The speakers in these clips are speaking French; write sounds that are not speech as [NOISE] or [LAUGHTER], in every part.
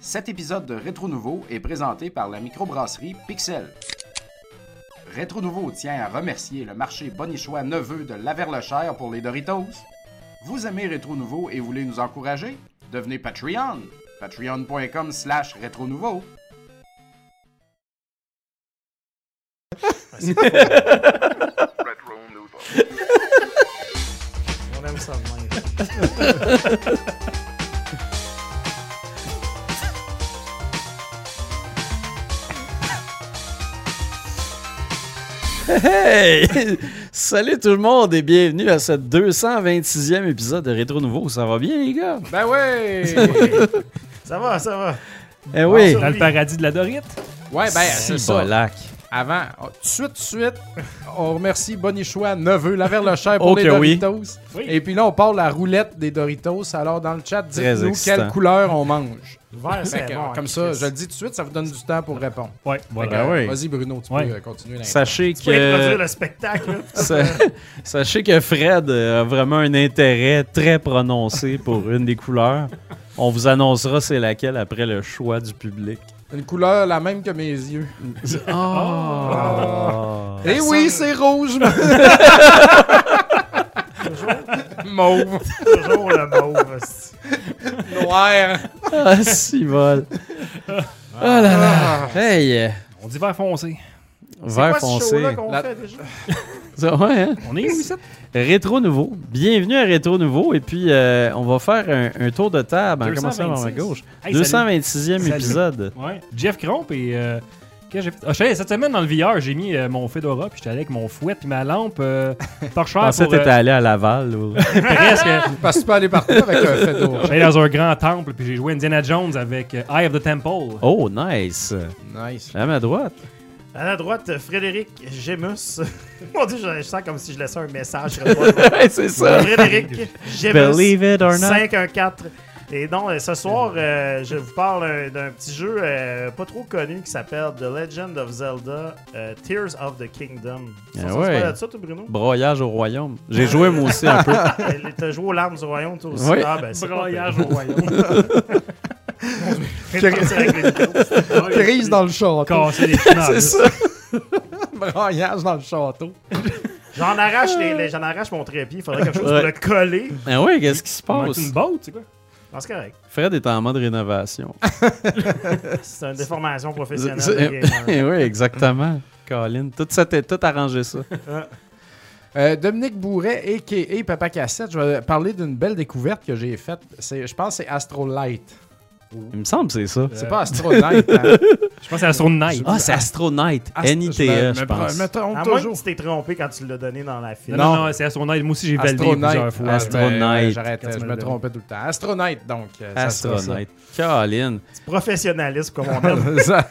Cet épisode de Rétro Nouveau est présenté par la microbrasserie Pixel. Rétro Nouveau tient à remercier le marché Bonichois Neveu de Laverlechère pour les Doritos. Vous aimez Rétro Nouveau et voulez nous encourager? Devenez Patreon! patreon.com slash rétro nouveau. On aime ça de même. Hey! [LAUGHS] Salut tout le monde et bienvenue à ce 226e épisode de Rétro Nouveau. Ça va bien, les gars? Ben [LAUGHS] ouais! Ça va, ça va. Eh oui! Dans le paradis de la Dorite. Ouais, ben c'est ça. Cibolac. Avant, oh, tout de suite, tout de suite, on remercie Bonichois Neveu, Laverlechère pour Oh les que oui. Doritos. Oui. Et puis là, on parle de la roulette des Doritos. Alors dans le chat, Très dites-nous excitant. quelle couleur on mange. Vert, Fait c'est que, bon. hein, comme ça, je le dis tout de suite, ça vous donne du temps pour répondre. Ouais, Fait que, voilà. oui. Vas-y Bruno, tu Ouais. peux euh, continuer. l'intro. Sachez Tu peux introduire que, le spectacle. là. sa- [LAUGHS] sachez que Fred a vraiment un intérêt très prononcé [LAUGHS] pour une des couleurs. On vous annoncera c'est laquelle après le choix du public. Une couleur la même que mes yeux. Oh! Eh oui, c'est rouge! [LAUGHS] Mauve, Toujours le mauve. c'est- noir. Ah, [LAUGHS] si vol! Oh là là! Hey! On dit vert foncé. Vert C'est quoi ce foncé. show-là qu'on La- fait déjà? Ça, ouais, hein? On est où ça? Rétro Nouveau. Bienvenue à Rétro Nouveau. Et puis, euh, on va faire un, un tour de table. en commençant par ma 226. gauche. Hey, 226e salut. épisode. Ouais. Jeff Cromp et. euh, qu'est-ce que j'ai fait? Ah, je sais, cette semaine dans le VR, j'ai mis euh, mon Fedora, puis j'étais allé avec mon fouet, puis ma lampe euh, Je torchère [LAUGHS] pensais que pour. t'étais euh, allé à Laval. ou- [LAUGHS] presque. Parce que tu peux aller partout avec un fedora. J'allais dans un grand temple, puis j'ai joué Indiana Jones avec euh, Eye of the Temple. [LAUGHS] Oh, nice. Nice. À ma droite. À la droite, Frédéric Gémus. [LAUGHS] Mon dieu, je, je sens comme si je laissais un message. sur le [LAUGHS] bois. c'est ça. Frédéric Gémus. Believe it or not. 5-1-4. Et non, euh, ce soir, euh, je vous parle euh, d'un petit jeu euh, pas trop connu qui s'appelle The Legend of Zelda euh, Tears of the Kingdom. Ah Ça, ça, ouais. Tu parles de ça, toi, Bruno? Broyage au royaume. J'ai joué moi aussi un peu. Euh, T'as joué aux larmes du royaume, toi aussi? Oui. Ah, ben, c'est pas Broyage pire. au royaume. [LAUGHS] Je viens de partir avec les micros. Crise dans le château. Casser les c'est finales. ça. Braillage dans le château. J'en arrache, les, les- j'en arrache mon trépied. Faudrait quelque chose pour Ouais. le coller. Ah oui, qu'est-ce qui se Manque passe? une botte, c'est quoi? Non, c'est correct. Fred est en mode rénovation. C'est une déformation professionnelle. de gamer. Eh [LAUGHS] oui, exactement. Colin, tout, ça t'est- tout arrangé ça. Euh, Dominique Bourret, a.k.a. Papa Cassette, je vais parler d'une belle découverte que j'ai faite. C'est- Je pense que c'est Astrolight. Il me semble que c'est ça. C'est pas Astrolight. [LAUGHS] hein. Je pense que c'est la sourde Night. Ah, c'est Astronaut. Ast- NITE, me- E, je me- pense. me trompe À moins que toujours. tu t'es trompé quand tu l'as donné dans la Non, file. non, non, c'est à son aide. Moi aussi, j'ai validé Astronaut. plusieurs fois. Astro- Ah, ben, Astronaut. J'arrêtais, je me trompais tout le temps. Astronaut, donc. euh, ça sera ça. Astronaut. Colin. C'est professionnalisme, comme on [LAUGHS] aime. [LAUGHS] Ça-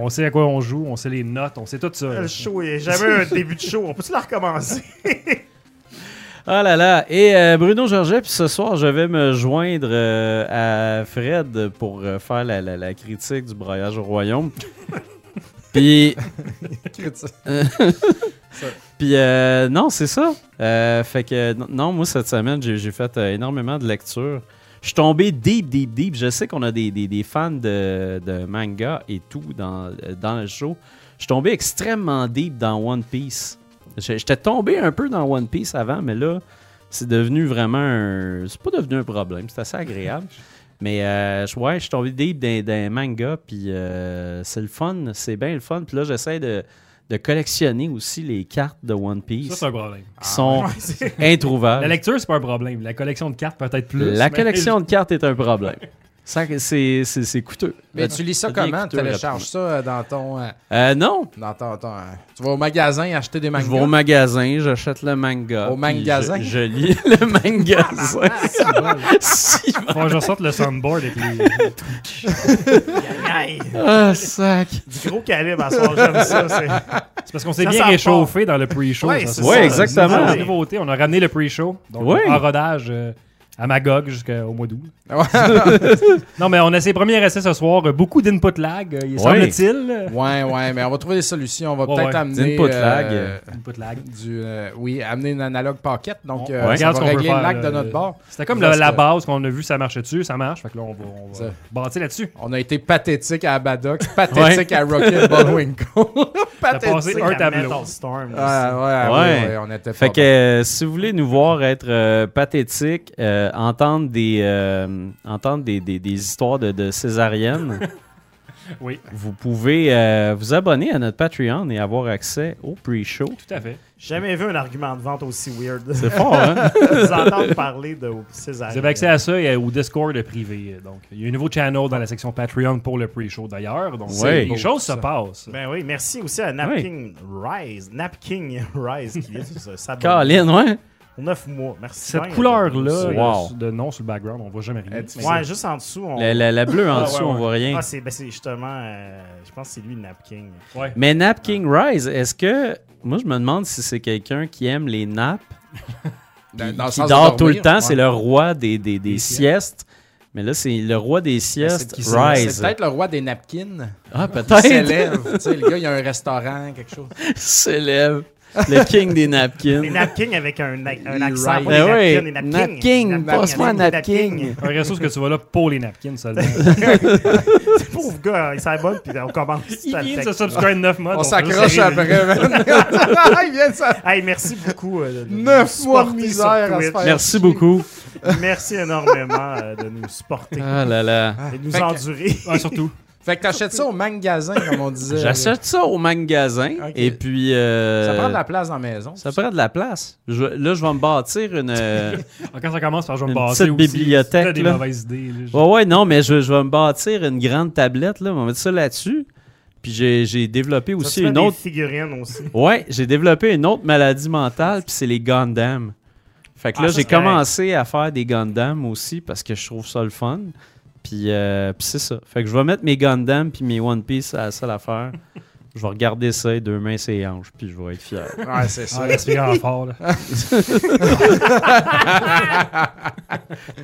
On sait à quoi on joue, on sait les notes, on sait tout ça. Le show est [LAUGHS] jamais un début de show. On peut-tu la recommencer? Ah là là. Et euh, Bruno Georget, puis ce soir, je vais me joindre euh, à Fred pour euh, faire la, la- la critique du broyage [LAUGHS] au royaume. puis, euh, critique. [LAUGHS] puis euh, non, c'est ça. Euh, fait que, non- non, moi, cette semaine, j'ai j'ai fait euh, énormément de lectures. Je suis tombé deep, deep, deep. Je sais qu'on a des, des- des fans de, de manga et tout dans, dans le show. Je suis tombé extrêmement deep dans One Piece. Je- J'étais tombé un peu dans One Piece avant, mais là, c'est devenu vraiment un. C'est pas devenu un problème, c'est assez agréable. [LAUGHS] Mais euh, je- ouais, je suis tombé deep dans, dans les mangas, puis euh, c'est le fun, c'est bien le fun. Puis là, j'essaie de, de collectionner aussi les cartes de One Piece Ça, Ah, c'est un problème. qui sont [LAUGHS] introuvables. La La, lecture, c'est pas un problème. La collection de cartes, peut-être plus. mais- collection de cartes est un problème. [LAUGHS] Ça, C'est c'est- c'est coûteux. Mais tu lis ça C'est bien comment? Tu coûteux, télécharges ça euh, dans ton, euh, Euh, non, dans ton, ton, euh, Tu vas au magasin acheter des je vais au mangas. magasin, j'achète le manga. Au puis mangasin? Je, je lis [LAUGHS] le magasin. Si- [LAUGHS] Faut que je sorte le soundboard avec les. [LAUGHS] Aïe. [LAUGHS] Ah, sac. Du gros calibre à soir, j'aime ça. [LAUGHS] c'est- C'est parce qu'on s'est Ça, bien ça réchauffé dans le pre-show. Ouais, ça, c'est ça. Ouais, ça, exactement. c'est C'est ça. la nouveauté. On a ramené le pre-show. Donc, Ouais. en rodage. euh, à Magog jusqu'au [LAUGHS] mois d'août. non, mais on a ses premiers essais ce soir. Euh, Beaucoup d'input lag, euh, il Ouais. semble-t-il. Ouais, ouais, mais on va trouver des solutions. On va Ouais, peut-être ouais. amener. D'input euh, lag. Input lag. Du, euh, oui, amener une analogue paquette. Donc, On- euh, on ça regarde ce va qu'on peut régler le faire, lac euh, là, de notre le- bord. C'était comme Reste- la, la base qu'on a vu, ça marchait dessus, ça marche. Fait que là, on va, on va Ça. bâtir là-dessus. On a été pathétique à Abadox, [LAUGHS] pathétique à Rocket Bullwinkle. [LAUGHS] passé pathétique. un tableau. Metal Storm. aussi. Ah, ouais, Ouais. ouais, ouais, on était Fait pas que euh, si vous voulez nous voir être euh, pathétiques, euh, entendre des euh, entendre des, des- des histoires de, de césarienne, Oui. vous pouvez euh, vous abonner à notre Patreon et avoir accès au pre-show. Tout à fait. J'ai Jamais vu un argument de vente aussi weird. C'est fort, hein? [LAUGHS] Vous entendre parler de César. Vous avez euh, accès à ça et au Discord privé. euh, Donc, il y a un nouveau channel dans la section Patreon pour le pre-show d'ailleurs. Donc, Ouais. les choses se passent. Ben oui, merci aussi à Napkin Rise. Napkin [LAUGHS] Rise qui vient de s'abonner. Caroline, ouais? Pour 9 mois. Merci. Cette bien. couleur-là Wow. euh, de nom sur le background, on voit jamais rien. Euh, Mais- Ouais, juste en dessous. On... La, la- la bleue en Ah, ouais, dessous, on ouais. voit rien. Ah, c'est ben, c'est justement. euh, je pense que c'est lui, Napkin. Ouais. Mais Nap King Rise, est-ce que. Moi, je me demande si c'est quelqu'un qui aime les nappes, Dans- dans le qui sens de dort tout le dormir, temps, Ah, ouais. c'est le roi des, des- des Des siestes. Mais là, c'est le roi des siestes, qui s'est- Ben, C'est Rise. peut-être le roi des napkins. Ah, Il [LAUGHS] peut-être. s'élève. tu sais, le gars, il a un restaurant, quelque chose. s'élève. Le king des napkins. Les Napkin avec un, un Il accent. rise. pas des Ben oui, napkins, des napkin, passe-moi un napkin. Un ressource que tu vas là pour les napkins [LAUGHS] seulement. C'est pauvre gars, il s'abonne, puis on commence. Il à le vient de se texte. subscribe 9 mois. On donc s'accroche c'est- après, [LAUGHS] man. Ah, il vient de ça. Hey, merci beaucoup. euh, de nous Neuf mois de supporter sur misère à se Twitch. faire. Merci beaucoup. Merci énormément euh, de nous supporter Ah là là. et de nous Fait que- endurer. Ah, surtout. Fait que t'achètes ça au magasin, comme on disait. J'achète ça au magasin Ok. et puis. euh, Ça prend de la place dans la maison. ça prend de la place. Je- là, je vais me bâtir une. euh, Ah, Quand ça commence par je vais me Une passer petite aussi, bibliothèque, T'as des là. mauvaises idées. là. ouais, ouais, non, mais je, je vais me bâtir une grande tablette, là. On va mettre ça là-dessus. Puis j'ai j'ai développé Ça se aussi fait une des autre. figurines aussi. Ouais, j'ai développé une autre maladie mentale, puis c'est les Gundam. Fait que Ah, là, ça, j'ai c'est correct. commencé à faire des Gundam aussi parce que je trouve ça le fun. Puis, euh, puis c'est ça. Fait que je vais mettre mes Gundam puis mes One Piece à la seule affaire. je vais regarder ça et deux mains ses hanches, puis je vais être fier. Ouais, c'est ça. Ah, [LAUGHS] respirant fort. Là.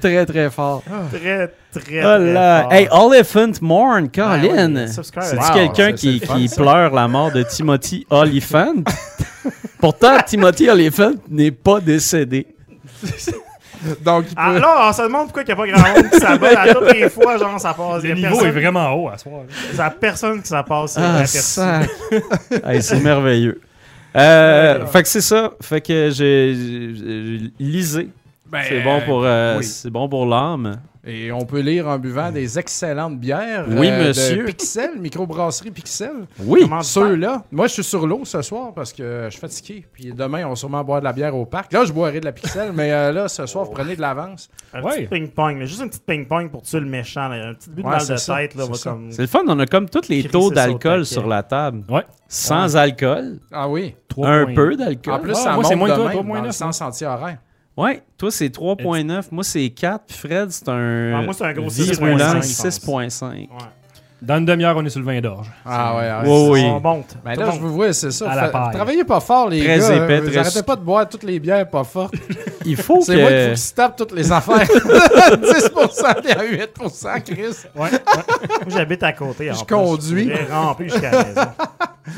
très, très fort. Oh Très, très, là! très Hey, Oliphant Morn, Ben Colin! oui, C'est-tu subscribe. Wow, quelqu'un c'est- qui, c'est le fun, qui ça. pleure la mort de Timothy Oliphant? Pourtant, Timothy Oliphant n'est pas décédé. Donc, il peut... Ah, là, on se demande pourquoi il n'y a pas grand monde qui s'abonne à toutes les fois, genre, ça passe. Le Il n'y a niveau est personne, vraiment haut à ce soir. là. il y a personne qui s'en passe. euh, Ah, aperçu. sac. [LAUGHS] Hey, c'est merveilleux. Euh, Fait que c'est ça. Fait que j'ai- j'ai j'ai- lisez. Ben, c'est bon pour euh, oui. c'est bon pour l'âme. Et on peut lire en buvant des excellentes bières. Oui, euh, monsieur. De Pixel, microbrasserie Pixel. Oui. Comment- Ceux-là. Moi, je suis sur l'eau ce soir parce que je suis fatigué. Puis demain, on va sûrement boire de la bière au parc. Là, je boirai de la Pixel, mais euh, là, ce soir, vous prenez de l'avance. Un Ouais. petit ping-pong, là, juste un petit ping-pong pour tuer le méchant. là, Un petit but de Ouais, mal c'est de ça, tête, là, on va c'est ça. comme. C'est le fun, on a comme tous les Crisser taux ça au d'alcool taquet. sur la table. Ouais. Sans alcool, Ah oui. Trois un points. peu En d'alcool. plus, Ah, ça moi, monte c'est moins de que toi, même toi, moins dans le neuf, sens anti-horaire. Ouais, toi c'est 3.9, moi c'est 4, Fred c'est un Ah, moi, c'est un gros virulent 6.5, 6.5. Ouais. Dans une demi-heure, on est sur le vin d'orge. Ah ouais, ah ouais. Oui, oui. On monte. Ben Tout là, monte. je vous vois, c'est ça. À la Fa- paille. Travaillez pas fort, les Très gars. hein. épais, vous très arrêtez sou- pas de boire toutes les bières pas fortes. Il faut C'est moi qui faut que qu'il se tape toutes les [LAUGHS] affaires. 10% et à 8%, Chris. Ouais. Moi, j'habite à côté. en Je plus. conduis. Je pourrais ramper jusqu'à la maison.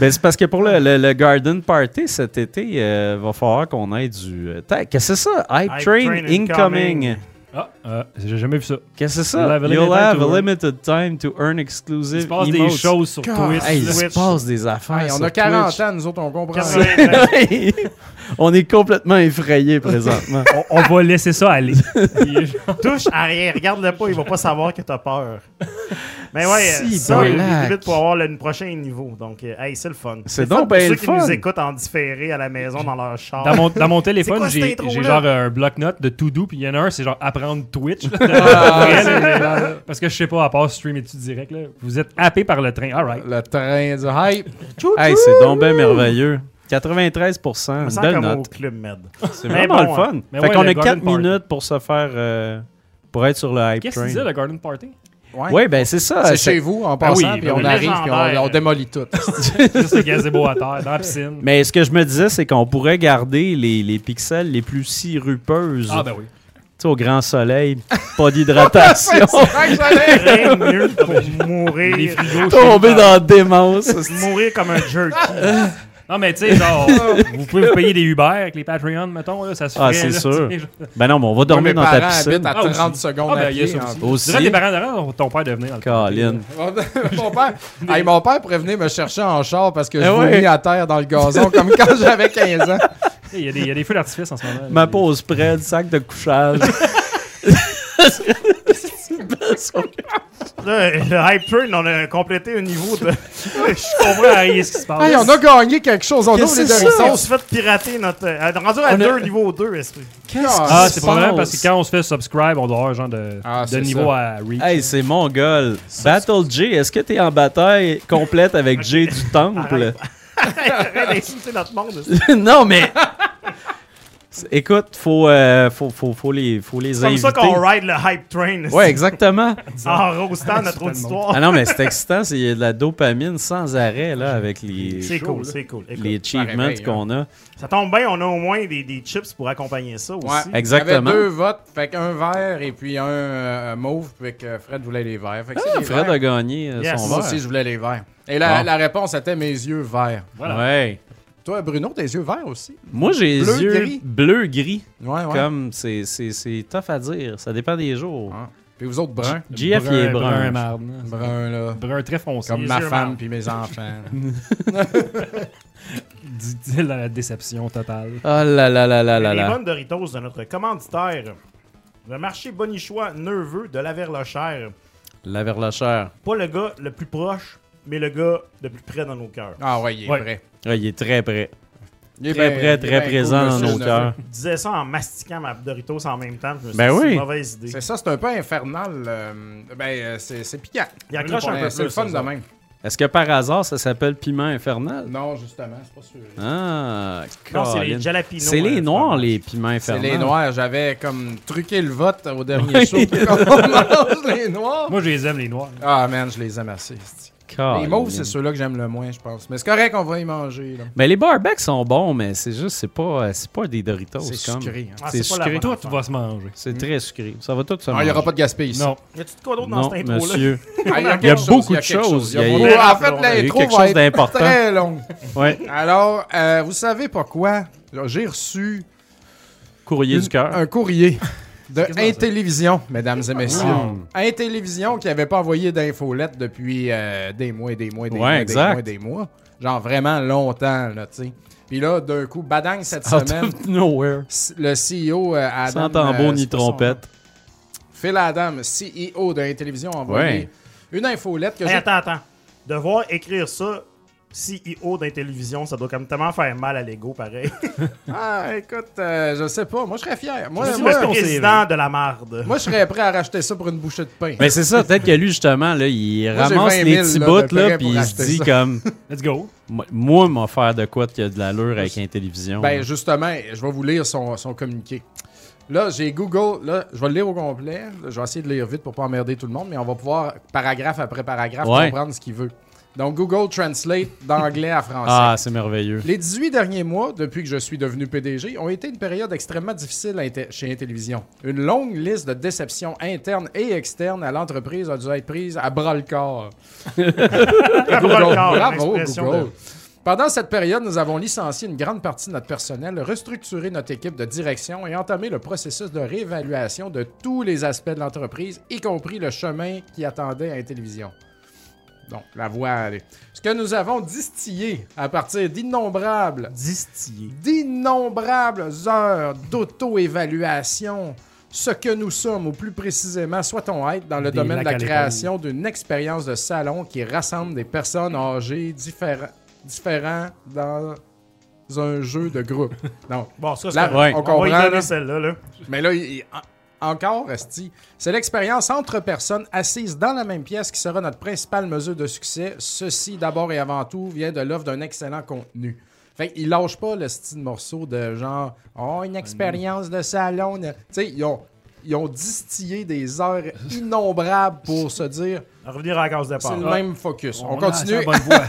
Ben, c'est parce que pour le, le- le Garden Party cet été, il va falloir qu'on ait du. euh, ta- Qu'est-ce que c'est ça? Hype Hype Train, train Incoming. incoming. Ah, euh, j'ai jamais vu ça. Qu'est-ce que c'est You'll ça? have a You'll limited have time a to earn. limited time to earn Il exclusive se passe des emotes. Ah, choses sur God. Twitch. Hey, il se Switch. passe des Ah, affaires. Hey, on sur a 40 Twitch. ans, nous autres, on comprend. [LAUGHS] rien. [LAUGHS] 80. on est complètement [LAUGHS] effrayés présentement. On, on va laisser ça [LAUGHS] aller. Puis, euh, Touche à rien, regarde-le pas, il va pas savoir que t'as peur. Mais ouais, euh, Si, ça, il Bolac. limite pour avoir le prochain niveau. Donc, euh, hey, c'est le fun. C'est fun donc pour ben ceux le qui fun. nous écoutent en différé à la maison dans leur char. dans, mon, dans mon téléphone, quoi cette j'ai intro-là? j'ai genre un bloc-notes de to-do, puis il y en a un, c'est genre apprendre Twitch. là. [LAUGHS] Ah, Vraiment, c'est- Parce que je sais pas, à part stream et tout direct, là, vous êtes happé par le train. All right. Le train du hype. hey, c'est donc ben merveilleux. 93 Je me une sens belle comme au note. Club Med. C'est Mais vraiment bon, le fun. Mais Fait ouais, qu'on le a Garden 4 Party. minutes pour se faire. euh, pour être sur le Hype Qu'est-ce que Train. tu disais, le Garden Party? Ouais. Oui, ben c'est ça. c'est C'est- chez vous en Ben passant, oui, puis ben on oui. arrive, puis Légendaire. on, on démolit [LAUGHS] tout. [LAUGHS] Juste le gazebo à terre, dans [LAUGHS] la piscine. Mais ce que je me disais, c'est qu'on pourrait garder les, les pixels les plus sirupeuses Ah ben oui. sais, au grand soleil, pas d'hydratation, Rien de mieux pour Les mourir. frigos tomber chez- dans la démence. Mourir comme un jerky. Non, mais tu sais, genre, vous pouvez vous payer des Uber avec les Patreon, mettons, là, ça se Ah, ferait, c'est là, sûr. tu sais, genre. Ben non, mais on va dormir mes dans ta parents piscine. habitent à Ah, aussi. 30 secondes Ah, ben, à il y a pied. ça aussi. Aussi. Tu dirais tes parents d'erreur, ton père devenait dans le Caroline. [LAUGHS] mon, père, Hey, mon père pourrait venir me chercher en char parce que Eh je ouais. vomis à terre dans le gazon comme quand j'avais 15 ans. Tu sais, Il y, a des- il y a des feux d'artifice en ce moment. là. Ma pause près, du sac de couchage. Là, le hype train, on a complété au niveau [LAUGHS] de. Je comprends rien ce qui se passe. Hey, on a gagné quelque chose. On ouvre les Qu'est-ce que c'est horizons. On se fait pirater notre. euh, rendu à On a- 2, niveau 2, esprit. Ah, Ah, c'est pas vrai, parce que quand on se fait subscribe, on doit avoir genre de, Ah, de c'est niveau ça. à reach. Hey, c'est mon goal. [LAUGHS] Battle J, est-ce que t'es en bataille complète avec J du temple? [LAUGHS] Arrête d'insulter notre monde. Ah, non, mais. C'est- Écoute, faut, euh, faut, faut, faut les, faut les C'est comme inviter. ça qu'on ride le hype train. Ouais, exactement. En roastant notre auditoire. ah non, mais c'est excitant, c'est- il y a de la dopamine sans arrêt, là, avec les, C'est chaud, cool, là. c'est cool. Écoute, les achievements réveille, hein. qu'on a. Ça tombe bien, on a au moins des, des chips pour accompagner ça aussi. Ouais. Exactement. Il y avait deux votes, fait qu'un vert et puis un euh, mauve, puis que Fred voulait les verts. Fait que c'est Ah, des Fred verts. a gagné euh, Yes. son Moi vote. aussi, je voulais les verts. Et la, Ah. la réponse était mes yeux verts. Voilà. Ouais. Toi, Bruno, tes yeux verts aussi? Moi, j'ai les Bleu, yeux gris. bleu-gris. Ouais, ouais. Comme, c'est- c'est c'est tough à dire. Ça dépend des jours. Ah. Puis vous autres, bruns. JF, il est brun. Brun, marde, là. Bruns, là. brun très foncé. Comme les ma yeux femme verts. puis mes [LAUGHS] enfants. dit-il dans la déception totale. Oh là là là là là Les là. bonnes Doritos de notre commanditaire. Le marché Bonichois Nerveux de la Verlochère. La verlocheur. Pas le gars le plus proche, mais le gars le plus près dans nos cœurs. Ah ouais, il est Ouais. prêt. Ah, il est très près. Il est Très bien- près, il est très bien présent cool, dans monsieur nos le cœurs. Je disais ça en mastiquant ma Doritos en même temps. Je me suis Ben dit, c'est oui. une mauvaise idée. C'est ça, c'est un peu infernal. euh, ben, euh, c'est c'est piquant. Il accroche un peu C'est le plus, fun ça, de ça. même. Est-ce que par hasard, ça s'appelle piment infernal? Non, justement, c'est pas sûr. Ah, Non, c'est Colin. les jalapenos. C'est les euh, noirs, fromage. les piments C'est infernaux. les noirs. J'avais comme truqué le vote au dernier show. On mange les noirs. Moi, je les aime, les noirs. Ah, man, je les aime assez. c'ti. Ah, Les mauves, c'est ceux-là que j'aime le moins, je pense. Mais c'est correct qu'on va y manger. là. Mais Ben, les barbecs sont bons, mais c'est juste, c'est pas, euh, c'est pas des Doritos. C'est comme. sucré. hein. Ah, C'est c'est pas la sucré. bonne Toi, tu affaire. vas se manger. C'est très sucré. Ça va tout se Hmm. Ah, Il n'y aura manger. pas de gaspille ici. Non. Y a-tu de quoi d'autre dans Non, cette intro-là? monsieur. Ah, il y a Il y a quelque chose, beaucoup de quelque choses. chose. Il y Il y a- beaucoup- il y a- En fait, il y a eu l'intro quelque va chose être d'important. très longue. ouais. [LAUGHS] Alors, euh, vous savez pas quoi? J'ai reçu Courrier Une- du cœur. Un courrier de Qu'est-ce que c'est? Intellivision, mesdames et messieurs. Wow. Intellivision qui n'avait pas envoyé d'infolette depuis euh, des mois et des mois et des, Ouais, mois, et des exact. mois et des mois. Genre vraiment longtemps, là, tu sais. Puis là, d'un coup, badang cette Out semaine, of nowhere. s- le CEO euh, Adam... Sans tambour euh, ni c'est pas son trompette. nom. Phil Adam, CEO de Intellivision, a envoyé Ouais. une infolette que Hey, j'ai... attends, attends. Devoir écrire ça, CEO d'Intellivision, ça doit quand même tellement faire mal à l'ego, [LAUGHS] pareil. Ah, écoute, euh, je sais pas. Moi, je serais fier. Moi, Je moi, le président de la marde. moi, je serais prêt à racheter ça pour une bouchée de pain. Mais c'est ça, peut-être que lui, justement, là, il Moi, j'ai ramasse 20 000 les petits là, de bouts, prêt là, pour puis il se acheter dit ça. comme, Let's go. moi- moi, m'en faire de quoi qu'il y a de l'allure avec une télévision. Ben justement, je vais vous lire son, son communiqué. Là, j'ai Google, là, je vais le lire au complet. Je vais essayer de lire vite pour pas emmerder tout le monde, mais on va pouvoir, paragraphe après paragraphe, Ouais. comprendre ce qu'il veut. Donc, Google Translate d'anglais à français. ah, c'est merveilleux. Les 18 derniers mois, depuis que je suis devenu PDG, ont été une période extrêmement difficile à Inte- chez Intellivision. Une longue liste de déceptions internes et externes à l'entreprise a dû être prise à bras-le-corps. Google. hein, Bravo, Google. Pendant cette période, nous avons licencié une grande partie de notre personnel, restructuré notre équipe de direction et entamé le processus de réévaluation de tous les aspects de l'entreprise, y compris le chemin qui attendait à la télévision. Donc, la voie à aller. Ce que nous avons distillé à partir d'innombrables Distillé. d'innombrables heures d'auto-évaluation ce que nous sommes, ou plus précisément, soit-on être dans le Des domaine de la lacs à création d'une expérience de salon qui rassemble des personnes âgées différen- différentes dans un jeu de [LAUGHS] groupe. Donc, Bon, ça, c'est là, correct. ouais. on On va y comprend. donner là. celle-là, là. Mais là, il- il- en- encore, Esti, c'est l'expérience entre personnes assises dans la même pièce qui sera notre principale mesure de succès. Ceci, d'abord et avant tout, vient de l'offre d'un excellent contenu. Fait qu'ils lâchent pas le style morceau de genre, oh, une expérience de salon. Tu sais, ils ont, ils ont distillé des heures innombrables pour se dire, On va Revenir à la case de c'est départ. le même focus. On, est sur la continue. bonne voie.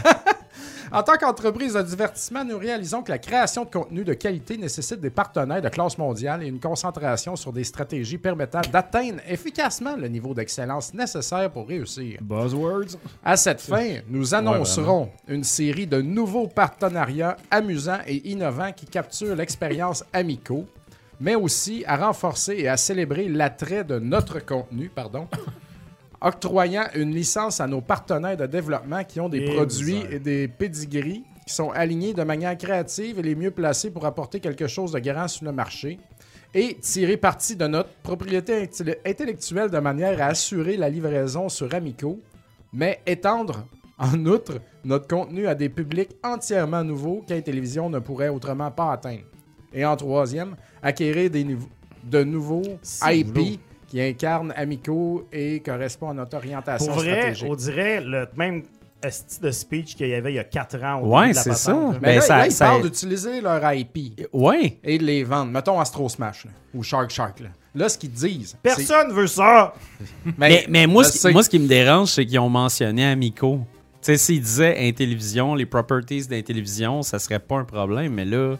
En tant qu'entreprise de divertissement, nous réalisons que la création de contenu de qualité nécessite des partenaires de classe mondiale et une concentration sur des stratégies permettant d'atteindre efficacement le niveau d'excellence nécessaire pour réussir. [LAUGHS] Buzzwords. À cette fin, nous annoncerons une série de nouveaux partenariats amusants et innovants qui capturent l'expérience [LAUGHS] Amico, mais aussi à renforcer et à célébrer l'attrait de notre contenu, pardon, octroyant une licence à nos partenaires de développement qui ont des Et produits misère. et des pédigries qui sont alignés de manière créative et les mieux placés pour apporter quelque chose de grand sur le marché et tirer parti de notre propriété intelle- intellectuelle de manière à assurer la livraison sur Amico, mais étendre en outre notre contenu à des publics entièrement nouveaux qu'Intellivision ne pourrait autrement pas atteindre. Et en troisième, acquérir des niveaux- de nouveaux IP qui incarnent Amico et correspondent à notre orientation Pour vrai, stratégique. on dirait le même esti de speech qu'il y avait il y a 4 ans. Au Ouais, début de la c'est patente, ça. là. Mais Ben, là, ça- là, ils ça- parlent d'utiliser leur IP Ouais. et de les vendre. Mettons Astro Smash là, ou Shark Shark. Là, Là, ce qu'ils disent, c'est- Personne [LAUGHS] veut ça! Mais, mais moi, Ben, je ce qui, sais. moi, ce qui me dérange, c'est qu'ils ont mentionné Amico. Tu sais, s'ils disaient Intellivision, les properties d'Intellivision, ça serait pas un problème, mais là,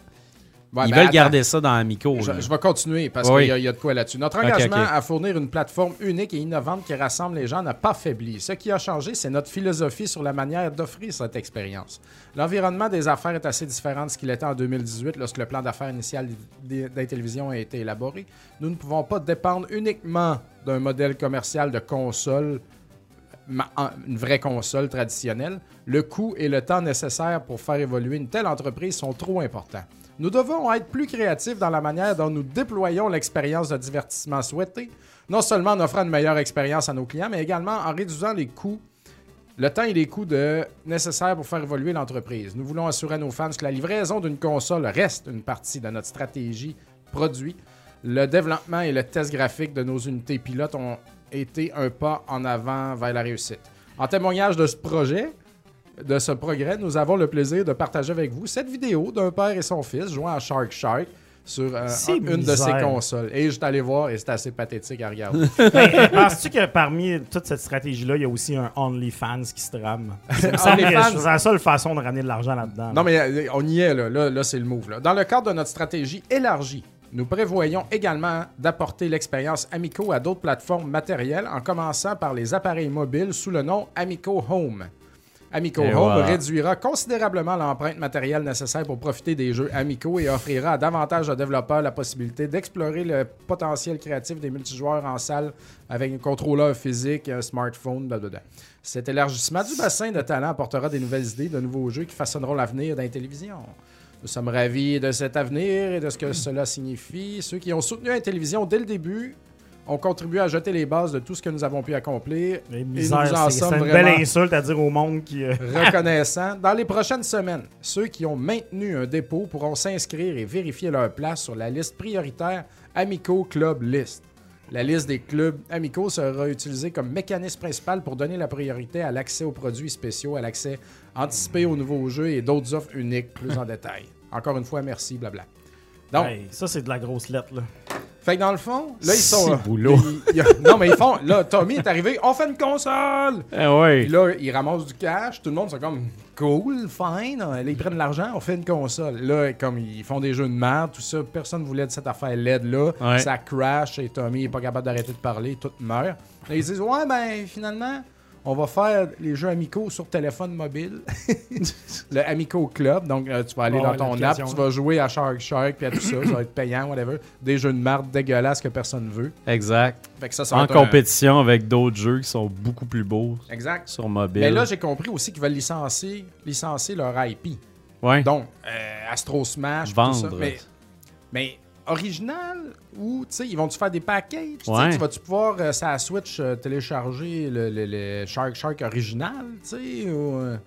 Ouais, ils ben, veulent attends. garder ça dans Amico. là. Je, je vais continuer parce Oui. qu'il y a- il y, a de quoi là-dessus. Notre Ok, engagement ok. à fournir une plateforme unique et innovante qui rassemble les gens n'a pas faibli. Ce qui a changé, c'est notre philosophie sur la manière d'offrir cette expérience. L'environnement des affaires est assez différent de ce qu'il était en 2018 lorsque le plan d'affaires initial d- d'Intellivision a été élaboré. Nous ne pouvons pas dépendre uniquement d'un modèle commercial de console ma- en- une vraie console traditionnelle, le coût et le temps nécessaires pour faire évoluer une telle entreprise sont trop importants. Nous devons être plus créatifs dans la manière dont nous déployons l'expérience de divertissement souhaitée, non seulement en offrant une meilleure expérience à nos clients, mais également en réduisant les coûts le temps et les coûts de... nécessaires pour faire évoluer l'entreprise. Nous voulons assurer à nos fans que la livraison d'une console reste une partie de notre stratégie produit. Le développement et le test graphique de nos unités pilotes ont été un pas en avant vers la réussite. En témoignage de ce projet, de ce progrès, nous avons le plaisir de partager avec vous cette vidéo d'un père et son fils jouant à Shark Shark sur euh, C'est une de ses misère. consoles. Et je suis allé voir et c'est assez pathétique à regarder. Mais Ben, penses-tu que parmi toute cette stratégie-là, il y a aussi un OnlyFans qui se [LAUGHS] trame? C'est OnlyFans. la seule façon de ramener de l'argent là-dedans. Non, mais euh, on y est, là. Là, là, c'est le move. là. Dans le cadre de notre stratégie élargie, nous prévoyons également d'apporter l'expérience Amico à d'autres plateformes matérielles, en commençant par les appareils mobiles sous le nom Amico Home. Amico Et Home voilà. réduira considérablement l'empreinte matérielle nécessaire pour profiter des jeux Amico et offrira à davantage de développeurs la possibilité d'explorer le potentiel créatif des multijoueurs en salle avec un contrôleur physique, un smartphone, blablabla. Cet élargissement du bassin de talent apportera des nouvelles idées, de nouveaux jeux qui façonneront l'avenir d'Intellivision. Nous sommes ravis de cet avenir et de ce Mm. que cela signifie. Ceux qui ont soutenu Intellivision dès le début ont contribué à jeter les bases de tout ce que nous avons pu accomplir. Les et nous misères, en c'est c'est sommes une vraiment- belle insulte à dire au monde qui. euh, reconnaissant. Dans les prochaines semaines, ceux qui ont maintenu un dépôt pourront s'inscrire et vérifier leur place sur la liste prioritaire Amico Club List. La liste des clubs amicaux sera utilisée comme mécanisme principal pour donner la priorité à l'accès aux produits spéciaux, à l'accès anticipé aux nouveaux jeux et d'autres offres uniques plus [LAUGHS] en détail. Encore une fois, merci, blabla. Donc, hey, ça, c'est de la grosse lettre, là. fait que dans le fond, là, ils sont. euh, Si boulot. ils- ils- non, mais ils font. Là, Tommy est arrivé, on fait une console! Eh ouais. Puis là, ils ramassent du cash, tout le monde, c'est comme cool, fine. Là, ils prennent l'argent, on fait une console. Là, comme ils font des jeux de merde, tout ça, personne voulait de cette affaire LED-là. Ouais. Ça crash et Tommy est pas capable d'arrêter de parler, tout meurt. Là, ils disent Ouais, ben finalement, on va faire les jeux amicaux sur téléphone mobile. [LAUGHS] Le Amico Club, donc euh, tu vas aller Oh, Ouais, dans ton app, l'application, tu vas jouer à Shark Shark, puis à tout ça, ça va être payant, whatever. Des jeux de merde dégueulasses que personne veut. Exact. Fait que ça, ça va En être un- compétition avec d'autres jeux qui sont beaucoup plus beaux Exact. sur mobile. Mais Ben là, j'ai compris aussi qu'ils veulent licencier, licencier leur IP. ouais. Donc, euh, Astro Smash, Vendre. tout ça. Mais, mais original ou, tu sais, ils vont-tu faire des packages? Tu sais, Ouais. Tu vas-tu pouvoir, euh, sur la Switch, euh, télécharger le, le- le Shark Shark original, tu sais? ou, euh,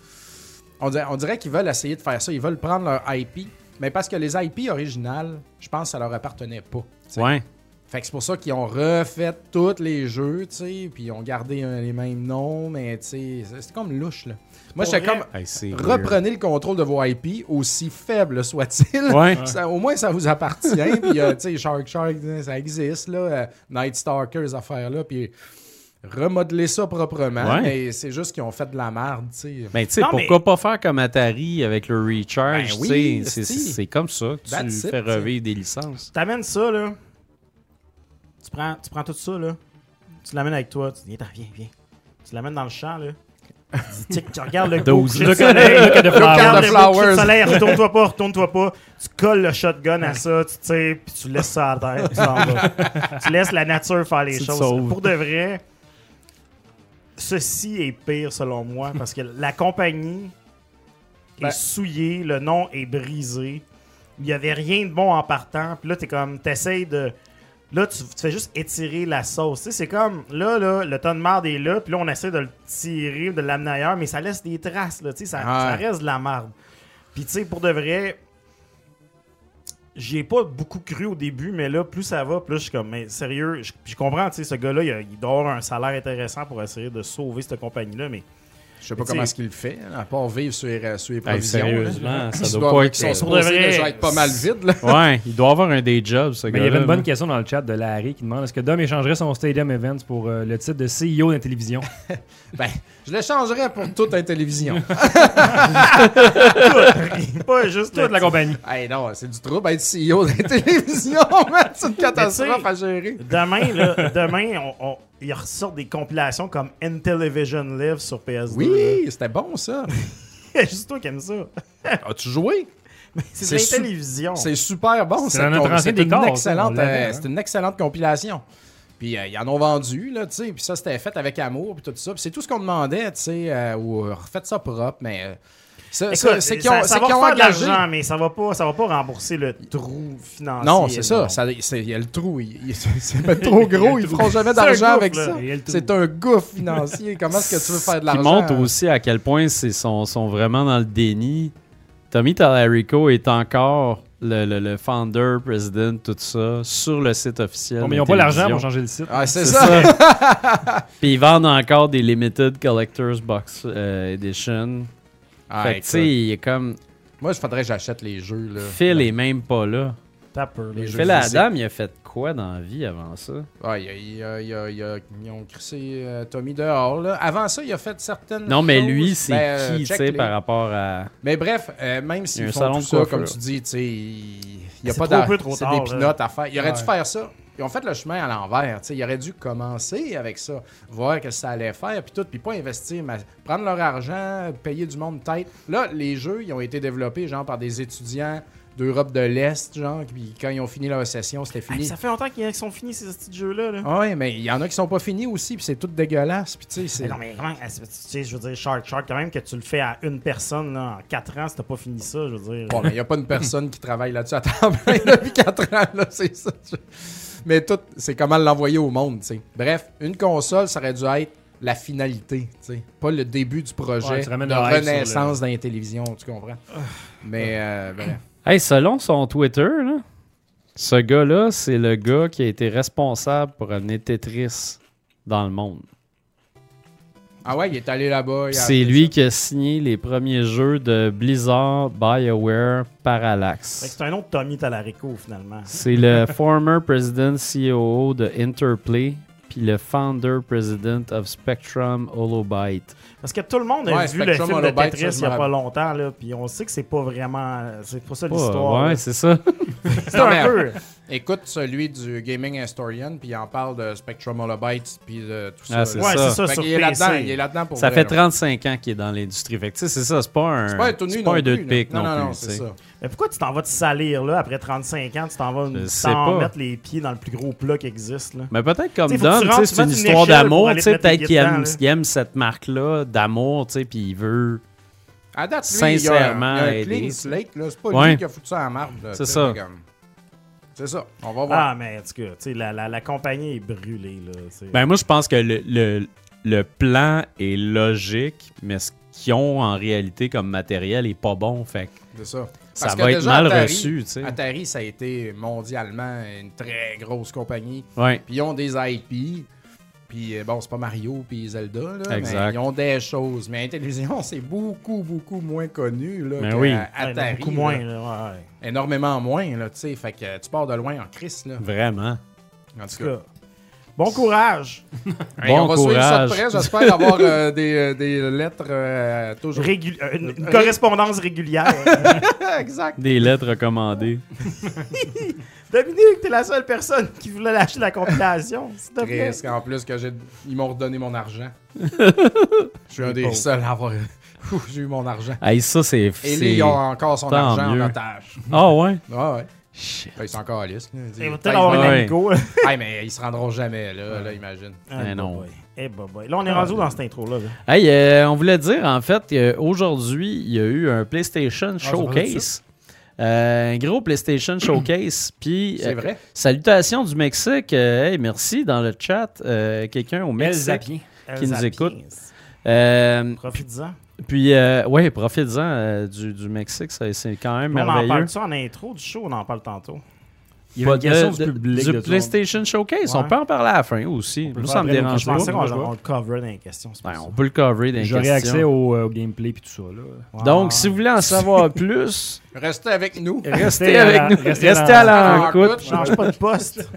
on, dirait, on dirait qu'ils veulent essayer de faire ça. Ils veulent prendre leur IP. Mais parce que les IP originales, je pense que ça leur appartenait pas. tu sais. ouais. Fait que c'est pour ça qu'ils ont refait tous les jeux, tu sais, puis ils ont gardé euh, les mêmes noms, mais tu sais, c'est- c'est comme louche, là. Moi, Pour j'étais vrai, comme, Hey, c'est reprenez le contrôle de vos IP, aussi faible soit-il. Ouais. [LAUGHS] Ça- au moins, ça vous appartient, puis euh, tu sais, Shark Shark, ça existe, là, euh, Night Stalker, ces affaires-là, puis remodeler ça proprement, Ouais. Ben, mais c'est juste qu'ils ont fait de la merde, tu sais. Mais tu sais, Non, pourquoi pas faire comme Atari avec le Ben Recharge? tu oui, sais, c'est- esti. c'est comme ça que tu That's it, fais tu sais. revivre des licences. T'amènes ça, là. Tu prends, tu prends tout ça, là. Tu l'amènes avec toi. Tu dis, Attends, viens, viens. Tu l'amènes dans le champ, là. Tu dis, Tic, tu regardes le beau Douze. coucher de Look soleil. look at the Tu regardes flowers. le beau coucher de Flowers. soleil. Retourne-toi pas, retourne-toi pas. Tu colles le shotgun à ça, tu tires, puis tu laisses ça à terre. Tu, t'en vas. Tu laisses la nature faire les Tu te choses. sauves. Pour de vrai, ceci est pire, selon moi, parce que la compagnie Ben. est souillée, le nom est brisé. Il n'y avait rien de bon en partant. Puis là, t'es comme, t'essayes de. Là, tu, tu fais juste étirer la sauce. Tu sais, c'est comme, là, là, le ton de marde est là, puis là, on essaie de le tirer, de l'amener ailleurs, mais ça laisse des traces, là, tu sais, ça, ça Ouais. reste de la marde. Puis, tu sais, pour de vrai, j'y ai pas beaucoup cru au début, mais là, plus ça va, plus je suis comme, mais sérieux, je, je comprends, tu sais, ce gars-là, il, a- il doit avoir un salaire intéressant pour essayer de sauver cette compagnie-là, mais Je sais pas Mais comment tu sais- est-ce qu'il le fait, hein, à part vivre sur les, sur les Hey, provisions. là. sérieusement, ça Ils doit doivent- pas ils sont être- euh, supposés Pour de vrai, déjà être pas mal vides, là. [LAUGHS] Ouais, il doit avoir un day job, ce Mais il y gars-là. avait une bonne là. question dans le chat de Larry qui demande est-ce que Dom échangerait son Stadium Events pour euh, le titre de CEO de la télévision Ben, je le changerais pour toute la télévision. pas juste [LAUGHS] Toute la compagnie. hey, non, c'est du trouble être CEO de la télévision, [LAUGHS] man. C'est une catastrophe à gérer. Demain, là, [LAUGHS] demain, on, on- il ressort des compilations comme Intellivision Live sur PS2. [LAUGHS] Oui, c'était bon, ça. là. juste toi qui aimes ça. As-tu joué? C'est C'est de l'intellivision. C'est super bon. C'est cette un com- entrée C'est des une, corps, ça, on excellente, l'avait, euh, hein. c'est une excellente compilation. Puis euh, ils en ont vendu, là, tu sais. Puis ça, c'était fait avec amour, puis tout ça. Puis c'est tout ce qu'on demandait, tu sais. euh, ou euh, refaites ça propre, mais... euh, ça- Écoute, ça- c'est qu'ils ont, ça, c'est ça va qu'ils ont faire de engagé- l'argent, mais ça va pas, ça va pas rembourser le trou financier. Non, c'est ça. énorme. euh, ça- c'est- Il y a le trou. il- [LAUGHS] il- C'est pas trop gros. Ils feront jamais d'argent gouffre, avec là, ça. il y a le trou. C'est un gouffre financier. Comment est-ce que tu veux faire de Ce Qui l'argent? montre aussi à quel point ils sont, sont vraiment dans le déni. Tommy Tallarico est encore le, le- le founder, président, tout ça, sur le site officiel. Bon, de mais ils n'ont pas l'argent télévision. pour changer le site. Ah, c'est C'est ça. ça. [LAUGHS] Puis ils vendent encore des Limited Collector's Box euh, Edition. [LAUGHS] Ah, fait que, tu sais, il est comme. Moi, je faudrait que j'achète les jeux. Là. Phil est même pas là. T'as peur, là. Les jeux Phil physiques. Adam, il a fait quoi dans la vie avant ça? Ah, il y a- il y a- il y a- il y a- ils ont crissé euh, Tommy dehors. là. Avant ça, il a fait certaines. Non, mais choses. lui, c'est Ben, euh, qui, tu sais, check-les. par rapport à. Mais bref, euh, même Il y a s'ils un font salon tout de ça, coiffure. comme tu dis, tu sais, il n'y a C'est pas trop d'ar- peu, trop C'est tard, des là. pinottes à faire. Il aurait dû Ouais. faire ça. Ils ont fait le chemin à l'envers. tu sais. Il aurait dû commencer avec ça, voir que ça allait faire, puis tout, puis pas investir, mais prendre leur argent, payer du monde tête. Là, les jeux, ils ont été développés, genre, par des étudiants d'Europe de l'Est, genre, puis quand ils ont fini leur session, c'était Ah, fini. ça fait longtemps qu'ils sont finis ces petits jeux-là. là. Ah ouais, mais il y en a qui sont pas finis aussi, puis c'est tout dégueulasse, puis tu sais, Mais c'est. non, mais comment. ah, c'est- Tu sais, je veux dire, Shark Shark, quand même, que tu le fais à une personne là, en 4 ans, si t'as pas fini ça, je veux dire. Bon, mais il n'y a pas une personne qui travaille là-dessus à temps plein [LAUGHS] depuis 4 ans, là, c'est ça. Je- Mais tout, c'est comment l'envoyer au monde, tu sais. Bref, une console, ça aurait dû être la finalité, tu sais. Pas le début du projet Ouais, tu ramènes de le hype sur renaissance dans les télévisions, tu comprends. Mais, euh, bref. Hey, selon son Twitter, là, ce gars-là, c'est le gars qui a été responsable pour amener Tetris dans le monde. Ah ouais, il est allé là-bas. il a C'est appris lui ça. qui a signé les premiers jeux de Blizzard, BioWare, Fait que Parallax. c'est un autre Tommy Talarico, finalement. C'est le former president COO de Interplay, puis le founder president of Spectrum Holobyte. Parce que tout le monde a Ouais, vu Spectrum le film de Holobyte, ça, Tetris je il me n'y a pas rappelle. longtemps, là, puis on sait que c'est pas vraiment. C'est pas ça Pas- l'histoire. ouais, là. c'est ça. c'est un Non, mais- euh, peu. Écoute celui du Gaming Historian, puis il en parle de Spectrum Holobyte, puis de tout ça. Ah, c'est là. Ouais, ça. c'est ça, Fait sur qu'il est là-dedans, PC. il est là-dedans pour Ça vrai, fait là. 35 ans qu'il est dans l'industrie. Fait que, tu sais, c'est ça, c'est pas un, C'est pas un tout nu c'est non pas un plus, deux de là. pique non, Non, non, non, plus. tu c'est sais. ça. Mais pourquoi tu t'en vas te salir là après 35 ans, tu t'en vas Je sais sans pas. mettre les pieds dans le plus gros plat qui existe là. Mais peut-être comme T'sais, faut que Dom, tu tu sais, rentres, c'est tu une mettes une histoire échelle pour d'amour, aller te tu sais, mettre les peut-être pieds qu'il aime, dedans, là. il aime cette marque-là d'amour, tu sais, puis il veut. À date, lui, Sincèrement, il y a un, il y a un aider. clean slate, là. C'est pas Ouais. lui qui a foutu ça en marbre. là, C'est tu sais, ça. comme- C'est ça. On va voir. Ah mais en tout cas, tu sais, la, la, la compagnie est brûlée là. c'est- Ben, moi, je pense que le, le, le plan est logique, mais ce qu'ils ont en réalité comme matériel est pas bon. Fait que C'est ça. ça Parce que va être déjà, mal Atari- reçu, tu sais. Atari, ça a été mondialement une très grosse compagnie. Ouais. Puis ils ont des IP. Puis euh, bon, c'est pas Mario puis Zelda, là, Exact. mais ils ont des choses. Mais la télévision, c'est beaucoup, beaucoup moins connu là, Mais que oui. euh, Ouais, Atari. beaucoup là. moins là. ouais, ouais. Énormément moins, là, tu sais. Fait que euh, tu pars de loin en crise, là. Vraiment. En tout En tout cas. cas. Bon courage. Et on bon va suivre ça courage. de près. J'espère avoir euh, [LAUGHS] des, euh, des lettres euh, toujours. Régul- euh, une, une [LAUGHS] correspondance régulière. Euh, exact. Des lettres recommandées. Dominique, t'es la seule personne qui voulait lâcher la compilation. S'il te plaît. Presque. En plus, que j'ai... ils m'ont redonné mon argent. [LAUGHS] Je suis un des seuls à avoir. [LAUGHS] Ouh, j'ai eu mon argent. Hey, ça, c'est. Et c'est- lui, ils ont encore son Tant argent mieux. en otage. Ah ouais? Ouais, ouais. Ben, ils sont encore à l'IS. Il va Eh, peut-être avoir une Ouais. amigo. [LAUGHS] Ah, mais ils se rendront jamais, là, là imagine. Eh non. boy. Eh, bah, bah. Là, on Ah, est ben rendu dans cette intro-là. là. Hey, euh, on voulait dire, en fait, qu'aujourd'hui, il y a eu un PlayStation ça va Showcase. Euh, un gros PlayStation Showcase. Puis, C'est euh, vrai. salutations du Mexique. Euh, hey, merci dans le chat. euh, Quelqu'un au Mel Mexique. Zapien. Qui nous Elsa écoute. Pierce. Euh, Profites-en. puis, euh, ouais, profites-en euh, du, du Mexique. ça- C'est quand même On en merveilleux. parle ça en intro du show, on en parle tantôt. Il y a une Pas de- question du de- public. du de tout le monde. PlayStation Showcase. On Ouais. peut en parler à la fin aussi. peut Nous, le ça faire me après, nous, dérange Je je pas. pense pensais qu'on moi, je on le cover dans les questions. c'est pour Ben, ça. on peut le cover dans les J'aurai questions. accès au, euh, au gameplay et tout ça. Là. Ouais. Donc, Ah. si vous voulez [LAUGHS] en savoir plus, Restez avec nous. restez avec nous. Restez, à Ah, l'écoute. écoute, Change pas de poste.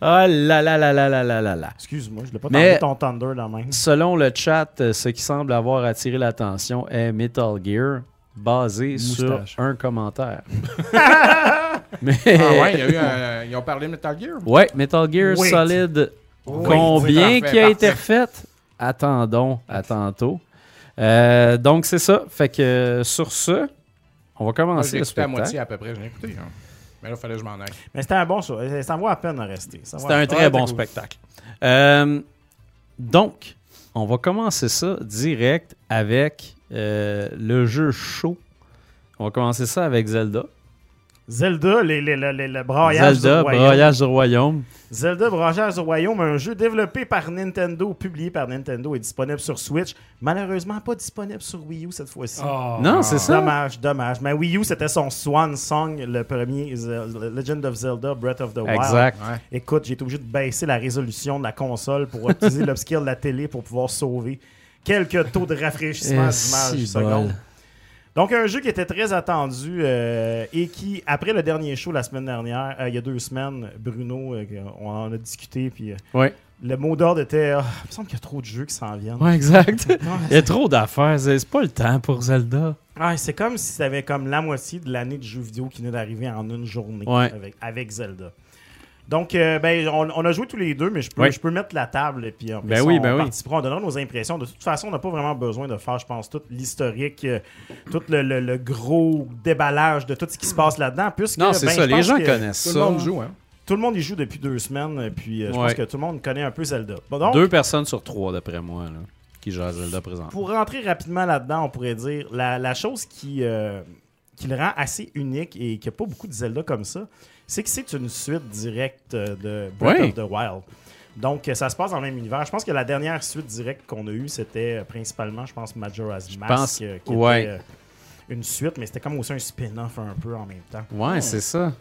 Ah là là là là là là là là. Excuse-moi, je l'ai pas Mais- tendu ton Thunder dans même. Selon le chat, euh, ce qui semble avoir attiré l'attention est Metal Gear, basé Moustache. sur [LAUGHS] un commentaire. Mais Ah ouais, il y a eu [LAUGHS] un- ils ont parlé de Metal Gear. ouais, Metal Gear Wait. Solid, Oui, parfait, combien qui a parfait. été refait Attendons à tantôt. Euh, donc c'est ça. Fait que euh, sur ce, on va Moi, commencer J'ai le écouté à moitié spectacle. à peu près, j'ai écouté. hein. Mais là, fallait que je m'en aille. Mais c'était un bon show. Euh, Ça- Ça vaut à peine Ah, de rester. Ça vaut C'était à- un très Ouais, bon t'as- spectacle. Euh, donc, on va commencer ça direct avec euh, le jeu chaud. On va commencer ça avec Zelda. Zelda, les, les, les- les- le braillage Zelda, du royaume. Broyage du Royaume. Zelda Braillage du Royaume, un jeu développé par Nintendo, publié par Nintendo et disponible sur Switch. Malheureusement, pas disponible sur Wii U cette fois-ci. Ah, non, c'est Oh, ça. Ah. Dommage, dommage. Mais Wii U, c'était son swan song, le premier Ze- Legend of Zelda Breath of the Wild. Exact. Ouais. Écoute, j'ai été obligé de baisser la résolution de la console pour utiliser l'obscure de la télé pour pouvoir sauver quelques taux de rafraîchissement Eh, d'image si seconde. bol. Donc, un jeu qui était très attendu euh, et qui, après le dernier show la semaine dernière, euh, il y a deux semaines, Bruno, euh, on en a discuté, puis euh, Ouais. le mot d'ordre était Ah, il me semble qu'il y a trop de jeux qui s'en viennent. Ouais, exact. Non, Il y a trop d'affaires. C'est c'est pas le temps pour Zelda. Ouais, Ah, c'est comme si tu avais comme la moitié de l'année de jeux vidéo qui venait d'arriver en une journée Ouais. avec, avec Zelda. Donc, euh, ben, on, on a joué tous les deux, mais je peux, Ouais. je peux mettre la table et puis après Ben ça, oui, on ben oui. participera, on donnera nos impressions. De toute façon, on n'a pas vraiment besoin de faire, je pense, tout l'historique, euh, tout le, le- le gros déballage de tout ce qui se passe là-dedans. Puisque, Non, c'est ben, ça. je Les pense gens que connaissent Tout ça. le monde joue, hein? Tout le monde y joue depuis deux semaines, et puis euh, je pense Ouais. que tout le monde connaît un peu Zelda. Bon, donc, Deux personnes sur trois, d'après moi, là, qui jouent à Zelda présent. pour rentrer rapidement là-dedans, on pourrait dire la, la chose qui, euh, qui le rend assez unique et qu'il n'y a pas beaucoup de Zelda comme ça, c'est que c'est une suite directe euh, de Breath Ouais. of the Wild. Donc, euh, ça se passe dans le même univers. Je pense que la dernière suite directe qu'on a eue, c'était euh, principalement, je pense, Majora's Mask, pense- euh, qui ouais. était euh, une suite, mais c'était comme aussi un spin-off un peu en même temps. Ouais, c'est ça.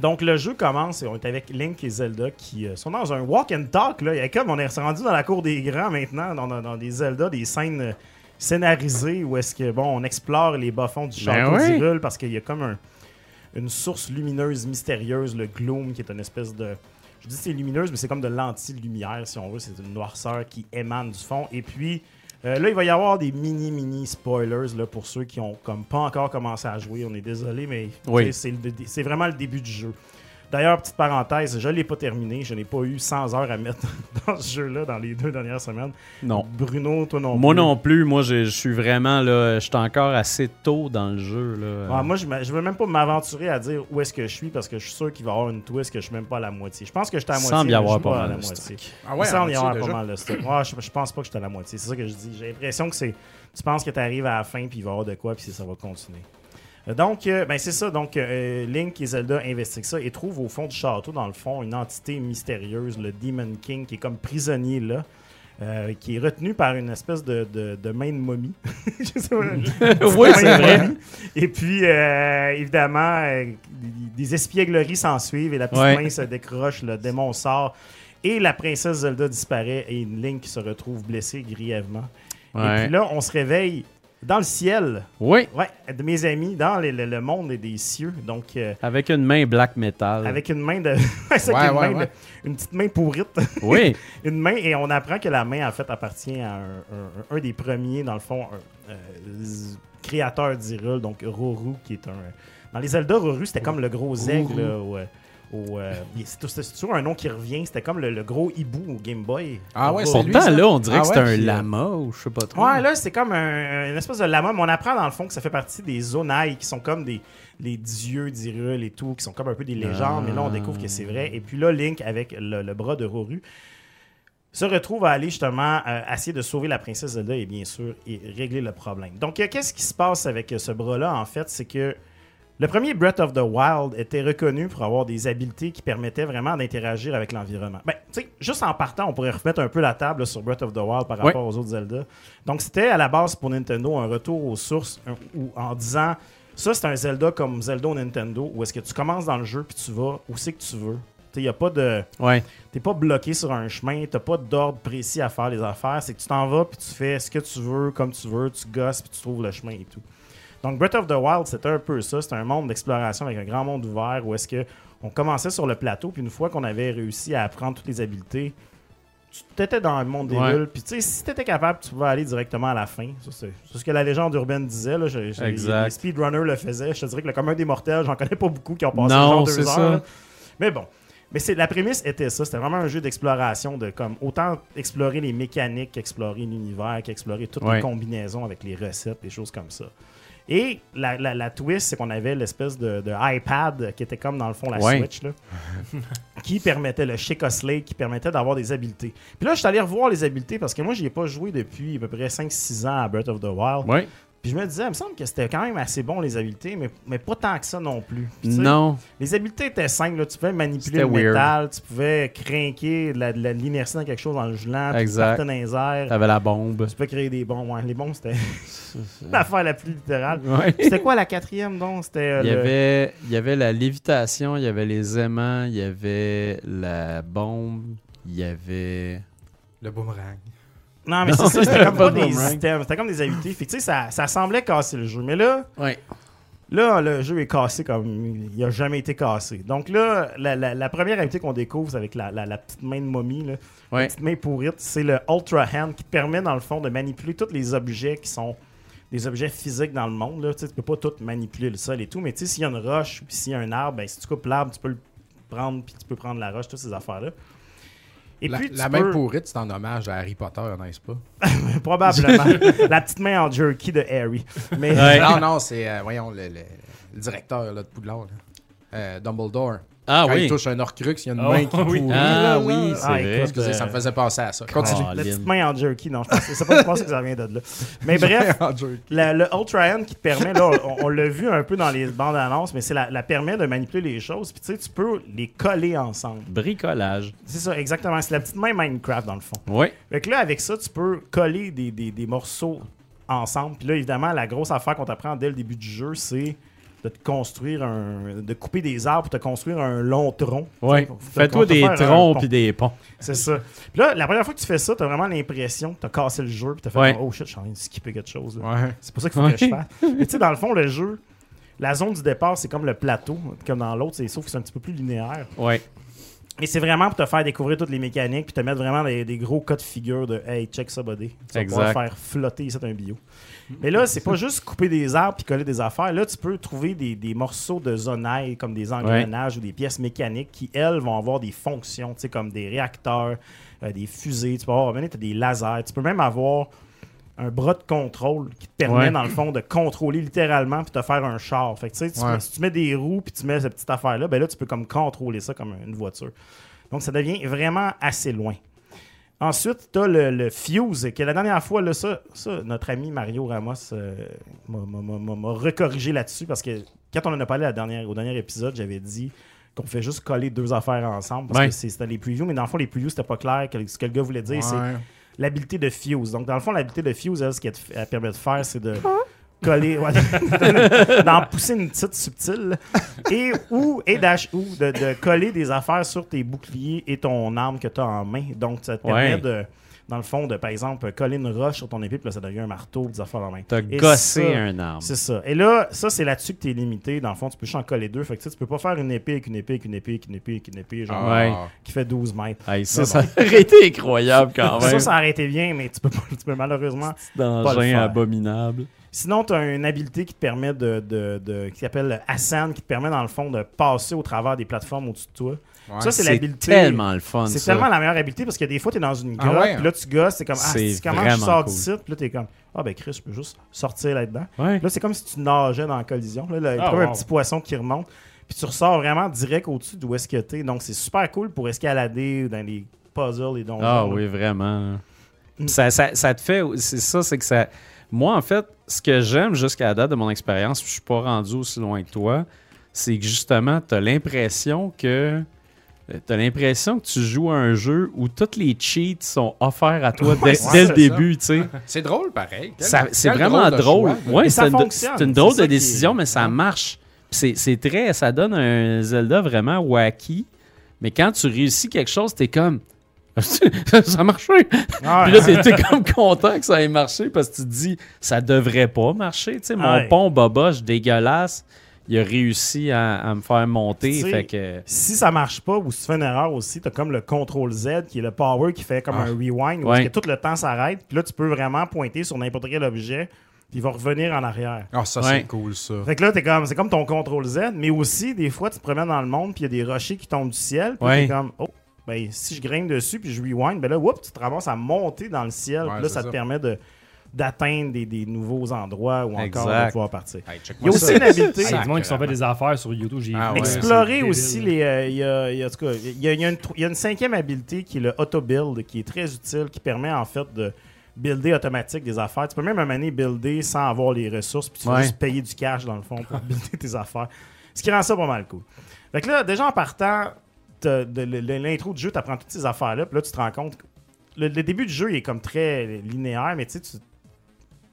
Donc, le jeu commence et on est avec Link et Zelda qui euh, sont dans un walk and talk. Là. Et comme on est rendu dans la cour des grands maintenant, dans, dans- dans des Zelda, des scènes euh, scénarisées où est-ce que bon, on explore les bas-fonds du Ben château ouais. d'Hyrule parce qu'il y a comme un- une source lumineuse mystérieuse, le gloom, qui est une espèce de. Je dis c'est lumineuse, mais c'est comme de l'anti-lumière, si on veut. C'est une noirceur qui émane du fond. Et puis, euh, là, il va y avoir des mini-mini spoilers là, pour ceux qui ont comme pas encore commencé à jouer. On est désolé, mais Oui. tu sais, c'est le dé- c'est vraiment le début du jeu. D'ailleurs, petite parenthèse, je ne l'ai pas terminé. Je n'ai pas eu 100 heures à mettre [LAUGHS] dans ce jeu-là dans les deux dernières semaines. Non. Bruno, toi non Moi plus. non plus. Moi, je je suis vraiment là. Je suis encore assez tôt dans le jeu. Là. Ouais, Ah, moi, je ne veux même pas m'aventurer à dire où est-ce que je suis parce que je suis sûr qu'il va y avoir une twist que je suis même pas à la moitié. Je pense que je suis à la Il moitié. semble y mais je avoir suis pas à mal la de moitié. Ah ouais, il à semble y moitié avoir déjà? pas mal de stock. Ouais, je, je pense pas que je suis à la moitié. C'est ça que je dis. J'ai l'impression que c'est. Tu penses que tu arrives à la fin, puis il va y avoir de quoi, puis ça va continuer. Euh, Donc, euh, ben c'est ça. Donc, euh, Link et Zelda investiguent ça et trouvent au fond du château, dans le fond, une entité mystérieuse, le Demon King, qui est comme prisonnier là, euh, qui est retenu par une espèce de, de, de main de momie. [LAUGHS] Je sais pas. oui, c'est vrai. Et puis, euh, évidemment, euh, des espiègleries s'en suivent et la petite Ouais. main se décroche, le démon sort et la princesse Zelda disparaît et Link se retrouve blessée grièvement. Ouais. Et puis là, on se réveille Dans le ciel. Oui. Ouais, de mes amis, dans les- le, le monde des- des cieux. Donc, euh, Avec une main black metal. avec une main de. [LAUGHS] c'est Ouais, avec une, ouais, main de- ouais. une petite main pourrite. [LAUGHS] Oui. une main, et on apprend que la main, en fait, appartient à un, un- un des premiers, dans le fond, un, euh, z- créateur d'Irul, donc Roru, qui est un. Dans les Zelda, Roru, c'était comme le gros aigle. là, au, euh, au, euh, c'est c'est toujours un nom qui revient. C'était comme le, le gros hibou au Game Boy. Ah ouais, Roru. c'est lui, Pourtant, ça? là, on dirait Ah que c'est ouais, un puis, euh, lama ou je sais pas trop. Ouais, là, c'est comme un, une espèce de lama, mais on apprend dans le fond que ça fait partie des Zonai, qui sont comme des les dieux d'Irul et tout, qui sont comme un peu des légendes, mais là, on découvre que c'est vrai. Et puis là, Link, avec le, le bras de Roru, se retrouve à aller justement euh, essayer de sauver la princesse Zelda et bien sûr, et régler le problème. Donc, euh, qu'est-ce qui se passe avec euh, ce bras-là, en fait, c'est que le premier Breath of the Wild était reconnu pour avoir des habiletés qui permettaient vraiment d'interagir avec l'environnement. Ben, tu sais, juste en partant, on pourrait remettre un peu la table là, sur Breath of the Wild par rapport aux autres Zelda. Donc, c'était à la base pour Nintendo un retour aux sources un- ou en disant ça, c'est un Zelda comme Zelda au Nintendo où est-ce que tu commences dans le jeu puis tu vas où c'est que tu veux. Tu sais, il n'y a pas de. Ouais. T'es pas bloqué sur un chemin, t'as pas d'ordre précis à faire les affaires. C'est que tu t'en vas, puis tu fais ce que tu veux, comme tu veux, tu gosses, puis tu trouves le chemin et tout. Donc Breath of the Wild, c'était un peu ça. C'était un monde d'exploration avec un grand monde ouvert où est-ce que on commençait sur le plateau, puis une fois qu'on avait réussi à apprendre toutes les habiletés, tu t'étais dans le monde des Ouais. bulles. Puis tu sais, si t'étais capable, tu pouvais aller directement à la fin. Ça, C'est c'est ce que la légende urbaine disait. Là. Je- je- Exact. Les speedrunners le faisaient. Je te dirais que le commun des mortels, j'en connais pas beaucoup qui ont passé Non, genre c'est deux heures. ça. là. Mais bon. Mais c'est la prémisse était ça, c'était vraiment un jeu d'exploration de comme autant explorer les mécaniques qu'explorer l'univers, qu'explorer toutes Ouais. les combinaisons avec les recettes, des choses comme ça. Et la, la- la twist, c'est qu'on avait l'espèce de, de iPad qui était comme dans le fond la Ouais. Switch là, [LAUGHS] qui permettait le Shake a Slate, qui permettait d'avoir des habiletés. Puis là, je suis allé revoir les habiletés parce que moi, j'y ai pas joué depuis à peu près 5-6 ans à Breath of the Wild. Ouais. Puis je me disais, il me semble que c'était quand même assez bon les habiletés, mais, mais pas tant que ça non plus. Puis tu sais, Non. les habiletés étaient simples. là. Tu pouvais manipuler C'était le weird. métal, tu pouvais craquer de la- de la- de l'inertie dans quelque chose en le gelant, puis tu Exact. partais dans les airs. T'avais la bombe. Tu peux créer des bombes. ouais. Les bombes, [LAUGHS] c'était [LAUGHS] l'affaire la plus littérale. Ouais. C'était quoi la quatrième, donc? C'était euh, Il y, le- avait, il y avait la lévitation, il y avait les aimants, il y avait la bombe, il y avait. Le boomerang. Non, mais Non, c'est ça, c'était comme pas pas de des boomerang. systèmes, c'était comme des habiletés. Fait que, tu sais, ça, ça semblait casser le jeu. Mais là, Ouais. Là, le jeu est cassé comme il n'a jamais été cassé. Donc là, la, la- la première habilité qu'on découvre c'est avec la, la- la petite main de momie, là, Ouais. la petite main pourrite, c'est le Ultra Hand qui te permet, dans le fond, de manipuler tous les objets qui sont des objets physiques dans le monde. Là. Tu ne peux pas tout manipuler, le sol et tout, mais tu sais, s'il y a une roche, puis s'il y a un arbre, ben, si tu coupes l'arbre, tu peux le prendre, puis tu peux prendre la roche, toutes ces affaires-là. Et La, puis, tu la peux- main pourrite, c'est en hommage à Harry Potter, n'est-ce pas? probablement, la petite main en jerky de Harry. Mais, Non, non, c'est, euh, voyons, le, le- le directeur là, de Poudlard, là. Euh, Dumbledore. Ah Quand il oui. touche un orcrux, il y a une Oh, main qui oui. pourrit. Ah oui, c'est Ah, vrai. écoute, Excusez, ça me faisait penser à ça. Continue. [LAUGHS] Ah, La Lynn. petite main en jerky, non, je pense, c'est pas, je pense que ça vient de là. Mais bref, [LAUGHS] la- le Ultra Hand qui te permet, là, on, on l'a vu un peu dans les bandes annonces, mais c'est la, la permet de manipuler les choses, puis tu sais, tu peux les coller ensemble. Bricolage. C'est ça, exactement. C'est la petite main Minecraft, dans le fond. Oui. Fait que là, avec ça, tu peux coller des, des- des morceaux ensemble. Puis là, évidemment, la grosse affaire qu'on t'apprend dès le début du jeu, c'est de te construire un. de couper des arbres pour te construire un long tronc. Ouais. Faut- faut- Fais-toi faut des faire un troncs pont. puis des ponts. C'est ça. Puis là, la première fois que tu fais ça, t'as vraiment l'impression que t'as cassé le jeu, puis t'as fait Ouais. comme, Oh shit, je suis en train de skipper quelque chose. là. Ouais. C'est pour ça qu'il faut Ouais. que je fasse. Mais tu sais, dans le fond, le jeu, la zone du départ, c'est comme le plateau, comme dans l'autre, c'est sauf que c'est un petit peu plus linéaire. Ouais. Et c'est vraiment pour te faire découvrir toutes les mécaniques, puis te mettre vraiment des, des gros cas de figure de Hey, check ça, buddy. Tu vas pouvoir Exact. faire flotter, c'est un bio. Mais là, c'est pas juste couper des arbres puis coller des affaires. Là, tu peux trouver des, des morceaux de zonaille, comme des engrenages ou des pièces mécaniques qui, elles, vont avoir des fonctions, tu sais, comme des réacteurs, euh, des fusées. Tu peux avoir même t'as des lasers. Tu peux même avoir un bras de contrôle qui te permet, Ouais. dans le fond, de contrôler littéralement puis te faire un char. Fait que, tu sais, tu Ouais. mets- si tu mets des roues puis tu mets cette petite affaire-là, ben là, tu peux comme contrôler ça comme une voiture. Donc, ça devient vraiment assez loin. Ensuite, tu as le, le Fuse, que la dernière fois, là, ça, ça, notre ami Mario Ramos euh, m'a- m'a m'a- m'a- m'a recorrigé là-dessus parce que quand on en a parlé la dernière, au dernier épisode, j'avais dit qu'on fait juste coller deux affaires ensemble parce Ouais. que c'est- c'était les previews, mais dans le fond, les previews, c'était pas clair. que- ce que le gars voulait dire, c'est Ouais. l'habilité de Fuse. Donc, dans le fond, l'habilité de Fuse, elle, ce qu'elle te- elle permet de faire, c'est de coller, ouais, [LAUGHS] d'en pousser une petite subtile et ou et d'ach- ou de, de coller des affaires sur tes boucliers et ton arme que tu as en main. Donc, ça te permet Ouais. de. dans le fond, de par exemple, coller une roche sur ton épée, puis là, ça devient un marteau, des affaires dans la main. T'as Et gossé ça, un arbre. C'est ça. Et là, ça, c'est là-dessus que t'es limité. Dans le fond, tu peux juste en coller deux. Fait que tu sais, tu peux pas faire une épée avec une épée avec une épée avec une épée avec une épée, genre, Ah. Ouais. qui fait 12 mètres. Hey, ça, Non, ça aurait été incroyable quand même. Ça, ça aurait été bien, mais tu peux, pas- [LAUGHS] tu peux malheureusement pas le D'engin faire. abominable. Sinon, tu as une habilité qui te permet de. de- de- qui s'appelle le Ascend, qui te permet, dans le fond, de passer au travers des plateformes au-dessus de toi. ça, c'est l'habilité. tellement le fun. C'est ça. tellement la meilleure habilité parce que des fois, tu es dans une Ah grotte, ouais, puis là, tu gosses, c'est comme Ah, C'est si, comment je vraiment sors cool. d'ici, puis là, t'es comme Ah, ben Chris, je peux juste sortir là-dedans. Ouais. Là, c'est comme si tu nageais dans la collision. Là, là, il y a Ah, comme wow. un petit poisson qui remonte, puis tu ressors vraiment direct au-dessus d'où est-ce que t'es. Donc, c'est super cool pour escalader dans les puzzles et donc. Ah oui, vraiment. Puis Mm. Ça, ça- ça te fait. C'est ça, c'est que ça. Moi, en fait, ce que j'aime jusqu'à la date de mon expérience, puis je suis pas rendu aussi loin que toi, c'est que justement, tu as l'impression que. euh, T'as l'impression que tu joues à un jeu où toutes les cheats sont offerts à toi dès, c'est dès ça. le début, tu sais. C'est drôle, pareil. Quel- Ça- C'est quel vraiment de drôle. choix. Ouais, Mais c'est ça une, fonctionne. c'est une C'est drôle ça de qui est- hein? décision, mais ça marche. Puis C'est c'est très. Ça donne un Zelda vraiment wacky. Mais quand tu réussis quelque chose, t'es comme. [LAUGHS] ça a marché! Ah, ouais. Puis là, t'es- t'es comme content que ça ait marché parce que tu te dis, ça devrait pas marcher. Tu sais, mon Ouais. pont boboche dégueulasse, il a réussi à, à me faire monter. Tu sais, Fait que. si ça marche pas ou si tu fais une erreur aussi, t'as comme le contrôle Z qui est le power qui fait comme Ah. un rewind où Ouais. est-ce que tout le temps s'arrête. Puis là, tu peux vraiment pointer sur n'importe quel objet, puis il va revenir en arrière. Ah, ça, Ouais. c'est cool, ça. Fait que là, t'es comme, c'est comme ton contrôle Z, mais aussi, des fois, tu te promènes dans le monde, puis il y a des rochers qui tombent du ciel, puis Ouais. t'es comme, oh, ben, si je grimpe dessus, puis je rewind, ben là, whoop, tu te ramasses à monter dans le ciel, Ouais, puis là, c'est ça te ça. permet de d'atteindre des, des nouveaux endroits ou encore Exact. de pouvoir partir. Hey, Il y a check-moi aussi ça. une habilité. Il y a du monde qui sont fait Sacrément. des affaires sur YouTube. J'ai Ah vu. ouais. Explorer C'est aussi débile. les. euh, Il y a- il y a- en tout cas, il y a- il y a une tro- il y a une cinquième habilité qui est le auto-build, qui est très utile, qui permet en fait de builder automatique des affaires. Tu peux même à un moment donné builder sans avoir les ressources, puis tu vas Ouais. juste payer du cash dans le fond pour [LAUGHS] builder tes affaires. Ce qui rend ça pas mal cool. Fait que là, déjà en partant de, de- de- de l'intro du jeu, tu apprends toutes ces affaires-là, puis là, tu te rends compte. que Le, le début du jeu, il est comme très linéaire, mais tu sais, tu,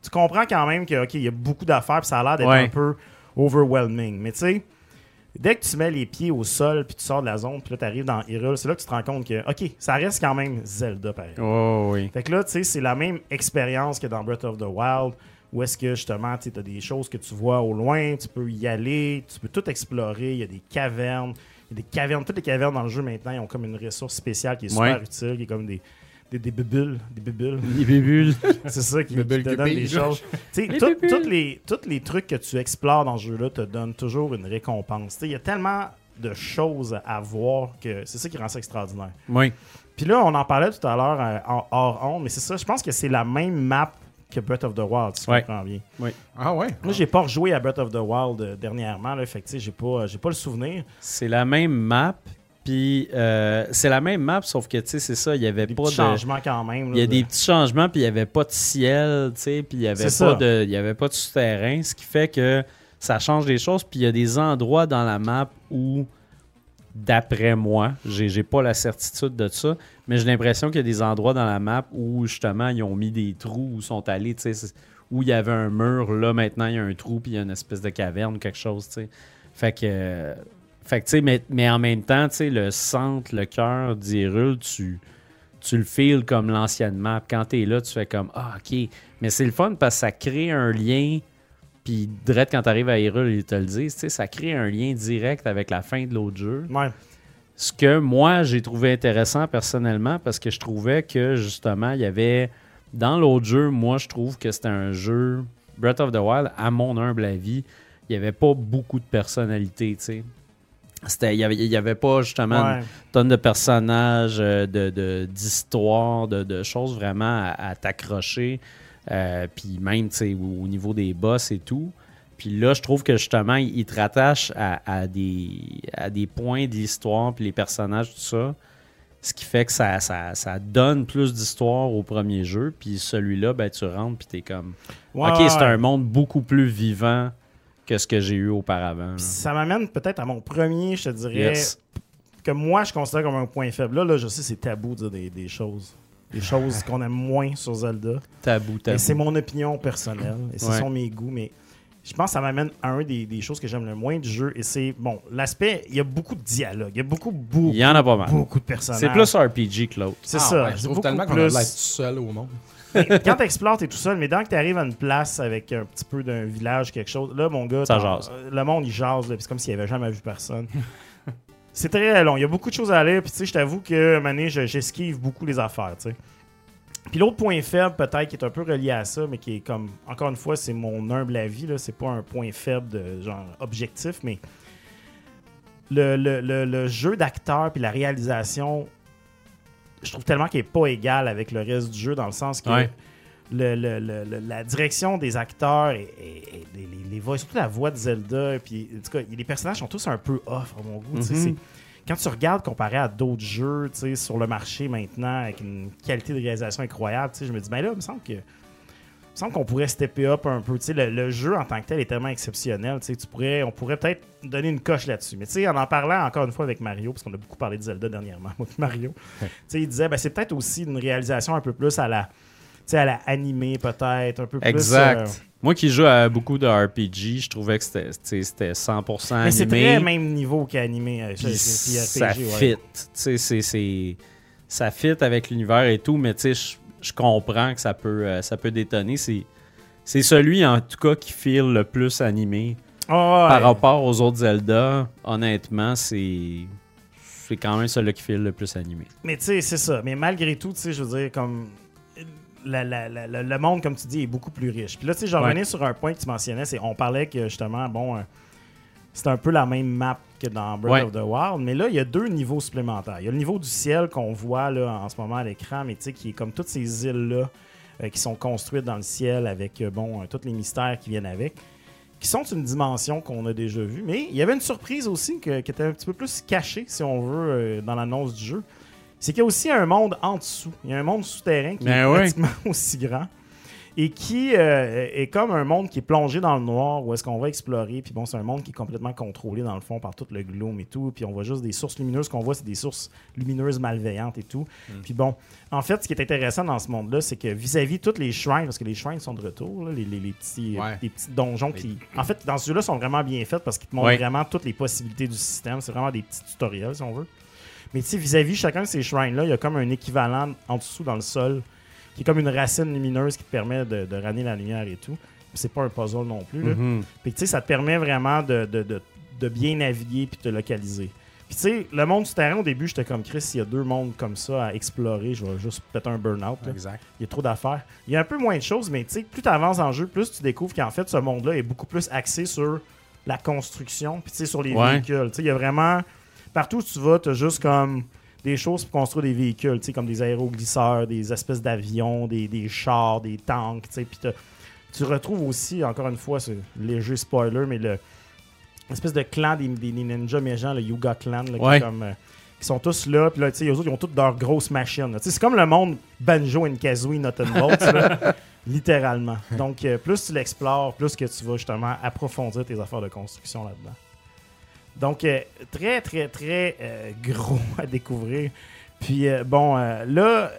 tu comprends quand même que, OK, il y a beaucoup d'affaires, puis ça a l'air d'être Ouais. un peu overwhelming. Mais tu sais, dès que tu mets les pieds au sol, puis tu sors de la zone, puis là, tu arrives dans Hyrule, c'est là que tu te rends compte que, OK, ça reste quand même Zelda, pareil. Oh oui. Fait que là, tu sais, c'est la même expérience que dans Breath of the Wild, où est-ce que justement, tu as des choses que tu vois au loin, tu peux y aller, tu peux tout explorer, il y a des cavernes, il y a des cavernes, toutes les cavernes dans le jeu maintenant, ils ont comme une ressource spéciale qui est super Ouais. utile, qui est comme des, des, des bulles, des bulles. Les bibules. [LAUGHS] C'est ça qui, qui Bubble te donne Cupid. des choses. Tu sais, Les tout- bubbles. toutes les, tous les trucs que tu explores dans ce jeu-là te donnent toujours une récompense. Tu sais, Il y a tellement de choses à voir que c'est ça qui rend ça extraordinaire. oui. Puis là, on en parlait tout à l'heure euh, en hors on, mais c'est ça, je pense que c'est la même map que Breath of the Wild, si je Ouais. comprends bien. Ah, ouais. Moi, j'ai pas rejoué à Breath of the Wild euh, dernièrement, là, fait que tu sais, j'ai pas, euh, j'ai pas le souvenir. C'est la même map. Puis euh, c'est la même map, sauf que tu sais, c'est ça, il y avait Des pas petits de. changements quand même. là, Il y a de- des petits changements, puis il n'y avait pas de ciel, tu sais, puis il n'y avait, C'est pas ça. de- il y avait pas de souterrain, ce qui fait que ça change les choses. Puis il y a des endroits dans la map où, d'après moi, j'ai j'ai pas la certitude de ça, mais j'ai l'impression qu'il y a des endroits dans la map où, justement, ils ont mis des trous, où sont allés, tu sais, c'est- où il y avait un mur, là, maintenant, il y a un trou, puis il y a une espèce de caverne, quelque chose, tu sais. Fait que... euh, Fait que, tu sais, mais, mais en même temps, tu sais, le centre, le cœur d'Hyrule, tu tu le files comme l'ancienne map. Quand t'es là, tu fais comme Ah, ok. Mais c'est le fun parce que ça crée un lien. Puis, direct quand t'arrives à Hyrule, ils te le disent, tu sais, ça crée un lien direct avec la fin de l'autre jeu. Ouais. Ce que moi, j'ai trouvé intéressant personnellement parce que je trouvais que justement, il y avait. Dans l'autre jeu, moi, je trouve que c'était un jeu. Breath of the Wild, à mon humble avis, il n'y avait pas beaucoup de personnalité, tu sais. C'était- Il n'y avait, il y avait pas justement Ouais. tonnes de personnages, euh, de- de- d'histoires, de, de, choses vraiment à, à t'accrocher. Euh, puis même, tu sais, au, au niveau des boss et tout. Puis là, je trouve que justement, ils ils te rattachent à, à des, à des points de l'histoire, puis les personnages, tout ça. Ce qui fait que ça, ça, ça donne plus d'histoire au premier jeu. Puis celui-là, ben, tu rentres, puis t'es comme... Ouais, OK, ouais, c'est ouais. un monde beaucoup plus vivant que ce que j'ai eu auparavant. là. Puis ça m'amène peut-être à mon premier, je te dirais, Yes. que moi je considère comme un point faible. Là, là je sais, c'est tabou de dire des, des choses. Des choses qu'on aime moins sur Zelda. Tabou, Mais tabou. c'est mon opinion personnelle. Et ce Ouais. sont mes goûts. Mais je pense que ça m'amène à un des, des choses que j'aime le moins du jeu. Et c'est, bon, l'aspect, il y a beaucoup de dialogue. Il y a beaucoup, beaucoup, Il y en a pas mal. beaucoup de personnages. C'est plus RPG que l'autre. C'est Ah, ça. ouais, je c'est trouve beaucoup tellement qu'on a plus- de l'air tout seul au monde. quand t'explores, t'es tout seul, mais dès que t'arrives à une place avec un petit peu d'un village, quelque chose, là, mon gars, Ça t'en- jase. euh, le monde, il jase, là, puis c'est comme s'il avait jamais vu personne. [LAUGHS] c'est très long. Il y a beaucoup de choses à aller, puis tu sais, je t'avoue que, à un moment donné, je- j'esquive beaucoup les affaires, tu sais. Puis l'autre point faible, peut-être, qui est un peu relié à ça, mais qui est comme, encore une fois, c'est mon humble avis, là, c'est pas un point faible de genre objectif, mais le, le- le- le jeu d'acteur puis la réalisation, je trouve tellement qu'il est pas égal avec le reste du jeu, dans le sens que Ouais. le- le- le- le- la direction des acteurs et, et- et les, les- les voix, surtout la voix de Zelda, et puis en tout cas, les personnages sont tous un peu off à mon goût. tu sais, Mhm. c'est- quand tu regardes comparé à d'autres jeux tu sais, sur le marché maintenant avec une qualité de réalisation incroyable, tu sais, je me dis, ben là, il me semble que. il me semble qu'on pourrait stepper up un peu. Tu sais, Le, le jeu en tant que tel est tellement exceptionnel. tu sais, Tu pourrais, on pourrait peut-être donner une coche là-dessus. Mais tu sais, en en parlant encore une fois avec Mario, parce qu'on a beaucoup parlé de Zelda dernièrement, [LAUGHS] moi puis Mario, tu sais, il disait ben, c'est peut-être aussi une réalisation un peu plus à la, tu sais, à la animée, peut-être, un peu plus. Exact. euh, Moi qui joue à beaucoup de RPG, je trouvais que c'était- c'était c'était 100% mais c'est animé. très même niveau qu'animé. euh, puis c'est- c'est ça RPG, ouais. fit. Tu sais, c'est- c'est- ça fit avec l'univers et tout, mais tu sais, je- je comprends que ça peut, euh, ça peut détonner. C'est c'est celui, en tout cas, qui file le plus animé. Ah, ouais. Par rapport aux autres Zelda, honnêtement, c'est c'est quand même celui qui file le plus animé. Mais tu sais, c'est ça. Mais malgré tout, tu sais, je veux dire, comme. la- la- la- la- le monde, comme tu dis, est beaucoup plus riche. Puis là, tu sais, je revenais sur un point que tu mentionnais, c'est on parlait que justement, bon, euh, c'est un peu la même map que dans Breath Ouais. of the Wild, mais là, il y a deux niveaux supplémentaires. Il y a le niveau du ciel qu'on voit là, en ce moment à l'écran, mais tu sais, qui est comme toutes ces îles-là euh, qui sont construites dans le ciel avec, euh, bon, euh, tous les mystères qui viennent avec qui sont une dimension qu'on a déjà vue. Mais il y avait une surprise aussi que- qui était un petit peu plus cachée, si on veut, euh, dans l'annonce du jeu. C'est qu'il y a aussi un monde en dessous. Il y a un monde souterrain qui est Ben oui. pratiquement [LAUGHS] aussi grand et qui euh, est comme un monde qui est plongé dans le noir où est-ce qu'on va explorer. Puis bon, c'est un monde qui est complètement contrôlé dans le fond par tout le gloom et tout. Puis on voit juste des sources lumineuses. Ce qu'on voit, c'est des sources lumineuses malveillantes et tout. Puis bon, en fait, ce qui est intéressant dans ce monde-là, c'est que vis-à-vis toutes les shrines, parce que les shrines sont de retour, là, les, les- les petits, euh, Ouais. les petits donjons qui. En fait, dans ce jeu-là, sont vraiment bien faits parce qu'ils te montrent Ouais. vraiment toutes les possibilités du système. C'est vraiment des petits tutoriels, si on veut. Mais tu sais, vis-à-vis chacun de ces shrines-là, il y a comme un équivalent en dessous dans le sol, qui est comme une racine lumineuse qui te permet de, de ramener la lumière et tout. Puis C'est pas un puzzle non plus. Là. Puis tu sais, ça te permet vraiment de, de- de- de bien naviguer puis de te localiser. Puis tu sais, le monde souterrain, au début, j'étais comme Chris, s'il y a deux mondes comme ça à explorer, je vais juste peut-être un burn-out. là. Exact. Il y a trop d'affaires. Il y a un peu moins de choses, mais tu sais, plus tu avances en jeu, plus tu découvres qu'en fait, ce monde-là est beaucoup plus axé sur la construction, puis tu sais, sur les Ouais. véhicules. Tu sais, il y a vraiment. Partout où tu vas, tu as juste comme des choses pour construire des véhicules, tu sais, comme des aéroglisseurs, des espèces d'avions, des, des chars, des tanks, tu sais, puis t'as- tu retrouves aussi, encore une fois, ce léger spoiler, mais le espèce de clan des, des- des ninjas méchants, le Yuga Clan, là, qui est Ouais. comme, euh, qui sont tous là, puis là, tu sais, eux autres, ils ont toutes leurs grosses machines. là. Tu sais, C'est comme le monde Banjo and Kazooie, Not and Bolt, là, littéralement. Donc, euh, plus tu l'explores, plus que tu vas justement approfondir tes affaires de construction là-dedans. Donc, euh, très, très, très euh, gros [LAUGHS] à découvrir. Puis, euh, bon, euh, là,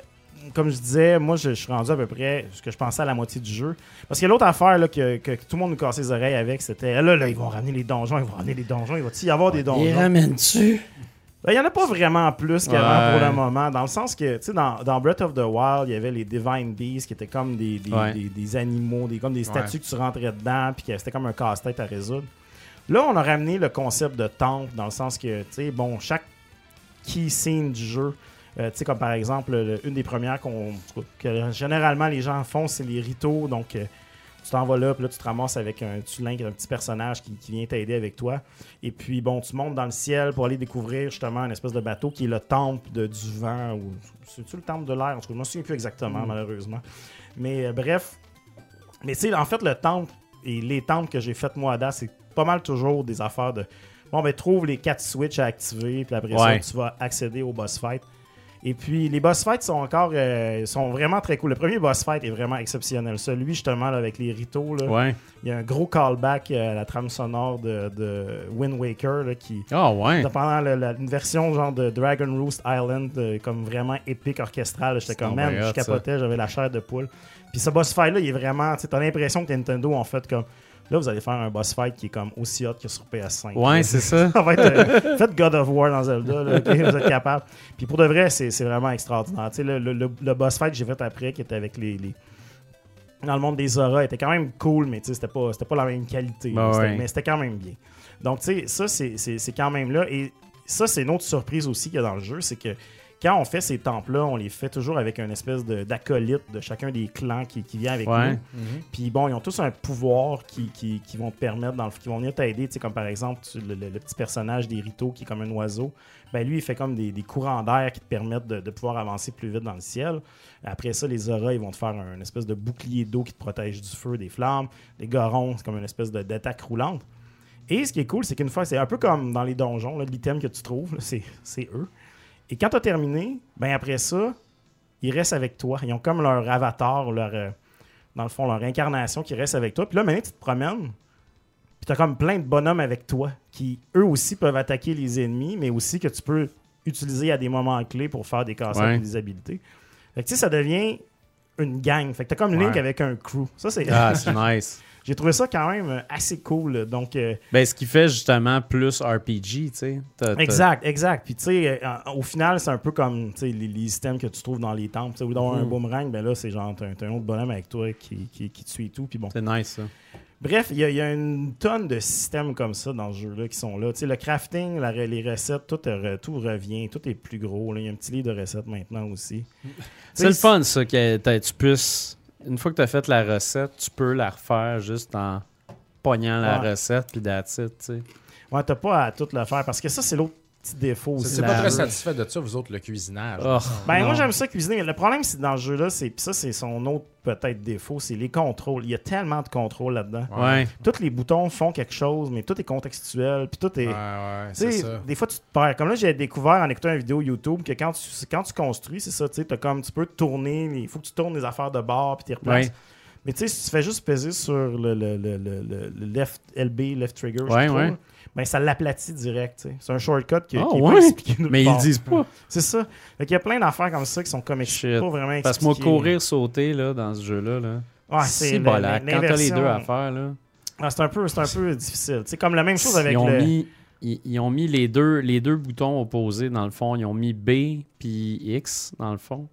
comme je disais, moi, je, je suis rendu à peu près ce que je pensais à la moitié du jeu. Parce que l'autre affaire là, que, que tout le monde nous cassait les oreilles avec, c'était là, là, ils vont ramener les donjons, ils vont ramener les donjons, il va-tu y avoir des donjons? ramènes-tu? Ben, Il n'y en a pas vraiment plus qu'avant Ouais. pour le moment, dans le sens que, tu sais, dans, dans Breath of the Wild, il y avait les Divine Beasts qui étaient comme des, des, Ouais. des- des animaux, des, comme des statues que tu rentrais dedans, puis que c'était comme un casse-tête à résoudre. Là, on a ramené le concept de temple, dans le sens que, tu sais, bon, chaque key scene du jeu, euh, tu sais, comme par exemple, le- une des premières qu'on, que généralement les gens font, c'est les rituaux, donc... euh, tu t'en vas là, puis là, tu te ramasses avec un tulin qui est un petit personnage qui, qui vient t'aider avec toi. Et puis, bon, tu montes dans le ciel pour aller découvrir justement une espèce de bateau qui est le temple de, du vent, ou c'est-tu le temple de l'air En tout cas, je me souviens plus Mm. exactement, malheureusement. Mais euh, bref, mais tu sais, en fait, le temple et les temples que j'ai fait moi à date, c'est pas mal toujours des affaires de. Bon, ben, trouve les quatre switches à activer, puis après Ouais. ça, tu vas accéder au boss fight. Et puis, les boss fights sont encore. euh, sont vraiment très cool. Le premier boss fight est vraiment exceptionnel. Celui, justement, là, avec les ritos, là, Ouais. il y a un gros callback euh, à la trame sonore de, de Wind Waker, là, qui. Ah ouais. Pendant le- la- une version genre de Dragon Roost Island, euh, comme vraiment épique, orchestrale, j'étais donc comme, man, bien je hot, ça. capotais, j'avais la chair de poule. Puis ce boss fight-là, il est vraiment, tu sais, t'as l'impression que Nintendo, en fait, comme, Là, vous allez faire un boss fight qui est comme aussi hot que sur PS5. Ouais, là. [LAUGHS] c'est ça. Ça va être, euh, faites God of War dans Zelda, là, ok, vous êtes capable. Puis pour de vrai, c'est c'est vraiment extraordinaire. Tu sais, Le, le, le- le boss fight que j'ai fait après, qui était avec les, les- dans le monde des auras, était quand même cool, mais tu sais, c'était pas, c'était pas la même qualité. Ben là. C'était- ouais. Mais c'était quand même bien. Donc, tu sais, ça, c'est- c'est c'est quand même là. Et ça, c'est une autre surprise aussi qu'il y a dans le jeu, c'est que quand on fait ces temples-là, on les fait toujours avec une espèce de- d'acolyte de chacun des clans qui, qui vient avec Ouais. nous. Puis bon, ils ont tous un pouvoir qui, qui, qui vont te permettre, dans le, qui vont venir t'aider. Tu sais, comme par exemple, tu- le, le- le petit personnage des ritos qui est comme un oiseau. Ben lui, il fait comme des, des courants d'air qui te permettent de, de pouvoir avancer plus vite dans le ciel. Après ça, les auras, ils vont te faire un espèce de bouclier d'eau qui te protège du feu, des flammes. Les gorons, c'est comme une espèce de- d'attaque roulante. Et ce qui est cool, c'est qu'une fois, c'est un peu comme dans les donjons, là, l'item que tu trouves, là, c'est c'est eux. Et quand tu as terminé, ben après ça, ils restent avec toi. Ils ont comme leur avatar, leur, euh, dans le fond, leur incarnation qui reste avec toi. Puis là, maintenant, tu te promènes, puis tu as comme plein de bonhommes avec toi qui, eux aussi, peuvent attaquer les ennemis, mais aussi que tu peux utiliser à des moments clés pour faire des cassettes Ouais. et des habilités. Fait que tu sais, ça devient une gang. Fait que tu comme Link Ouais. avec un crew. Ça, c'est... Ah, c'est nice. [LAUGHS] J'ai trouvé ça quand même euh, assez cool. Donc, euh, Ben, ce qui fait justement plus RPG, tu sais. T'as- t'as- Exact, exact. Puis tu sais, euh, au final, c'est un peu comme tu sais, les, les systèmes que tu trouves dans les temples. Tu sais, Ou dans Hmm. un boomerang, ben là, c'est genre, t'as un, t'as un autre bonhomme avec toi qui, qui, qui te suit et tout. Puis bon. C'est nice, ça. Bref, il y, a- il y a une tonne de systèmes comme ça dans ce jeu-là qui sont là. Tu sais, le crafting, la re- les recettes, tout, est re- tout revient, tout est plus gros. là. Il y a un petit livre de recettes maintenant [LAUGHS] aussi. C'est le fun, ça, que t'as- tu puisses. Une fois que tu as fait la recette, tu peux la refaire juste en pognant la Ouais. recette, puis that's it, tu sais. Ouais, t'as pas à tout le faire parce que ça, c'est l'autre petit défaut aussi. C'est du pas jeu. très satisfait de ça, vous autres, le cuisinage. Oh, Ben, non. moi, j'aime ça cuisiner. mais Le problème, c'est que dans ce jeu-là, c'est pis ça, c'est son autre peut-être défaut, c'est les contrôles. Il y a tellement de contrôles là-dedans. Ouais. Tous les boutons font quelque chose, mais tout est contextuel, puis tout est. Ouais, ouais, tu c'est sais, ça. des fois, tu te perds. Comme là, j'ai découvert en écoutant une vidéo YouTube que quand tu, quand tu construis, c'est ça, tu sais, t'as comme, tu peux tourner, il faut que tu tournes les affaires de bord, puis tu replaces. Ouais. Mais tu sais, si tu fais juste peser sur le, le, le, le- le- le left LB, left trigger, je Ouais, trouve, ouais. ben ça l'aplatit direct. tu sais. C'est un shortcut qui, Ah, qui est ouais? pas expliqué nulle Mais ils part. le disent pas. C'est ça. Fait qu'il y a plein d'affaires comme ça qui sont comme Shit. pas vraiment Parce que moi, expliquées. courir, sauter, là, dans ce jeu-là, là, Ouais, c'est la- bolac. la- Quand t'as les l'inversion- deux à faire, là. Ah, c'est un peu, c'est un peu difficile. C'est comme la même chose avec ils ont le. mis ils, ils ont mis les deux les deux boutons opposés dans le fond ils ont mis B puis X dans le fond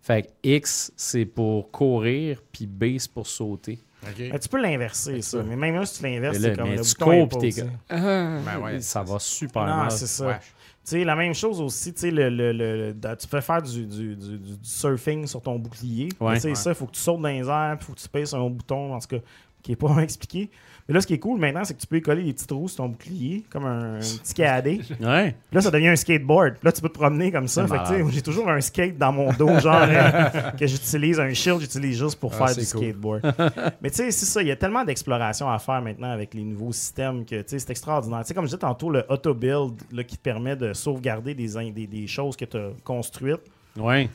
fait que X c'est pour courir puis B c'est pour sauter Mais Ben, tu peux l'inverser, ça. Mais même là, si tu l'inverses, Mais c'est là, comme mais le tu bouton cours est puis pas t'es aussi. comme, [LAUGHS] Ben ouais, Ah ça va super Non, mal c'est ça. Ouais. Tu sais, la même chose aussi, tu sais, le, le- le- le- tu peux faire du, du- du- du- du surfing sur ton bouclier. Ouais. Mais tu sais, ça, il faut que tu sautes dans les airs, il faut que tu pèses sur un autre bouton, en tout cas, qui est pas [LAUGHS] vraiment expliqué. Mais là, ce qui est cool maintenant, c'est que tu peux y coller des petits trous sur ton bouclier, comme un, un petit cadet. ouais Puis Là, ça devient un skateboard. Puis Là, tu peux te promener comme ça. C'est Fait que, malade. tu sais, j'ai toujours un skate dans mon dos, genre [LAUGHS] euh, que j'utilise, un shield, j'utilise juste pour Ah, faire c'est du cool. skateboard. [LAUGHS] Mais tu sais, c'est ça. Il y a tellement d'exploration à faire maintenant avec les nouveaux systèmes que tu sais, c'est extraordinaire. Tu sais, comme je disais tantôt, le auto-build là, qui te permet de sauvegarder des, in- des, des choses que tu as construites. ouais Tu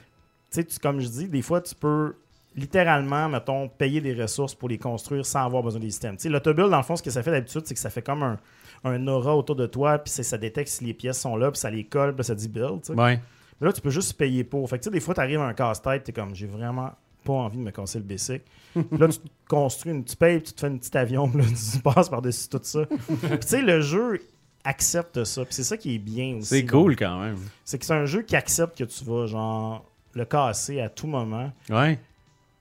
sais, tu- comme je dis, des fois, tu peux littéralement, mettons, payer des ressources pour les construire sans avoir besoin des systèmes. Tu sais, l'autobuild, dans le fond, ce que ça fait d'habitude, c'est que ça fait comme un, un aura autour de toi, puis c'est- ça détecte si les pièces sont là, puis ça les colle, puis ça dit build. tu sais. ouais Mais là, tu peux juste payer pour. Fait que, tu sais, des fois, tu arrives à un casse-tête, t'es comme, j'ai vraiment pas envie de me casser le [LAUGHS] basic. Puis là, tu te construis une, tu payes, puis tu te fais une petite avion, puis là, [LAUGHS] tu passes par-dessus tout [LAUGHS] ça. Puis tu sais, le jeu accepte ça, puis c'est ça qui est bien aussi. c'est cool quand même C'est que c'est un jeu qui accepte que tu vas, genre, le casser à tout moment. ouais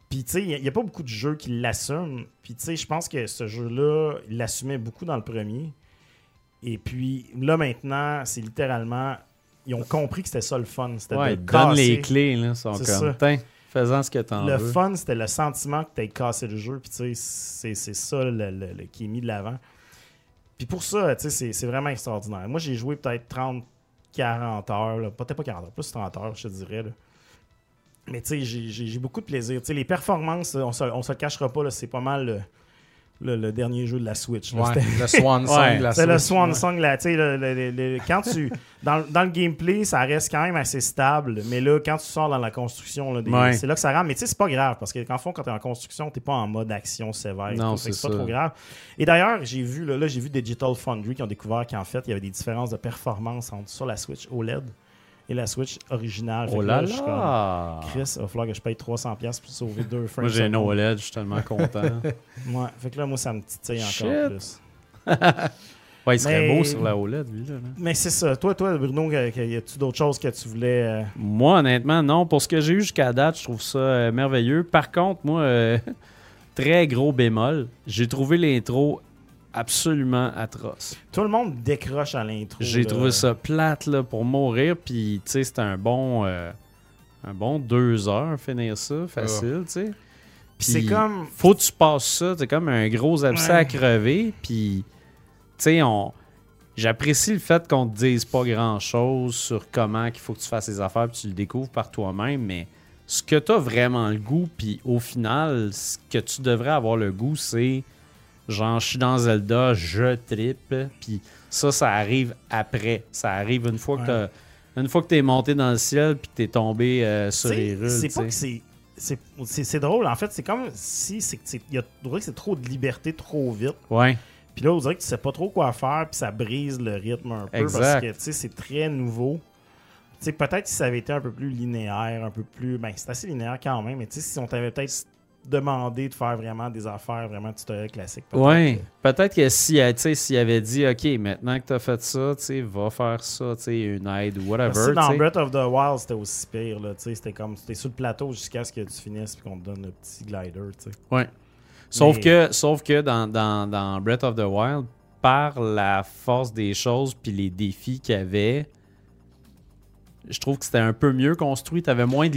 Puis, tu sais, il n'y a pas beaucoup de jeux qui l'assument. Puis, tu sais, je pense que ce jeu-là, il l'assumait beaucoup dans le premier. Et puis, là, maintenant, c'est littéralement. Ils ont compris que c'était ça le fun. C'était ouais de donne casser. les clés là sont C'est comme ça. tiens fais-en ce que t'en Le veux fun, c'était le sentiment que tu cassé le jeu. Puis, tu sais, c'est- c'est ça le- le- le- qui est mis de l'avant. Puis, pour ça, tu sais, c'est- c'est vraiment extraordinaire. Moi, j'ai joué peut-être 30, 40 heures. là. Peut-être pas 40 heures, plus 30 heures, je te dirais. là. Mais tu sais, j'ai- j'ai j'ai beaucoup de plaisir. Tu sais, les performances, on se, on se le cachera pas, là, c'est pas mal le, le- le dernier jeu de la Switch. là. C'était- Ouais, le Swan Song, Ouais. la C'est le sauce. Swan Song, là, tu sais, le- le- le- le- quand tu... Dans, le- dans le gameplay, ça reste quand même assez stable, mais là, quand tu sors dans la construction, là, des- Ouais. c'est là que ça rame. Mais tu sais, c'est pas grave, parce qu'en fond, quand t'es en construction, t'es pas en mode action sévère. et Non, tout, fait que c'est c'est pas ça. trop grave. Et d'ailleurs, j'ai vu, là, là, j'ai vu Digital Foundry qui ont découvert qu'en fait, il y avait des différences de performance entre, sur la Switch OLED et la Switch originale. Fait Oh que là là, je suis comme, là! Chris, il va falloir que je paye 300$ piastres pour sauver deux frames. Moi, j'ai secondes. no OLED, je suis tellement [LAUGHS] content. Ouais, fait que là, moi, ça me titille encore Shit. plus. Ouais, il serait Mais- beau sur la OLED, lui, là. là. Mais c'est ça. Toi, toi, Bruno, que- que- y a-tu d'autres choses que tu voulais. euh, Moi, honnêtement, non. Pour ce que j'ai eu jusqu'à date, je trouve ça euh, merveilleux. Par contre, moi, euh, [LAUGHS] très gros bémol, j'ai trouvé l'intro absolument atroce. Tout le monde décroche à l'intro. J'ai Oh là. trouvé ça plate là, pour mourir. Puis, tu sais, c'était un bon, euh, un bon deux heures finir ça, facile, tu sais. Puis c'est Puis comme. Faut que tu passes ça. C'est comme un gros abcès à Ouais. crever. Puis, tu sais, on. J'apprécie le fait qu'on te dise pas grand-chose sur comment qu'il faut que tu fasses les affaires, puis tu le découvres par toi-même, mais ce que tu as vraiment le goût, puis au final, ce que tu devrais avoir le goût, c'est genre, je suis dans Zelda, je trippe, puis ça, ça arrive après. Ça arrive une fois que Ouais. t'as- Une fois que t'es monté dans le ciel, puis que t'es tombé euh, sur Tu sais, les rues. C'est tu pas sais. que c'est. c'est- C'est c'est drôle, en fait, c'est comme si c'est que c'est- il y a- on dirait que c'est trop de liberté trop vite. Ouais. Puis là, on dirait que tu sais pas trop quoi faire, puis ça brise le rythme un peu Exact. parce que tu sais, c'est très nouveau. Tu sais, peut-être si ça avait été un peu plus linéaire, un peu plus. Ben, c'est assez linéaire quand même, mais tu sais, si on t'avait peut-être demandé de faire vraiment des affaires vraiment tutoriel classique. peut-être Ouais, que- peut-être que si, euh, tu sais, s'il avait dit, OK, maintenant que t'as fait ça, tu sais, va faire ça, tu sais, une aide ou Parce que whatever. tu dans sais. Breath of the Wild, c'était aussi pire, là. Tu sais, c'était comme. C'était sur le plateau jusqu'à ce que tu finisses, puis qu'on te donne le petit glider, tu sais. Ouais. Sauf Mais- que, sauf que dans, dans, dans Breath of the Wild, par la force des choses puis les défis qu'il y avait, je trouve que c'était un peu mieux construit, t'avais moins de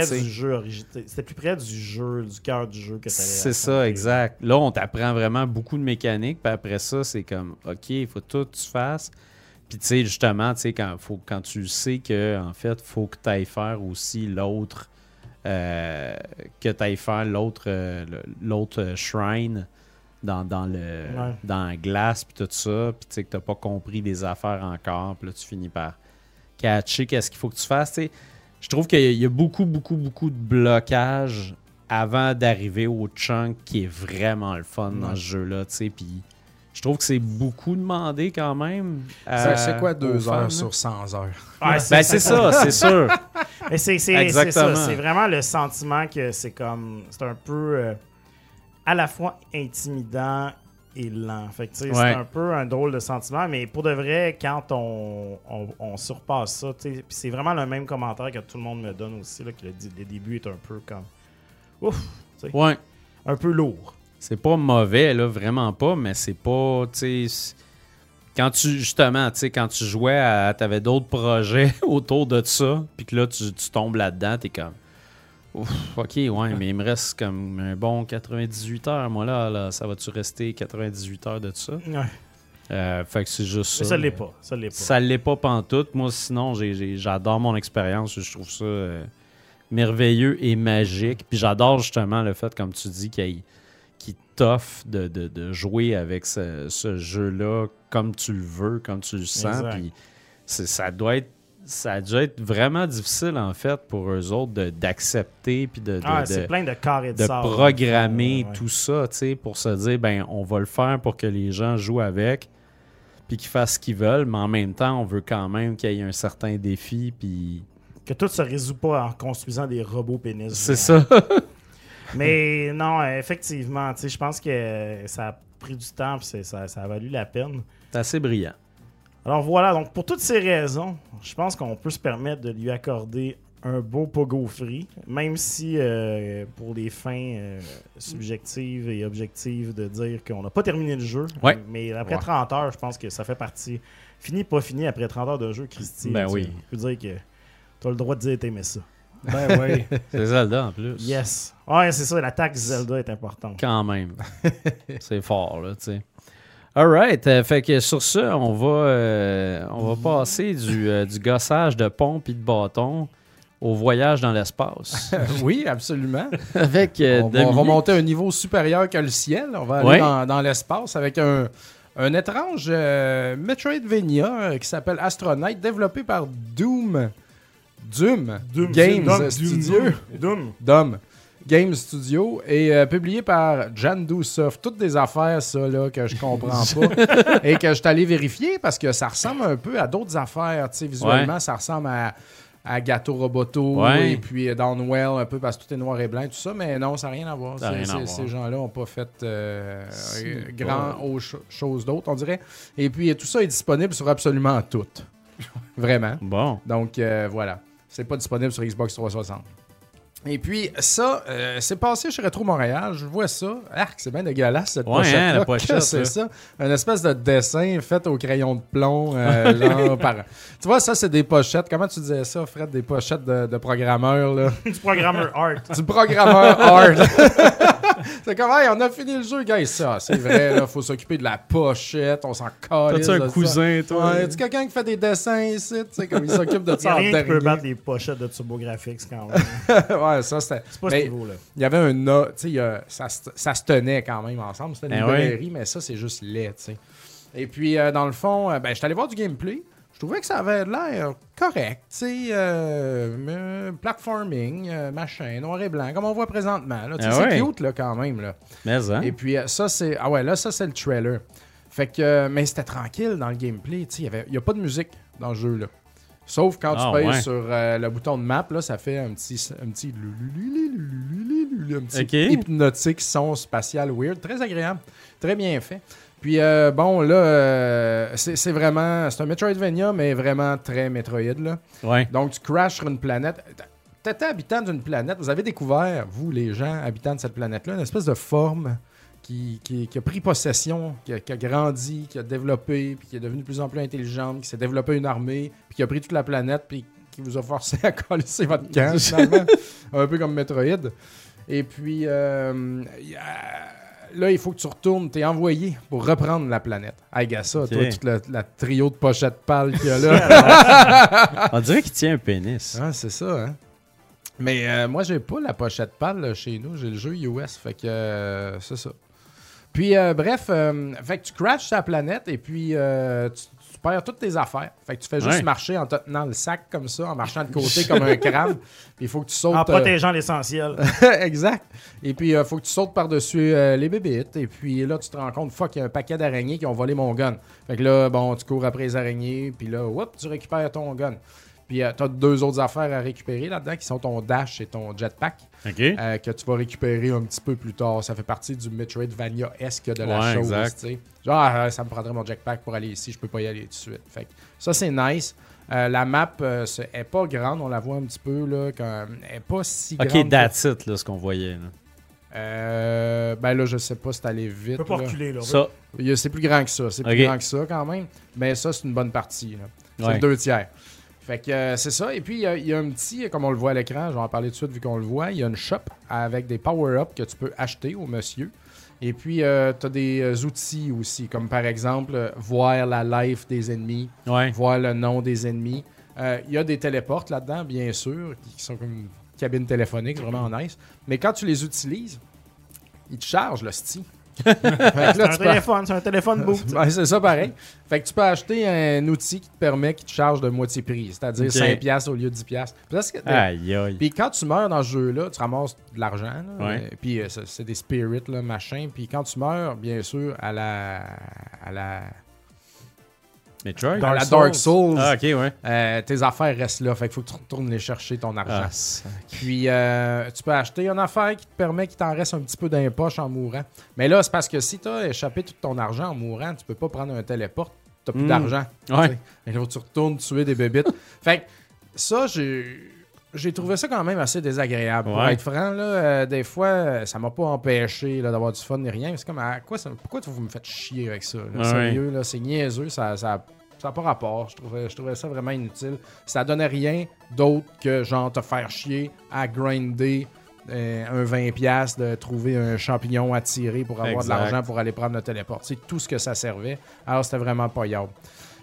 C'était plus près tu sais. du jeu origi- C'était plus près du jeu, du cœur du jeu que t'avais. C'est ça, raconté. exact. Là, on t'apprend vraiment beaucoup de mécanique, puis après ça, c'est comme, OK, il faut tout que tu fasses. Puis, tu sais, justement, tu sais, quand, faut, quand tu sais que, en fait, faut que tu ailles faire aussi l'autre, euh, que tu ailles faire l'autre, euh, le- l'autre euh, shrine dans, dans le, Ouais. dans la glace, puis tout ça, puis tu sais que t'as pas compris des affaires encore, puis là, tu finis par catcher qu'est-ce qu'il faut que tu fasses, tu sais. Je trouve qu'il y a- il y a beaucoup, beaucoup, beaucoup de blocages avant d'arriver au chunk qui est vraiment le fun dans Ouais. ce jeu-là, tu sais. Puis je trouve que c'est beaucoup demandé quand même. Ça, à- Euh, c'est quoi deux aux fans, heures là. sur 100 heures? Ouais, Ben, c'est ça, c'est sûr. Mais c'est c'est- c'est Exactement. ça. C'est vraiment le sentiment que c'est comme. C'est un peu euh, à la fois intimidant et lent. Fait que, tu sais, Ouais. c'est un peu un drôle de sentiment, mais pour de vrai, quand on, on, on surpasse ça, tu sais, puis c'est vraiment le même commentaire que tout le monde me donne aussi, là, que le, di- le début est un peu comme. Ouf, Ouais. un peu lourd. C'est pas mauvais, là, vraiment pas, mais c'est pas, tu sais... c'est- Quand tu, justement, tu sais, quand tu jouais à... T'avais d'autres projets [LAUGHS] autour de ça, puis que là, tu, tu tombes là-dedans, t'es comme... Ouf, OK, ouais, mais il me reste comme un bon 98 heures, moi, là, là ça va-tu rester 98 heures de ça? Ouais. Euh, fait que c'est juste ça. Mais ça l'est pas. Ça l'est pas. Ça l'est pas pantoute. Moi, sinon, j'ai- j'ai- j'adore mon expérience. Je trouve ça euh, merveilleux et magique. Puis j'adore justement le fait, comme tu dis, qu'il qu'il t'offre de, de- de jouer avec ce, ce jeu-là comme tu le veux, comme tu le sens. Exact. Puis c'est- ça doit être ça a dû être vraiment difficile en fait pour eux autres de- d'accepter puis de, de- Ah, de- c'est plein de carrés de, de sable. programmer hein. Ouais. tout ça, tu sais, pour se dire, ben, on va le faire pour que les gens jouent avec, puis qu'ils fassent ce qu'ils veulent, mais en même temps, on veut quand même qu'il y ait un certain défi, puis Que tout se résout pas en construisant des robots pénis. c'est géants. ça. [LAUGHS] Mais non, euh, effectivement, tu sais, je pense que euh, ça a pris du temps puis c'est- ça, ça a valu la peine. C'est assez brillant. Alors voilà, donc pour toutes ces raisons, je pense qu'on peut se permettre de lui accorder un beau pogo free, même si euh, pour les fins euh, subjectives et objectives de dire qu'on n'a pas terminé le jeu, Ouais. mais après Ouais. 30 heures, je pense que ça fait partie. Fini, pas fini, après 30 heures de jeu, Christy, Ben tu- oui. je peux dire que tu as le droit de dire t'aimais ça. Ben [LAUGHS] oui. C'est Zelda en plus. Yes. Ah, Ouais, c'est ça, l'attaque Zelda est importante. Quand même. c'est fort, là, tu sais. Alright, euh, fait que sur ça, on va, euh, on va passer du, euh, du gossage de pompe et de bâton au voyage dans [LAUGHS] l'espace. oui, absolument. Avec euh, on, va- on va Dominique. monter à un niveau supérieur que le ciel. On va aller Ouais. dans, dans l'espace avec un, un étrange euh, Metroidvania euh, qui s'appelle Astronaut, développé par Doom. Doom. Games Doom, Studio. Doom. Dom. Game Studio et euh, publié par Jandu Soft. Toutes des affaires, ça, là, que je [LAUGHS] comprends pas et que je suis allé vérifier parce que ça ressemble un peu à d'autres affaires. tu sais, Visuellement, ça ressemble à, à Gato Roboto Ouais. et puis euh, Downwell, un peu parce que tout est noir et blanc et tout ça, mais non, ça n'a rien à voir. Ça a C'est- rien à c'est- voir. Ces gens-là n'ont pas fait euh, euh, C'est grand autre cho- chose d'autre, on dirait. Et puis, tout ça est disponible sur absolument [LAUGHS] tout. Vraiment. Bon. Donc euh, voilà, c'est pas disponible sur Xbox 360. Et puis ça, euh, c'est passé chez Retro Montréal. Je vois ça. Arc, c'est bien dégueulasse cette Ouais, pochette. hein, la [LAUGHS] pochette, c'est là. ça Un espèce de dessin fait au crayon de plomb, euh, genre par. Tu vois, ça c'est des pochettes. Comment tu disais ça, Fred Des pochettes de, de programmeurs là. [LAUGHS] [LAUGHS] du programmeur art. du programmeur hard. [LAUGHS] c'est comme, hey, on a fini le jeu, guys. Ça, c'est vrai. Il faut s'occuper de la pochette. On s'en calisse. T'as-tu de un ça. cousin, toi? euh, Ouais, y a-tu quelqu'un qui fait des dessins ici, tu sais, comme il s'occupe [LAUGHS] de Il a ça en rien qui peut dernier? battre les pochettes de TurboGrafx quand même. [LAUGHS] ouais, ça c'était. C'est pas Mais ce niveau-là. Il y avait un no- tu sais, il y a- ça, se- ça se tenait quand même ensemble. C'était une Ben ouais. librairie, mais ça, c'est juste laid, tu sais. Et puis, euh, dans le fond, euh, ben, je suis allé voir du gameplay. Je trouvais que ça avait l'air correct, tu sais, euh, euh, platforming, euh, machin, noir et blanc, comme on voit présentement. là, tu sais, Ah C'est ouais. cute, là, quand même, là. Mais, hein? Et puis euh, ça, c'est. Ah ouais, là, ça, c'est le trailer. Fait que. euh, Mais c'était tranquille dans le gameplay. tu sais, Il n'y a pas de musique dans le jeu, là. Sauf quand Ah, tu payes ouais. sur euh, le bouton de map, là, ça fait un petit. Un petit. lulululululululu, Un petit Ok. hypnotique son spatial weird. Très agréable. Très bien fait. Puis euh, bon, là, euh, c'est c'est vraiment. C'est un Metroidvania, mais vraiment très Metroid, là. Ouais. Donc, tu crashes sur une planète. T'étais habitant d'une planète. Vous avez découvert, vous, les gens habitants de cette planète-là, une espèce de forme qui, qui- qui a pris possession, qui a, qui a grandi, qui a développé, puis qui est devenue de plus en plus intelligente, qui s'est développée une armée, puis qui a pris toute la planète, puis qui vous a forcé [LAUGHS] à coller votre [LAUGHS] camp, finalement. un peu comme Metroid. Et puis, euh, y a- là, il faut que tu retournes, t'es envoyé pour reprendre la planète. Hey, gars, ça, Ok. toi, toute la, la trio de pochettes pâles qu'il y a [LAUGHS] là. On dirait qu'il tient un pénis. Ah, c'est ça, hein? Mais euh, moi, j'ai pas la pochette pâle là, chez nous. J'ai le jeu US, fait que euh, c'est ça. Puis, euh, bref, euh, fait que tu crashes ta planète et puis euh, tu, tu perds toutes tes affaires. Fait que tu fais juste Ouais. marcher en te tenant le sac comme ça, en marchant de côté comme un crabe. Puis il faut que tu sautes. En euh, protégeant l'essentiel. [LAUGHS] exact. Et puis, il faut que tu sautes par-dessus euh, les bébites. Et puis là, tu te rends compte, fuck, il y a un paquet d'araignées qui ont volé mon gun. Fait que là, bon, tu cours après les araignées. Puis là, hop, tu récupères ton gun. Puis tu as deux autres affaires à récupérer là-dedans qui sont ton dash et ton jetpack Ah. OK. euh, que tu vas récupérer un petit peu plus tard. Ça fait partie du Metroidvania-esque de la Ouais, chose. exact. tu sais. Genre, ah, ça me prendrait mon jetpack pour aller ici, je peux pas y aller tout de suite. Fait que ça, c'est nice. Euh, la map euh, c'est- est pas grande, on la voit un petit peu là, quand, elle est pas si grande. OK, que- that's it, là, ce qu'on voyait. là. euh, ben là, je sais pas si t'allais vite. On peut pas là. reculer, là. Ça, Il y a- C'est plus grand que ça. C'est plus Ok. grand que ça quand même. Mais ça, c'est une bonne partie. là. C'est Ouais. le deux tiers. Fait que euh, c'est ça. Et puis, il y a- il y, a un petit, euh, comme on le voit à l'écran, je vais en parler tout de suite vu qu'on le voit. Il y a une shop avec des power-ups que tu peux acheter au monsieur. Et puis, tu as des euh, outils aussi, comme par exemple, euh, voir la life des ennemis ouais. voir le nom des ennemis. Euh, Il y a des téléportes là-dedans, bien sûr, qui qui sont comme une cabine téléphonique, c'est vraiment nice. Mais quand tu les utilises, ils te chargent le [LAUGHS] sti. Fait que là, C'est un tu peux- téléphone, c'est un téléphone boot. [LAUGHS] Ouais, c'est ça pareil. Fait que tu peux acheter un outil qui te permet qu'il te charge de moitié prix, c'est-à-dire Ok. 5 5$ au lieu de 10$. Parce que- Aïe, aïe. puis quand tu meurs dans ce jeu-là, tu ramasses de l'argent. là, Ouais. euh, Puis euh, c'est c'est des spirits, là, machin. Puis quand tu meurs, bien sûr, à la. à la. Metroid? à Dark la Souls. Dark Souls. Ah, OK, ouais. Euh, tes affaires restent là. Fait qu'il faut que tu retournes les chercher, ton argent. Ah, ça- Puis, euh, tu peux acheter une affaire qui te permet qu'il t'en reste un petit peu dans les poches en mourant. Mais là, c'est parce que si t'as échappé tout ton argent en mourant, tu peux pas prendre un téléport. T'as plus Mm. d'argent. Ouais. Et là, tu retournes tuer des bébites. [LAUGHS] fait que ça, j'ai... J'ai trouvé ça quand même assez désagréable. Pour Ouais. être franc, là, euh, des fois, euh, ça m'a pas empêché là, d'avoir du fun ni rien. mais C'est comme, à quoi ça- pourquoi vous me faites chier avec ça? là? Ouais. Sérieux, là, c'est niaiseux, ça, ça, ça a pas rapport. Je trouvais, je trouvais ça vraiment inutile. Ça donnait rien d'autre que genre te faire chier à grinder euh, un 20$ de trouver un champignon à tirer pour avoir de Exact. l'argent pour aller prendre le téléport. C'est tout ce que ça servait. Alors, c'était vraiment pas yable.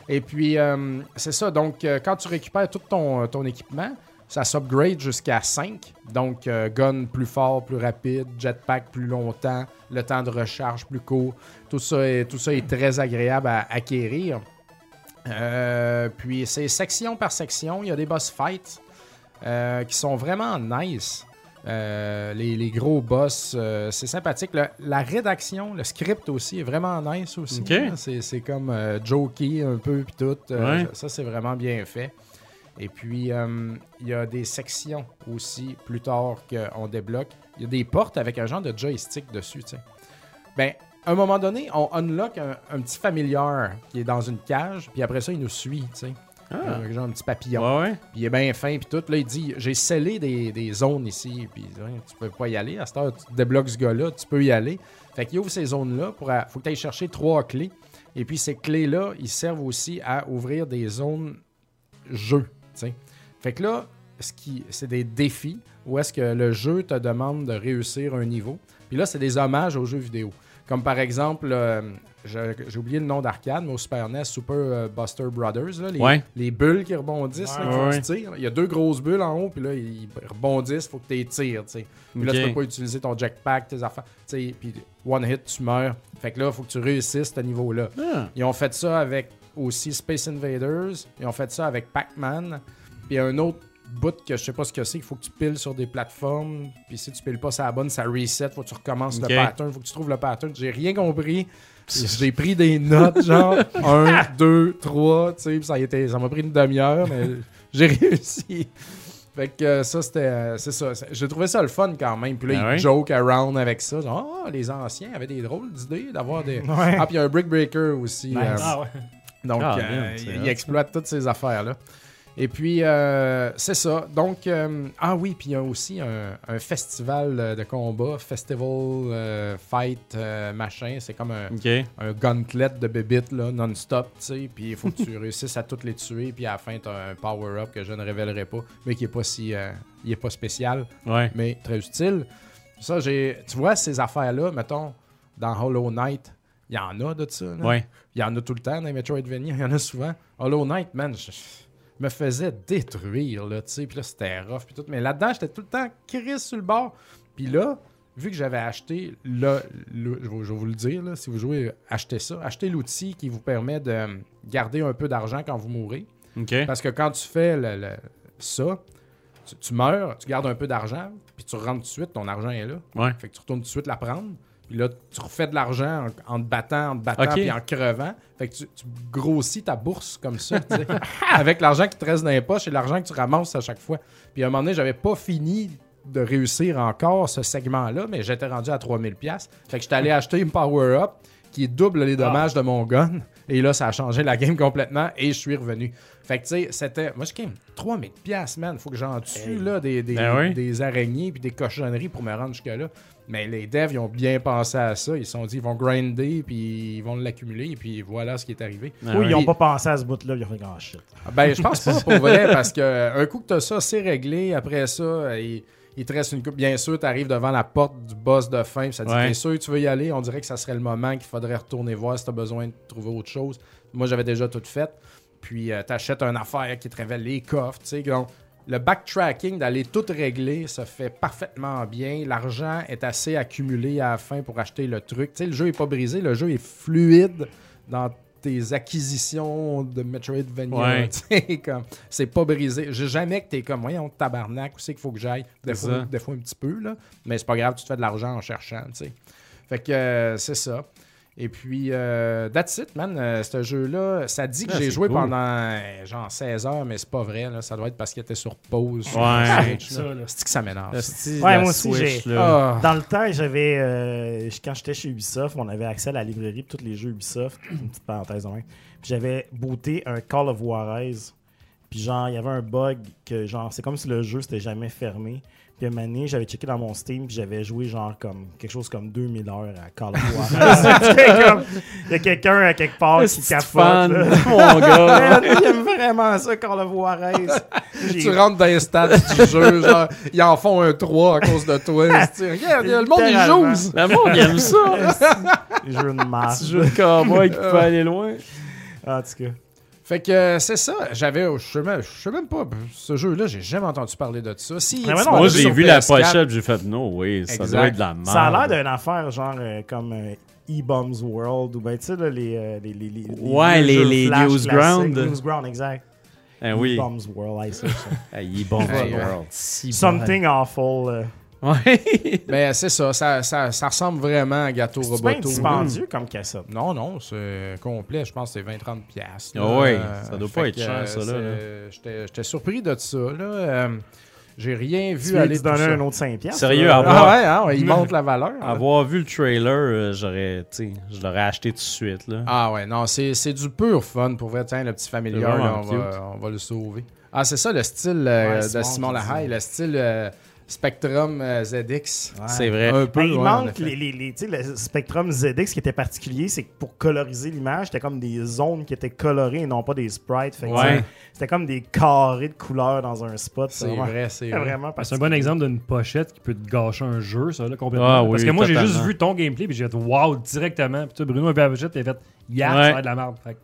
Et puis, euh, c'est ça. Donc, euh, quand tu récupères tout ton, euh, ton équipement, ça s'upgrade jusqu'à 5. Donc, euh, gun plus fort, plus rapide, jetpack plus longtemps, le temps de recharge plus court. Tout ça est, tout ça est très agréable à acquérir. Euh, puis, c'est section par section. Il y a des boss fights euh, qui sont vraiment nice. euh, les, les gros boss. euh, c'est sympathique. Le- la rédaction, le script aussi est vraiment nice aussi. Ok. hein. C'est, c'est comme euh, jokey un peu, puis tout. Euh, Ouais. Ça, c'est vraiment bien fait. Et puis, euh, il y a des sections aussi, plus tard qu'on débloque. Il y a des portes avec un genre de joystick dessus, tu sais. Ben, à un moment donné, on unlock un, un petit familiar qui est dans une cage, puis après ça, il nous suit, tu sais. Un- genre un petit papillon. Ouais, ouais. Puis il est bien fin, puis tout. Là, il dit J'ai scellé des, des zones ici, puis hein, tu peux pas y aller. À cette heure, tu débloques ce gars-là, tu peux y aller. Fait qu'il ouvre ces zones-là pour. à- faut que tu ailles chercher trois clés. Et puis ces clés-là, ils servent aussi à ouvrir des zones jeu. tu sais. Fait que là, ce qui, c'est des défis où est-ce que le jeu te demande de réussir un niveau. Puis là, c'est des hommages aux jeux vidéo. Comme par exemple, euh, je- j'ai oublié le nom d'arcade, mais au Super NES, Super euh, Buster Brothers, là, les, Ouais. les bulles qui rebondissent, là, Ouais, qui font ouais. du tir. Il y a deux grosses bulles en haut, puis là, ils rebondissent, il faut que tu les tires. tu sais. Puis là, Ok. tu peux pas utiliser ton jackpack, tes affaires. tu sais, Puis one hit, tu meurs. Fait que là, il faut que tu réussisses ce niveau-là. Ah. Ils ont fait ça avec aussi Space Invaders. Ils ont fait ça avec Pac-Man. Puis il y a un autre bout que je sais pas ce que c'est, il faut que tu piles sur des plateformes. Puis si tu piles pas ça bonne, ça reset. Faut que tu recommences Ok. le pattern. Faut que tu trouves le pattern. J'ai rien compris. J'ai pris des notes, genre 1, 2, 3. Tu sais, puis ça a été- ça m'a pris une demi-heure, mais j'ai réussi. Fait que euh, ça, c'était. euh, C'est ça. C'est- J'ai trouvé ça le fun quand même. Puis là, Ah ils ouais? joke around avec ça. Genre, Ah, les anciens avaient des drôles d'idées d'avoir des. Ouais. Ah, puis il y a un Brick Breaker aussi. euh, Ah ouais. donc, euh, Ah, bien, c'est il- hot, il ça. exploite toutes ces affaires-là. Et puis, euh, c'est ça. Donc, euh, ah oui, puis il y a aussi un, un festival euh, de combat, Festival euh, Fight euh, machin. C'est comme un, Ok. un gauntlet de bébites là, non-stop, tu sais. Puis il faut que tu [LAUGHS] réussisses à toutes les tuer. Puis à la fin, tu as un power-up que je ne révélerai pas, mais qui est pas si. euh, il est pas spécial Ouais. mais très utile. Ça, j'ai. Tu vois, ces affaires-là, mettons, dans Hollow Knight, il y en a de ça. là. Ouais. Il y en a tout le temps dans les Metroidvania, il y en a souvent. Hollow Knight, man, je je me faisais détruire, là, tu sais. Puis là, c'était rough, puis tout. Mais là-dedans, j'étais tout le temps crisse sur le bord. Puis là, vu que j'avais acheté, le, le- je, vais, je vais vous le dire, là, si vous jouez, achetez ça. Achetez l'outil qui vous permet de garder un peu d'argent quand vous mourrez. Ok. Parce que quand tu fais le- le- ça, tu, tu meurs, tu gardes un peu d'argent, puis tu rentres tout de suite, ton argent est là. Ouais. Fait que tu retournes tout de suite la prendre. Puis là, tu refais de l'argent en, en te battant, en te battant, Ok. puis en crevant. Fait que tu, tu grossis ta bourse comme ça, tu [LAUGHS] sais, avec l'argent qui te reste dans les poches et l'argent que tu ramasses à chaque fois. Puis à un moment donné, j'avais pas fini de réussir encore ce segment-là, mais j'étais rendu à 3000$. piastres. Fait que j'étais allé acheter une power-up qui double les dommages Ah. de mon gun. Et là, ça a changé la game complètement et je suis revenu. Fait que tu sais, c'était. Moi, je game 3000$, piastres, man. Faut que j'en tue, là, des, des, Ben oui. des araignées puis des cochonneries pour me rendre jusque-là. Mais les devs, ils ont bien pensé à ça. Ils se sont dit, ils vont grinder, puis ils vont l'accumuler, puis voilà ce qui est arrivé. Ah Ou ouais. ils n'ont pas pensé à ce bout-là, ils ont fait grand shit. Ben, je pense pas, pour vrai, parce que euh, un coup que t'as ça, c'est réglé. Après ça, euh, il, il te reste une coupe. Bien sûr, t'arrives devant la porte du boss de fin, puis ça te dit, Ouais. t'es sûr que tu veux y aller? On dirait que ça serait le moment qu'il faudrait retourner voir si t'as besoin de trouver autre chose. Moi, j'avais déjà tout fait. Puis, euh, t'achètes une affaire qui te révèle les coffres, tu sais. Donc, le backtracking, d'aller tout régler, se fait parfaitement bien. L'argent est assez accumulé à la fin pour acheter le truc. Tu sais, le jeu est pas brisé, le jeu est fluide dans tes acquisitions de Metroidvania. [LAUGHS] Ouais. tu sais, comme, c'est pas brisé. J'ai jamais que t'es comme, voyons, tabarnak, où c'est qu'il faut que j'aille? Des C'est fois, ça. des fois, un petit peu, là. Mais c'est pas grave, tu te fais de l'argent en cherchant, tu sais. Fait que euh, c'est ça. Et puis, euh, that's it, man. Euh, ce jeu-là, ça dit que Ah, j'ai c'est joué cool. pendant euh, genre 16 heures, mais c'est pas vrai. Là. Ça doit être parce qu'il était sur pause. sur Ouais. le Switch, là. C'est que ça m'énerve. ça. Asti, Ouais, la moi aussi, Switch, j'ai- là. Ah. Dans le temps, j'avais. euh, quand j'étais chez Ubisoft, on avait accès à la librairie de tous les jeux Ubisoft. Une petite parenthèse de même. Puis j'avais booté un Call of Juarez. Puis genre, il y avait un bug que genre, c'est comme si le jeu s'était jamais fermé. Puis une année, j'avais checké dans mon Steam, puis j'avais joué genre comme quelque chose comme 2000 heures à Call of Juarez. C'était comme, [LAUGHS] Il y a quelqu'un à quelque part qui Asti de capote. là. fan, [LAUGHS] mon gars. Man, J'aime vraiment ça, Call of Juarez. J'ai- Tu rentres dans les stats du jeu, genre, ils en font un 3 à cause de toi. [LAUGHS] Tu dis, Regarde, le monde, Littéralement. il joue. La monde il aime ça. Jeu de marche. Petit jeu de cowboy qui Ah. peut aller loin. En tout cas. Fait que euh, c'est ça. J'avais, je sais même, je sais même pas, ce jeu-là, j'ai jamais entendu parler de ça. Si, Mais ouais, si non, on l'a Moi, jeu j'ai Ah, sur vu la PS4, pochette, j'ai fait non, oui, ça Exact. doit être de la merde. Ça a l'air d'une affaire genre euh, comme euh, E-Bombs World ou ben tu sais là les, euh, les, les, les, les Ouais, vieux les- jeux les Flash Newsground. classiques. Newsground, exact. Eh oui. E-Bombs World, hey, c'est ça. [LAUGHS] Ah, il est bon, Hey, World. ouais. Si bon. Something awful. euh, Ouais. Mais ben, c'est ça ça, ça, ça ressemble vraiment à gâteau C'est bien roboto. Hmm. dispendieux comme cassette. Non, non, c'est complet. Je pense que c'est 20-30 piastres. là. Ah ouais, Euh, ça doit fait pas être que, cher, euh, ça, là, c'est- là. J'étais j'étais surpris de ça. Là. Euh, J'ai rien vu Tu lui aller as tout ça. donné un autre Ah, 5 piastres. Sérieux, là. à Ah ouais, hein, [LAUGHS] ouais, il monte la valeur. hein. là. Avoir vu le trailer, euh, j'aurais, tu sais, je l'aurais acheté tout de suite. Là. Ah ouais, non, c'est c'est du pur fun pour vrai. Tiens, le petit familier, C'est vraiment là, on, cute. va, on va le sauver. Ah, c'est ça le style euh, Ouais, de Simon Simon qui Lahaye, dit. le style euh, Spectrum euh, Ah, ZX. C'est vrai. Un peu, Ben, il ouais, en manque effet. les, les- les- tu sais, le Spectrum ZX qui était particulier, c'est que pour coloriser l'image, c'était comme des zones qui étaient colorées et non pas des sprites. Fait que, Ouais. tu sais, C'était comme des carrés de couleurs dans un spot. C'est vrai, c'est vrai. Vraiment C'est un bon exemple d'une pochette qui peut te gâcher un jeu, ça, là, complètement. Ah oui, Parce que moi, j'ai totalement. juste vu ton gameplay, puis j'ai fait wow directement. Puis toi, Bruno a vu la pochette, puis il a fait yeah, Ouais. ça a de la merde. Fait que-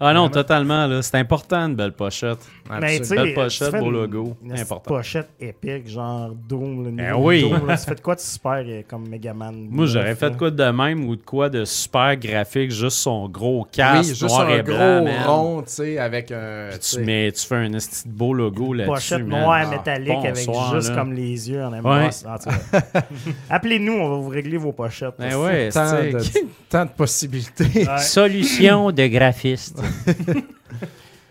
Ah non, totalement. là. C'est important, une belle pochette. Mais tu sais, Belle tu pochette, fais beau une- logo. Une petite Important. pochette épique, genre Doom, le Ben nouveau oui. Doom, là. Tu fais de quoi de super euh, comme Megaman? Moi, j'aurais neuf, fait là. quoi de même ou de quoi de super graphique, juste son gros casque oui, juste noir un et gros blanc. man. rond, tu sais, avec un. Puis tu tu, sais, mets, tu fais un esti de beau logo là-dessus. Pochette man. noire Ah, métallique avec bonsoir, juste là. comme les yeux en Ouais. embosse. Ah, tu vois. [LAUGHS] Appelez-nous, on va vous régler vos pochettes. Ben ouais, tant, c'est- de, [LAUGHS] tant de possibilités. Ouais. Solution de graphiste. [LAUGHS]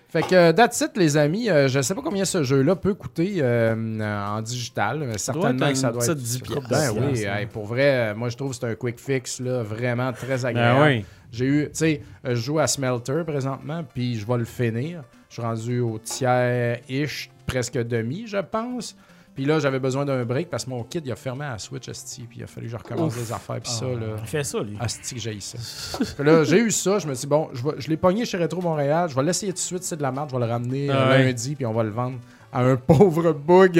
Fait que, euh, that's it, les amis. Euh, je sais pas combien ce jeu-là peut coûter euh, euh, en digital, mais certainement être que ça une doit petite être. 10 piastres. Ben oui, piastres, hey, pour vrai, euh, moi je trouve que c'est un quick fix, là, vraiment très agréable. Ben oui. J'ai eu, tu sais, euh, je joue à Smelter présentement, puis je vais le finir. Je suis rendu au tiers-ish, presque demi, je pense. Puis là, j'avais besoin d'un break parce que mon kit, il a fermé à la Switch, asti, puis il a fallu que je recommence les affaires, puis ça, Ah, là. Il fait ça, lui. Asti que j'ai ça. Fait que là, j'ai eu ça, je me suis dit, bon, je, vais- je l'ai pogné chez Retro Montréal, je vais l'essayer tout de suite, c'est de la merde, je vais le ramener euh, Ah ouais. lundi, puis on va le vendre à un pauvre [LAUGHS] bougre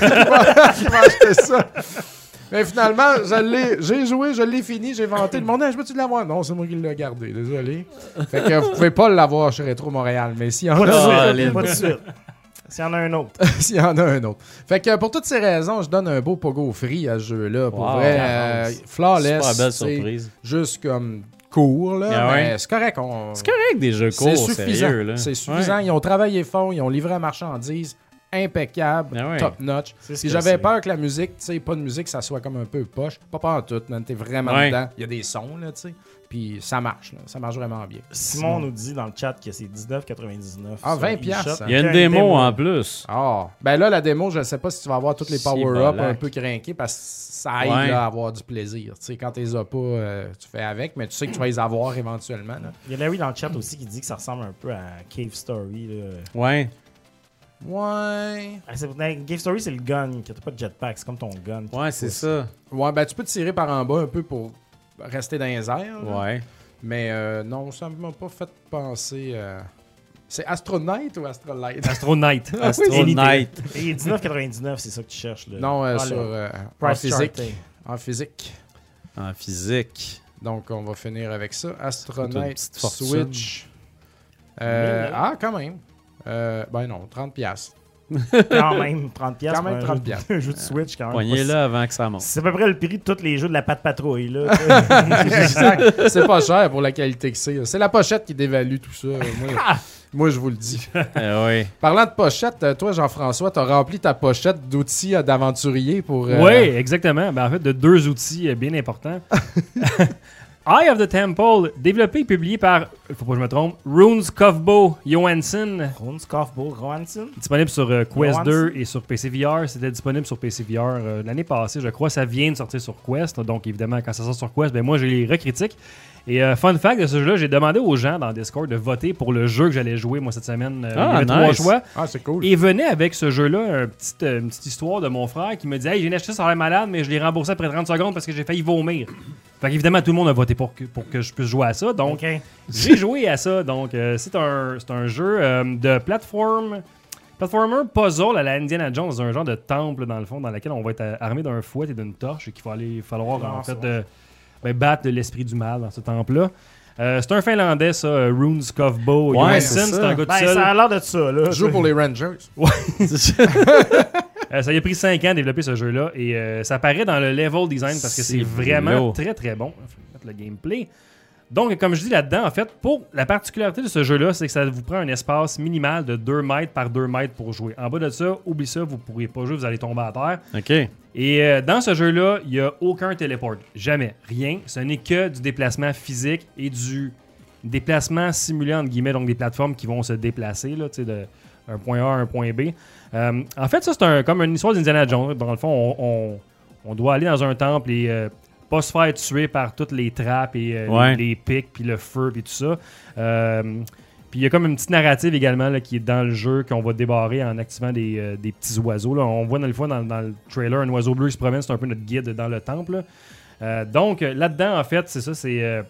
qui va acheter ça. Mais finalement, je l'ai- j'ai joué, je l'ai fini, j'ai vanté. Le monde, Ah, je peux-tu l'avoir? Non, c'est moi qui l'ai gardé, désolé. Fait que vous pouvez pas l'avoir chez Retro Montréal, mais s'il y en Pas a Ah, de Lynn. suite. Pas de suite. S'il y en a un autre. [LAUGHS] s'il y en a un autre. Fait que pour toutes ces raisons, je donne un beau pogo free à ce jeu-là. Pour Wow. vrai, euh, Ah, flawless. Super belle c'est surprise. Juste comme court, là. Ah ouais. mais c'est correct. On... C'est correct des jeux C'est courts, suffisant. sérieux. là. C'est suffisant. Ils ont travaillé fort, ils ont livré la marchandise impeccable, Ah ouais. top notch. C'est ce Puis que j'avais c'est. peur que la musique, tu sais, pas de musique, ça soit comme un peu poche. Pas peur en tout, man. T'es vraiment Ouais. dedans. Il y a des sons, là, tu sais. Puis ça marche, là. Ça marche vraiment bien. Simon nous dit dans le chat que c'est 19,99. Ah, sur 20 eShop. piastres, hein. Il y a une démo, en plus. Ah, ben là, la démo, je ne sais pas si tu vas avoir toutes les Si, power-ups balac. un peu crinqués parce que ça aide Ouais. là, à avoir du plaisir. Tu sais, quand tu les as pas, euh, tu fais avec, mais tu sais que tu vas les avoir éventuellement. là. Il y a Larry dans le chat aussi qui dit que ça ressemble un peu à Cave Story. là. Ouais. Ouais. Ah, c'est- dans Cave Story, c'est le gun. que T'as pas de jetpack, c'est comme ton gun. Ouais, c'est ça. Ouais, ben tu peux tirer par en bas un peu pour rester dans les airs. là. Ouais. Mais euh, non, ça m'a pas fait penser. euh, C'est Astronaut ou Astrolight? Astro Knight. Astro Knight. Et il est 19,99, c'est ça que tu cherches. Là. [LAUGHS] non, euh, Ah, sur, le euh, en price physique. charté. En physique. En physique. Donc, on va finir avec ça. Ça coûte une Astronaut, petite fortune. Switch. Euh, Mille, là. ah, quand même. Euh, ben non, 30$. piastres. Quand même 30 piastres. euh, Quand même pour un 30 jeu de- [LAUGHS] piastres. Un jeu de Switch, Ah, quand même. Poignez-là avant que ça [LAUGHS] monte. C'est à peu près le prix de tous les jeux de la patte patrouille. Là. Exact. c'est pas cher pour la qualité que c'est. C'est la pochette qui dévalue tout ça. Moi, moi, je vous le dis. Eh oui. Parlant de pochette, euh, toi, Jean-François, t'as rempli ta pochette d'outils euh, d'aventurier pour. euh, Oui, exactement. Ben, en fait, de deux outils euh, bien importants. Eye of the Temple, développé et publié par, faut pas que je me trompe, Runes Kovbo Johansson. Ron Scoffbo, Rohanson. Disponible sur euh, Quest Johansson. 2 et sur PC VR. C'était disponible sur PC VR euh, l'année passée, je crois. Ça vient de sortir sur Quest. Donc, évidemment, quand ça sort sur Quest, ben, moi, je les recritique. Et euh, fun fact de ce jeu-là, j'ai demandé aux gens dans Discord de voter pour le jeu que j'allais jouer, moi, cette semaine. Euh, Ah, il y avait nice. trois choix. Ah, c'est cool. Et venait avec ce jeu-là un petit, euh, une petite histoire de mon frère qui me dit Hey, j'ai acheté ça, ça a l'air malade, mais je l'ai remboursé après 30 secondes parce que j'ai failli vomir. Fait qu'évidemment, tout le monde a voté pour que, pour que je puisse jouer à ça. Donc, OK. j'ai joué à ça. Donc, euh, c'est un, c'est un jeu euh, de plateforme. Platformer puzzle à la Indiana Jones, un genre de temple dans le fond, dans lequel on va être euh, armé d'un fouet et d'une torche et qu'il va aller falloir Non, en fait c'est bon. euh, ben, battre de l'esprit du mal dans ce temple-là. Euh, c'est un Finlandais, ça, euh, Runes Kovbo. Ouais, Johansson, c'est ça. c'est un gars tout Ben, seul. ça a l'air de ça. Là, Je joue pour les Rangers. Euh, ça lui a pris 5 ans de développer ce jeu-là et euh, ça paraît dans le level design parce que C'est c'est vraiment lourd. très très bon. Faut mettre le gameplay. Donc, comme je dis là-dedans, en fait, pour la particularité de ce jeu-là, c'est que ça vous prend un espace minimal de 2 mètres par 2 mètres pour jouer. En bas de ça, oublie ça, vous ne pourrez pas jouer, vous allez tomber à terre. OK. Et euh, dans ce jeu-là, il n'y a aucun téléport. Jamais. Rien. Ce n'est que du déplacement physique et du déplacement simulant, entre guillemets, donc des plateformes qui vont se déplacer, là, tu sais, de un point A à un point B. Euh, en fait, ça, c'est un- comme une histoire d'Indiana Jones. Dans le fond, on, on- on doit aller dans un temple et euh, pas se faire tuer par toutes les trappes et euh, Ouais. les, les pics, puis le feu, puis tout ça. Euh, puis il y a comme une petite narrative également là, qui est dans le jeu qu'on va débarrer en activant des, euh, des petits oiseaux. là. On voit dans le, fois dans, dans le trailer un oiseau bleu qui se promène, c'est un peu notre guide dans le temple. là. Euh, donc euh, là-dedans, en fait, c'est ça, c'est. euh,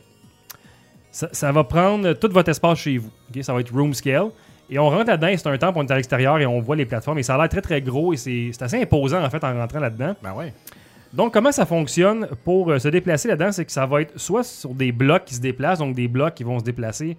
ça, ça va prendre tout votre espace chez vous. ok? Ça va être room scale. Et on rentre là-dedans, et c'est un temple, on est à l'extérieur et on voit les plateformes. Et ça a l'air très très gros et c'est c'est assez imposant en fait en rentrant là-dedans. Ben ouais. Donc, comment ça fonctionne pour euh, se déplacer là-dedans? C'est que ça va être soit sur des blocs qui se déplacent, donc des blocs qui vont se déplacer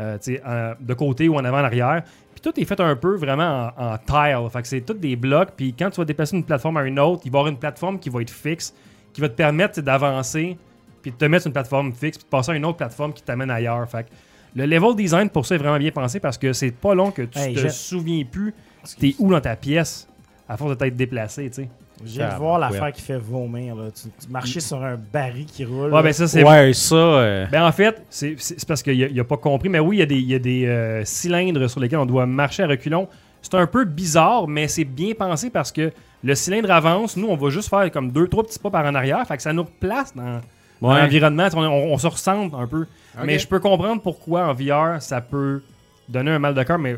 euh, tu sais, en- de côté ou en avant, en arrière. Puis tout est fait un peu vraiment en, en tile. Fait que c'est tous des blocs. Puis quand tu vas déplacer une plateforme à une autre, il va y avoir une plateforme qui va être fixe, qui va te permettre tu sais, d'avancer, puis de te mettre sur une plateforme fixe, puis de passer à une autre plateforme qui t'amène ailleurs. Fait que le level design pour ça est vraiment bien pensé parce que c'est pas long que tu Hey, te j'ai- souviens plus t'es où dans ta pièce à force de t'être déplacé, tu sais. J'ai de Ah, voir ouais. l'affaire qui fait vomir. Là. Tu, tu marchais sur un baril qui roule. Ouais, ben ça, c'est Ouais, ça. euh, Ben en fait, c'est c'est- c'est parce qu'il n'a pas compris, mais oui, il y a des, il y a des euh, cylindres sur lesquels on doit marcher à reculons. C'est un peu bizarre, mais c'est bien pensé parce que le cylindre avance. Nous, on va juste faire comme deux, trois petits pas par en arrière. Fait que ça nous replace dans, dans ouais. l'environnement. On, on- on se ressemble un peu. Ok. Mais je peux comprendre pourquoi en VR, ça peut donner un mal de cœur, mais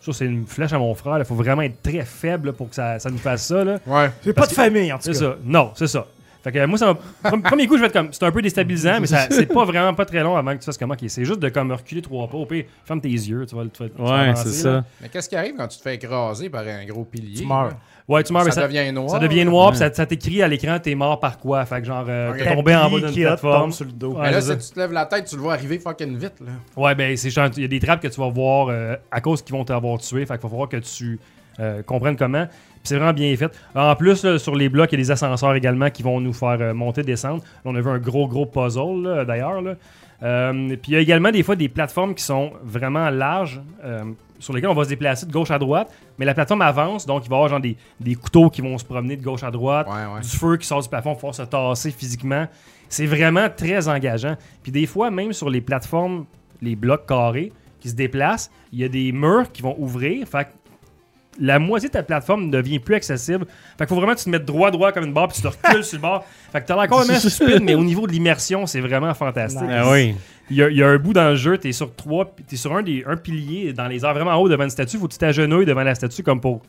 ça, c'est une flèche à mon frère. Il faut vraiment être très faible pour que ça, ça nous fasse ça. Là. Ouais. J'ai pas de famille, en tout C'est cas. ça. Non, c'est ça. Fait que euh, moi, ça m'a- Prem- premier coup, je vais être comme. C'est un peu déstabilisant, mais ça- c'est pas vraiment pas très long avant que tu fasses comment. ok, C'est juste de comme reculer trois pas. Au pire, ferme tes yeux. Tu vas, le- tu vas- tu vas Ouais, avancer, c'est là. ça. Mais qu'est-ce qui arrive quand tu te fais écraser par un gros pilier? Tu meurs. Ouais, tu meurs, mais Ça, ça, devient noir. ça devient noir. puis ça, ça t'écrit à l'écran, t'es mort par quoi. Fait que genre, euh, Ok. t'es tombé en bas Tapis d'une qui hop, plateforme. tombe sur le dos. Ouais. Mais là, c'est si tu te lèves la tête, tu le vois arriver fucking vite, [LAUGHS] là. Ouais, ben, c'est genre, il y a des trappes que tu vas voir euh, à cause qu'ils vont t'avoir tué. Fait qu'il va falloir que tu euh, comprennes comment. Puis c'est vraiment bien fait. En plus, là, sur les blocs, il y a des ascenseurs également qui vont nous faire euh, monter, descendre. Là, on a vu un gros, gros puzzle, là, d'ailleurs. là. Euh, puis il y a également des fois des plateformes qui sont vraiment larges, euh, sur lesquelles on va se déplacer de gauche à droite. Mais la plateforme avance, donc il va y avoir genre des, des couteaux qui vont se promener de gauche à droite Ouais, ouais. [LAUGHS] du feu qui sort du plafond, il faut se tasser physiquement. C'est vraiment très engageant. Puis des fois, même sur les plateformes, les blocs carrés qui se déplacent, il y a des murs qui vont ouvrir. Fait que la moitié de ta plateforme ne devient plus accessible. Fait qu'il faut vraiment que tu te mettes droit droit comme une barre puis tu te recules sur le bord. Fait que t'as l'air quand même stupide, mais au niveau de l'immersion, c'est vraiment fantastique. Nice. Ah oui. Il y, a, il y a un bout dans le jeu, t'es sur trois, t'es sur un des un pilier dans les airs vraiment en haut devant une statue, faut que tu t'agenouilles devant la statue comme pour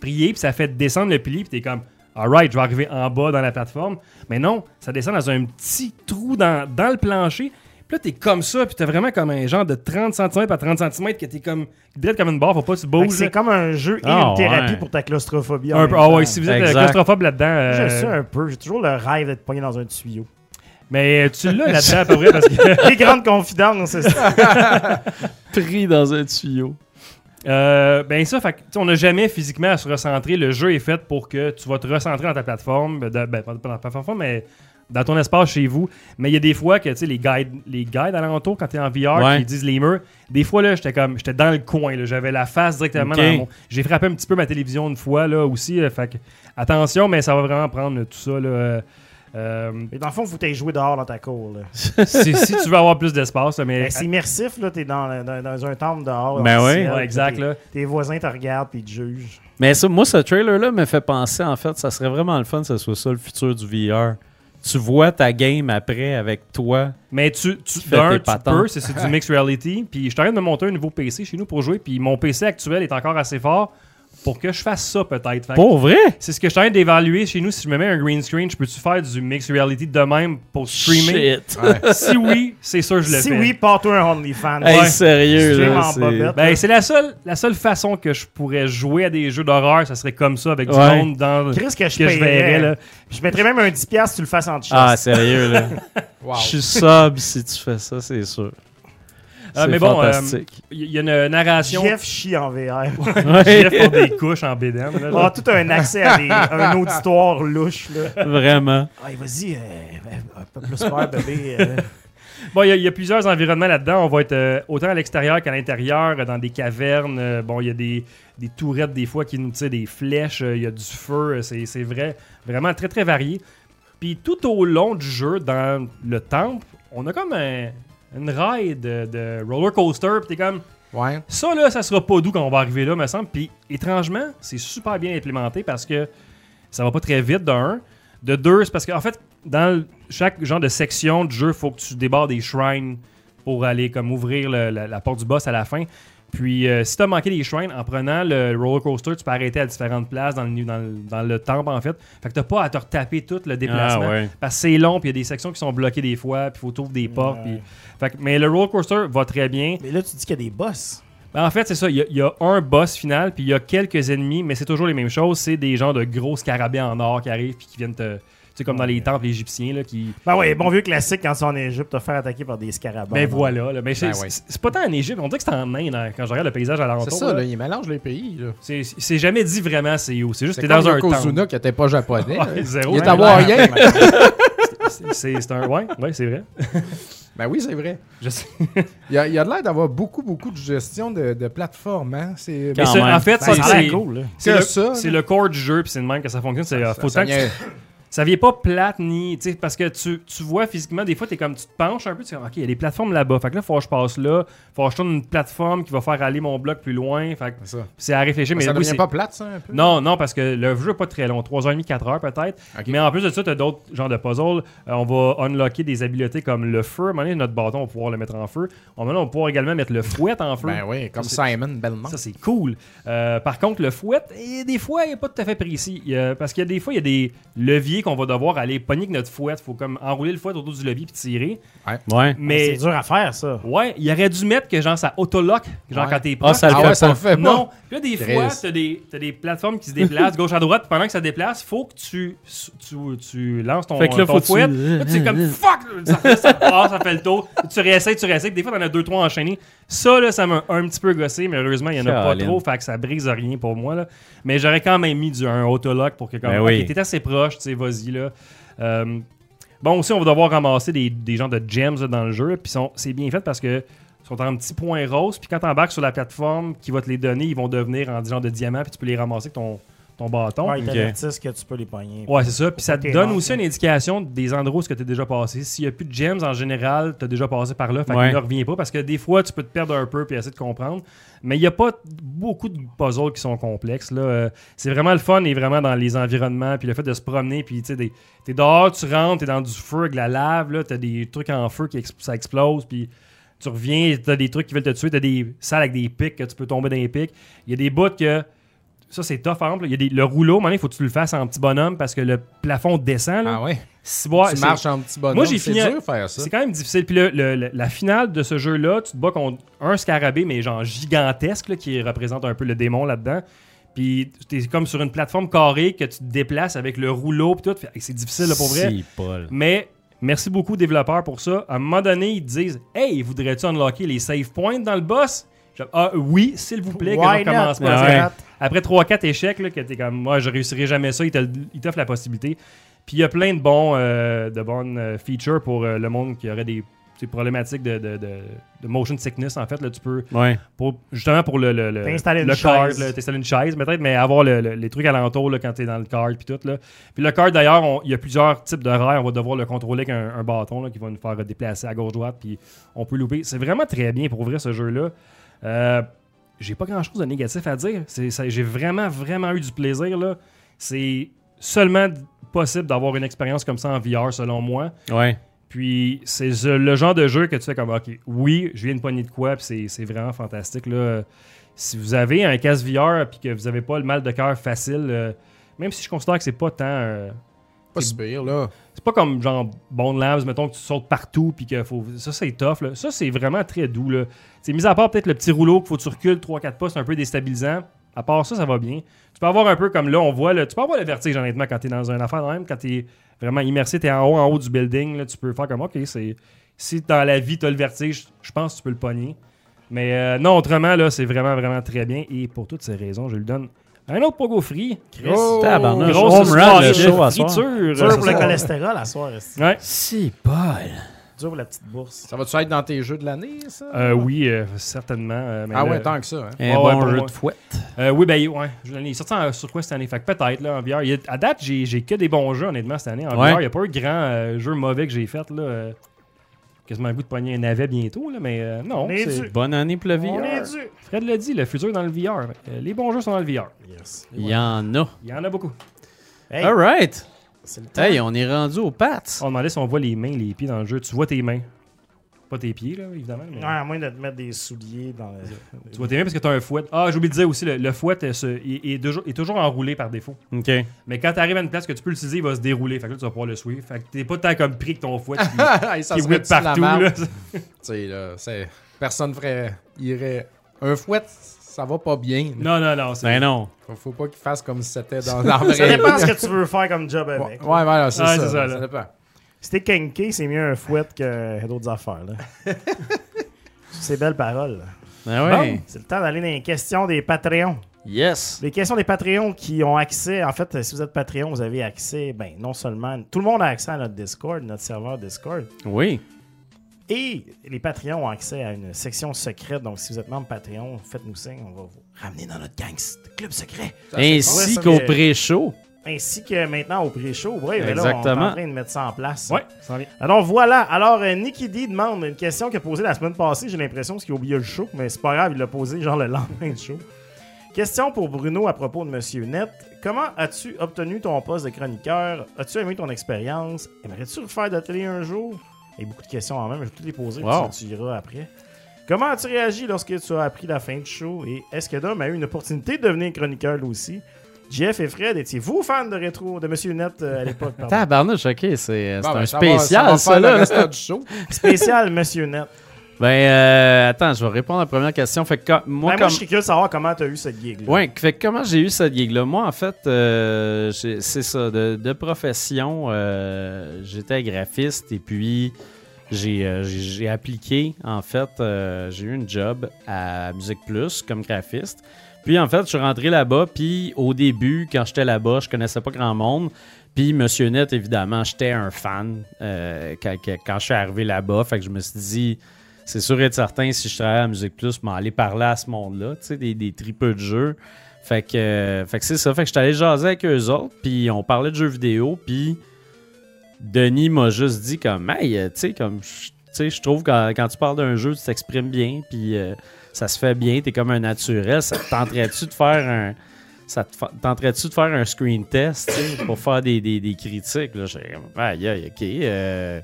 prier, puis ça fait descendre le pilier, puis t'es comme alright, je vais arriver en bas dans la plateforme. Mais non, ça descend dans un petit trou dans, dans le plancher. Puis là, t'es comme ça, puis t'as vraiment comme un genre de 30 cm à 30 cm que t'es comme. Drette comme une barre, faut pas que tu Fait que bouges. C'est comme un jeu et Ah, une thérapie ouais. pour ta claustrophobie. en Un même peu- Ah ouais, temps. si vous êtes euh, Exact. claustrophobe là-dedans. Je euh, le sais un peu. J'ai toujours le rêve d'être pogné dans un tuyau. [LAUGHS] mais tu l'as là-dedans à peu près parce que. Les grandes confidences, c'est ça. Pris dans un tuyau. Euh, ben ça, fait, que, tu sais, on n'a jamais physiquement à se recentrer. Le jeu est fait pour que tu vas te recentrer dans ta plateforme, ben, de- ben, pas pas dans ta plateforme, mais dans ton espace chez vous. Mais il y a des fois que tu sais, les guides, les guides alentour, quand tu es en VR, Ouais. qui disent les murs, des fois là, j'étais comme j'étais dans le coin, là, j'avais la face directement Ok. dans mon. J'ai frappé un petit peu ma télévision une fois là aussi. euh, fait que, attention, mais ça va vraiment prendre euh, tout ça. Là, euh, euh, Mais dans le fond, faut que tu jouer dehors dans ta cour. là. si, si tu veux avoir plus d'espace, là, mais. Ben, c'est immersif, là. T'es dans, dans, dans un temple dehors. dans Ben le oui. ciel, Ouais, exact, tes- là. Tes voisins te regardent puis ils te jugent. Mais ça, moi, ce trailer-là me fait penser, en fait, ça serait vraiment le fun que ce soit ça le futur du VR. Tu vois ta game après avec toi. Mais tu, tu, fais d'un, tes tu patentes. peux, [LAUGHS] c'est c'est du mixed reality. Puis je suis en train de me monter un nouveau PC chez nous pour jouer. Puis mon PC actuel est encore assez fort pour que je fasse ça peut-être. Fait que Pour vrai? C'est ce que je suis en train d'évaluer chez nous. Si je me mets un green screen, je peux-tu faire du mixed reality de même pour streamer? Shit. Ouais. Si oui, c'est sûr je le Si fais. oui, porte-toi un OnlyFans. Hey, Ouais. sérieux, Stream là, en c'est- bobette. Ben, c'est la seule, la seule façon que je pourrais jouer à des jeux d'horreur, ça serait comme ça, avec du Ouais. monde dans... Chris, que je que je verrais, là. paierais. Je mettrais même un 10$ si tu le fasses en chasse. Ah, sérieux, là. Wow. Je suis sub si tu fais ça, c'est sûr. Ah, C'est mais bon, euh, fantastique. Il y a une narration... Jeff chie en VR. [LAUGHS] Ouais, Jeff pour des couches en BDM. là, On a genre. Ah, tout un accès à [LAUGHS] des- un auditoire louche. Là. vraiment. Ah, vas-y, euh, un peu plus fort, bébé. euh. Bon, il y, a- il y a plusieurs environnements là-dedans. On va être euh, autant à l'extérieur qu'à l'intérieur, euh, dans des cavernes. Euh, bon, il y a des, des tourettes des fois qui nous tirent des flèches. Euh, Il y a du feu. Euh, C'est c'est vrai, vraiment très très varié. Puis tout au long du jeu, dans le temple, on a comme un, une ride de, de roller coaster. Puis t'es comme Ouais. ça là, ça sera pas doux quand on va arriver là, me semble. Puis étrangement, c'est super bien implémenté parce que ça va pas très vite de un. De deux, c'est parce qu'en fait, dans le- chaque genre de section du jeu, faut que tu débarres des shrines pour aller comme ouvrir le- la, la porte du boss à la fin. Puis euh, si t'as manqué des shrines, en prenant le roller coaster, tu peux arrêter à différentes places dans le, nu- dans le, dans le temple en fait. Fait que t'as pas à te retaper tout le déplacement. Ah ouais. Parce que c'est long, puis il y a des sections qui sont bloquées des fois, puis faut trouver des portes. puis- Fait que- mais le roller coaster va très bien. Mais là, tu dis qu'il y a des boss. Ben, en fait, c'est ça. Il y, a- il y a un boss final, puis il y a quelques ennemis, mais c'est toujours les mêmes choses. C'est des gens de gros scarabées en or qui arrivent, puis qui viennent te. Tu sais, comme dans les temples égyptiens, là, qui. Ben ouais, bon vieux classique quand tu es en Égypte, te faire attaquer par des scarabées. Ben voilà, là. Mais c'est Ben ouais. c'est- c'est pas tant en Égypte, on dirait que c'est en Inde, hein, quand je regarde le paysage alentour. C'est ça, là. là, il mélange les pays. là. C'est- C'est jamais dit vraiment c'est où. C'est juste C'est que t'es dans comme un temple. Yokozuna qui était pas japonais. [LAUGHS] Ouais, là. zéro. il est Ouais, [LAUGHS] hawaïen. [LAUGHS] C'est c'est un. Ouais, ouais, c'est vrai. ben oui, c'est vrai. Je sais. Il y a, il y a de l'air d'avoir beaucoup, beaucoup de gestion de, de plateforme. Hein? C'est Quand Mais c'est- même. en Ben, fait, ça, c'est- a c'est l'air cool, là. c'est Que le, ça, c'est là. le corps du jeu, puis c'est de même que ça fonctionne. C'est euh, faut ça tant que tu- vient- ça vient pas plate ni. tu sais, Parce que tu, tu vois physiquement, des fois, t'es comme, tu te penches un peu, tu dis, OK, il y a des plateformes là-bas. Fait que là, faut que je passe là. Faut que je tourne une plateforme qui va faire aller mon bloc plus loin. Fait que c'est ça. c'est à réfléchir. Mais ça oui, devient c'est- pas plate, ça, un peu? Non, non, parce que le jeu est pas très long. 3h30, 4h peut-être. Ok. Mais en plus de ça, t'as d'autres genres de puzzles. Euh, on va unlocker des habiletés comme le feu. À un moment donné, notre bâton, on va pouvoir le mettre en feu. À un moment donné, on va pouvoir également mettre le fouet en feu. Ben oui, comme c'est- Simon Belmont. Ça, c'est cool. Euh, par contre, le fouet, et des fois, il n'est pas tout à fait précis. Il y a- parce qu'il y a des fois, il y a des leviers qu'on va devoir aller pogner avec notre fouet. faut comme enrouler le fouet autour du levier puis tirer. Ouais. C'est Mais, dur à faire, ça. ouais, il aurait dû mettre que genre ça autolock, genre Ouais. quand t'es Ah, proche. ça le ah fait ouais, ça pas. le fait non, pas. Puis là, des Chris. fois, t'as des, t'as des plateformes qui se déplacent gauche à droite. puis Pendant que ça se déplace, faut que tu, tu, tu lances ton, Fait que là, ton faut que tu- fouet. Là, tu [LAUGHS] es comme fuck, ça, fait- ça passe, ça fait le tour. Tu réessayes, tu réessayes. puis Des fois, t'en as deux, trois enchaînés. Ça, là, ça m'a un petit peu gossé, mais heureusement, il y en a pas Caroline. trop. Fait que ça brise rien pour moi. Là. Mais j'aurais quand même mis du, un autolock pour que quand Ben même. oui. t'es assez proche, tu sais, vas-y. là. Euh, bon, aussi, on va devoir ramasser des, des genres de gems là, dans le jeu. Puis sont- c'est bien fait parce que sont en petits points roses. Puis quand t'embarques sur la plateforme qui va te les donner, ils vont devenir en genre de diamants. Puis tu peux les ramasser avec ton, ton bâton. Ouais, ils Ok. t'avertissent que tu peux les pogner. Ouais, c'est ça. Puis ça Faut te que donne t'aies aussi manqué. une indication des endroits où tu es déjà passé. S'il n'y a plus de gems, en général, tu as déjà passé par là. Fait Ouais. qu'il ne revient pas parce que des fois, tu peux te perdre un peu puis essayer de comprendre. Mais il n'y a pas beaucoup de puzzles qui sont complexes. là. Euh, C'est vraiment le fun et vraiment dans les environnements. Puis le fait de se promener. Puis tu sais, des- t'es dehors, tu rentres, t'es dans du feu avec de la lave. Tu as des trucs en feu qui ex- ça explose. Puis tu reviens, t'as des trucs qui veulent te tuer, t'as des salles avec des pics que tu peux tomber dans les pics. Il y a des bouts que. Ça, c'est tough, par exemple. Il y a des, le rouleau, il faut que tu le fasses en petit bonhomme parce que le plafond descend. Là. Ah ouais? Si- ouais, tu c'est- marches en petit bonhomme. Moi, j'ai c'est fini à- dur de faire ça. C'est quand même difficile. Puis le- le- le- la finale de ce jeu-là, tu te bats contre un scarabée, mais genre gigantesque, là, qui représente un peu le démon là-dedans. Puis t'es comme sur une plateforme carrée que tu te déplaces avec le rouleau, puis tout. Fait- C'est difficile, là, pour vrai. Si, Paul. Mais merci beaucoup, développeurs, pour ça. À un moment donné, ils te disent Hey, voudrais-tu unlocker les save points dans le boss Je- Ah oui, s'il vous plaît, que Why je recommence not? pas. Ah ouais. Après 3-4 échecs, là, que t'es comme Moi, je réussirai jamais ça, ils te- ils t'offrent la possibilité. Puis il y a plein de, bons, euh, de bonnes euh, features pour euh, le monde qui aurait des, des problématiques de, de- de- de motion sickness. En fait, là, tu peux Ouais. pour- justement pour le, le, le, T'installer une le card, chaise. là, t'installer une chaise peut-être, mais avoir le- le- les trucs alentour là, quand t'es dans le card puis tout. Là. Puis le card d'ailleurs, on- il y a plusieurs types de rails, on va devoir le contrôler avec un, un bâton là, qui va nous faire déplacer à gauche-droite, puis on peut louper. C'est vraiment très bien pour ouvrir ce jeu-là. Euh, j'ai pas grand-chose de négatif à dire. C'est- ça- J'ai vraiment, vraiment eu du plaisir. là. C'est seulement possible d'avoir une expérience comme ça en VR selon moi. Ouais. Puis c'est ce- le genre de jeu que tu fais comme OK, oui, je viens de pogner de quoi, puis c'est- c'est vraiment fantastique. Là. Euh, Si vous avez un casque VR puis que vous avez pas le mal de cœur facile, euh, même si je considère que c'est pas tant. euh, Pas si pire, là. c'est pas comme genre Bond Labs, mettons que tu sautes partout puis que faut. Ça, c'est tough. Là. Ça, c'est vraiment très doux. Là. C'est mis à part peut-être le petit rouleau qu'il faut que tu recules 3-4 pas, c'est un peu déstabilisant. À part ça, ça va bien. Tu peux avoir un peu comme là, on voit le. Tu peux avoir le vertige honnêtement quand t'es dans une affaire même, quand t'es vraiment immersé, t'es en haut, en haut du building, là, tu peux faire comme OK, c'est. Si dans la vie t'as le vertige, je pense que tu peux le pogner. Mais euh, non, autrement, là, c'est vraiment, vraiment très bien. Et pour toutes ces raisons, je lui donne un autre pogo free. Chris. Oh! Tabarnak. Grosse Home run, soirée le de show à soir. friture. Dur pour Ça, le ça- cholestérol à soir. est-ce que- Ouais. Si, Paul. Dur facture pour la petite bourse. Ça va-tu être dans tes jeux de l'année, ça? Euh, oui, euh, certainement. euh, mais ah le- ouais, tant que ça. hein. Un Ouais, ouais, bon pour jeu moi. de fouette. Euh, oui, ben, il- ouais. je l'ai- Il est sorti en- sur quoi cette année? Fait que peut-être, là, en VR. Il y a- à date, j'ai, j'ai que des bons jeux, honnêtement, cette année. En Ouais. VR, il n'y a pas eu grand euh, jeu mauvais que j'ai fait, là. euh, quasiment le goût de pogner un navet bientôt, là, mais euh, non. On est c'est- dû. Bonne année pour le On hein. est VR. dû. Fred l'a dit, le futur est dans le VR. Euh, les bons jeux sont dans le VR. Il y en a. Il y en a beaucoup. Hey. All right. C'est le temps. Hey, on est rendu au Pats. On demandait si on voit les mains, les pieds dans le jeu. Tu vois tes mains. Pas tes pieds, là, évidemment. mais- Ouais, à moins de te mettre des souliers dans le- Tu vois tes mains parce que tu as un fouet. Ah, j'ai oublié de dire aussi, le, le fouet euh, se- il- il est toujours- il est toujours enroulé par défaut. OK. Mais quand tu arrives à une place que tu peux l'utiliser, il va se dérouler. Fait que là, tu vas pouvoir le suivre. Fait que t'es pas tant comme pris que ton fouet qui, [LAUGHS] Hey, ça qui serait whip de la partout. merde. Là. Tu [LAUGHS] sais, là, c'est- personne ferait... irait... Un fouet, ça va pas bien. là. Non, non, non. c'est- Ben non. Faut- Faut pas qu'il fasse comme si c'était dans la vraie Ça dépend vie. ce que tu veux faire comme job Ouais, avec. ouais, voilà, c'est Ouais, ça. c'est ça, Ça, là. dépend. Si t'es kenké, c'est mieux un fouet que d'autres affaires. là. c'est belles paroles. là. Ben ouais. C'est le temps d'aller dans les questions des Patreons. Yes. Les questions des Patreons qui ont accès, en fait, si vous êtes Patreon, vous avez accès, ben, non seulement, tout le monde a accès à notre Discord, notre serveur Discord, Oui. et les Patreons ont accès à une section secrète. Donc, si vous êtes membre Patreon, faites-nous signe, on va vous ramener dans notre gang, club secret. Ainsi ça, qu'au mais- pré-show. Ainsi que maintenant au pré-show, ouais, ben là, on est en Exactement. train de mettre ça en place. Ouais, ça s'en vient. Alors voilà, alors euh, Nicky D demande une question qu'il a posée la semaine passée, j'ai l'impression parce qu'il a oublié le show, mais c'est pas grave, il l'a posée genre le [LAUGHS] lendemain du show. Question pour Bruno à propos de Monsieur Net. Comment as-tu obtenu ton poste de chroniqueur? As-tu aimé ton expérience? Aimerais-tu refaire de la télé un jour? Il y a beaucoup de questions en même, je vais toutes les poser, puis Wow. ça, tu iras après. Comment as-tu réagi lorsque tu as appris la fin du show? Et est-ce que Dom a eu une opportunité de devenir chroniqueur lui aussi? Jeff et Fred, étiez-vous fans de rétro, de Monsieur Net euh, à l'époque? pardon? Tabarnouche, OK. C'est c'est Bon, un ben, ça va- spécial, va ça, faire le là. reste du show. Spécial Monsieur Net. Ben, euh, attends, je vais répondre à la première question. Fait que quand- moi, Ben, Moi, comme... je suis curieux de savoir comment tu as eu cette gig-là. Ouais, fait que comment j'ai eu cette gig-là? Moi, en fait, euh, j'ai- c'est ça, de, de profession, euh, j'étais graphiste et puis j'ai euh, j'ai- j'ai appliqué, en fait, euh, j'ai eu une job à Musique Plus comme graphiste. Puis, en fait, je suis rentré là-bas, puis au début, quand j'étais là-bas, je connaissais pas grand monde. Puis, Monsieur Net, évidemment, j'étais un fan euh, quand, quand- quand je suis arrivé là-bas. Fait que je me suis dit, c'est sûr et certain, si je travaillais à Musique Plus, m'en aller parler à ce monde-là, tu sais, des, des tripeux de jeux. Fait que, euh, fait que c'est ça. Fait que j'étais allé jaser avec eux autres, puis on parlait de jeux vidéo, puis Denis m'a juste dit comme, hey, euh, tu sais, comme, je- tu sais, je trouve que quand tu parles d'un jeu, tu t'exprimes bien, puis euh, ça se fait bien, t'es comme un naturel. Ça te tenterait-tu de faire un. Ça te fa- tenterait-tu de faire un screen test tu sais, pour faire des, des, des critiques? Là, j'étais comme, aïe, aïe, ok. euh,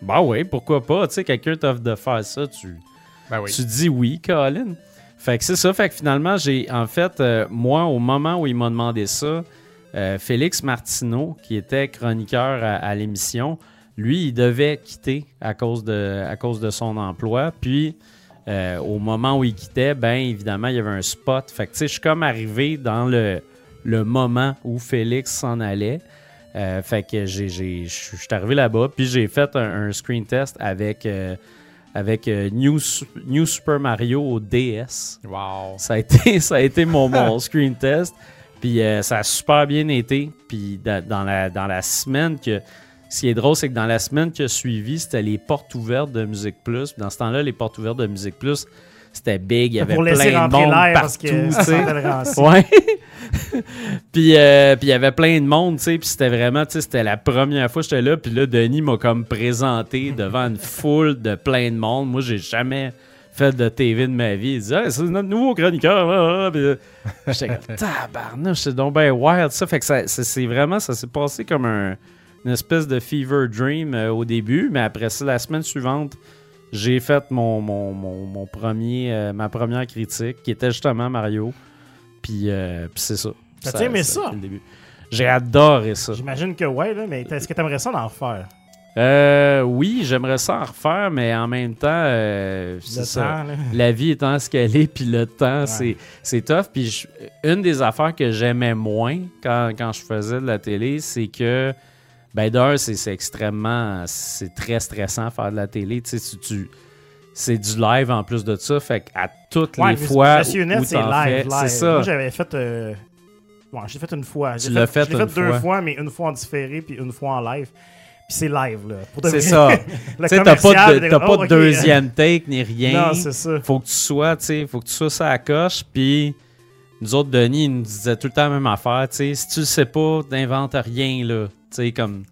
ben oui, pourquoi pas? Tu sais, quelqu'un t'offre de faire ça, tu, Ben oui. tu dis oui, Colin. Fait que c'est ça. Fait que finalement, j'ai. En fait, euh, moi, au moment où il m'a demandé ça, euh, Félix Martineau, qui était chroniqueur à, à l'émission, lui, il devait quitter à cause de, à cause de son emploi. Puis, euh, au moment où il quittait, ben évidemment, il y avait un spot. Fait que, tu sais, je suis comme arrivé dans le, le moment où Félix s'en allait. Euh, fait que j'ai- j'ai- je suis je suis arrivé là-bas, puis j'ai fait un, un screen test avec, euh, avec euh, New, Su- New Super Mario au DS. Wow. Ça a été, [LAUGHS] ça a été [LAUGHS] mon, mon screen test. Puis euh, ça a super bien été. Puis da- dans la, dans la semaine que. Ce qui est drôle, c'est que dans la semaine qui a suivi, c'était les portes ouvertes de Musique Plus. Puis Dans ce temps-là, les portes ouvertes de Musique Plus, c'était big. Il y avait pour laisser plein de rentrer monde l'air parce partout. que ça tu sais. sentait le rancé. Ouais. [LAUGHS] puis euh, puis il y avait plein de monde, tu sais. Puis c'était vraiment, tu sais, c'était la première fois que j'étais là. Puis là, Denis m'a comme présenté devant une foule de plein de monde. Moi, j'ai jamais fait de TV de ma vie. Il disait, Hey, c'est notre nouveau chroniqueur. ah, ah. Puis, euh, [LAUGHS] j'étais comme, tabarnouche, c'est donc bien wild, ça. Fait que ça, c'est, c'est vraiment, ça s'est passé comme un- une espèce de fever dream euh, au début. Mais après ça, la semaine suivante, j'ai fait mon, mon, mon, mon premier, euh, ma première critique, qui était justement Mario. Puis, euh, puis c'est ça. T'as-tu aimé a ça? été le début. J'ai adoré ça. J'imagine que ouais, là, mais est-ce que t'aimerais ça d'en refaire? Euh, oui, j'aimerais ça en refaire, mais en même temps, euh, c'est Le ça. temps, là. La vie étant ce qu'elle est, [LAUGHS] puis le temps, c'est- c'est tough. Puis je- une des affaires que j'aimais moins quand, quand je faisais de la télé, c'est que, ben d'un, c'est c'est extrêmement, c'est très stressant faire de la télé. Tu sais, tu- tu- c'est du live en plus de ça. Fait que à toutes Ouais, les mais fois Monsieur Net, où c'est t'en fais- live, live. c'est ça. Moi, j'avais fait. euh, Bon, j'ai fait une fois. J'ai Tu l'as fait je l'ai une fait deux fois. fois, mais une fois en différé puis une fois en live. Puis c'est live, là. Pour de C'est vrai. ça. [LAUGHS] Le Tu sais, t'as pas commercial, de, t'as oh, pas de ok. deuxième take ni rien. Non, c'est ça. faut que tu sois, tu sais, faut que tu sois ça à la coche. Puis nous autres, Denis, il nous disait tout le temps la même affaire, tu sais, si tu le sais pas, t'inventes rien, là. Tu sais, comme,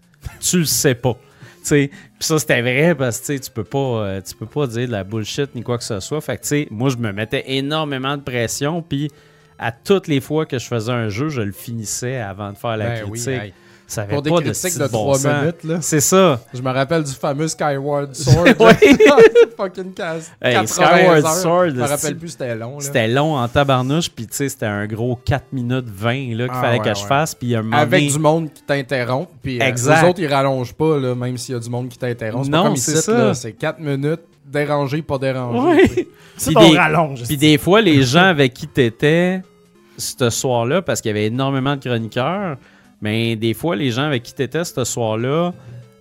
tu le sais pas. Tu sais, puis ça, c'était vrai parce que, tu sais, tu peux pas, euh, tu peux pas dire de la bullshit ni quoi que ce soit. Fait que, tu sais, moi, je me mettais énormément de pression. Puis à toutes les fois que je faisais un jeu, je le finissais avant de faire la Ben oui, critique. hey. ça avait Pour des pas critiques de, de, bon 3 sens. minutes, là. C'est ça. Je me rappelle du fameux Skyward [LAUGHS] Sword. Oui. [LAUGHS] Fucking casse. Hey, 80 Skyward heures. Sword, Je me c'est- rappelle plus, c'était long. Là. C'était long en tabarnouche, puis tu sais, c'était un gros 4 minutes 20 là, qu'il Ah, fallait ouais, que je ouais. fasse, puis un moment Avec donné- du monde qui t'interrompt. Puis euh, Exact. les autres, ils rallongent pas, là, même s'il y a du monde qui t'interrompt. C'est pas Non, comme c'est ici, ça. là, C'est 4 minutes, dérangé, pas dérangé. [LAUGHS] Ouais. C'est Puis ton des- rallonge. Puis des [LAUGHS] fois, les gens avec qui t'étais ce soir-là, parce qu'il y avait énormément de chroniqueurs, mais des fois, les gens avec qui t'étais ce soir-là,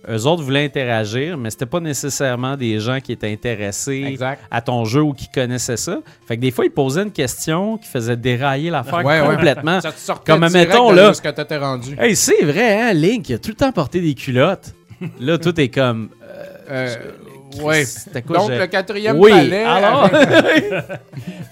eux autres voulaient interagir, mais c'était pas nécessairement des gens qui étaient intéressés Exact. à ton jeu ou qui connaissaient ça. Fait que des fois, ils posaient une question qui faisait dérailler l'affaire Ouais, ouais. [LAUGHS] complètement. Ça te sortait [LAUGHS] Comme, direct mettons, de là- ce que t'étais rendu. Hey, c'est vrai, hein, Link, il a tout le temps porté des culottes. Là, tout est comme. euh, Euh, ouais. C'était quoi Donc, je- le quatrième oui, palais. [LAUGHS] alors. avec- [LAUGHS]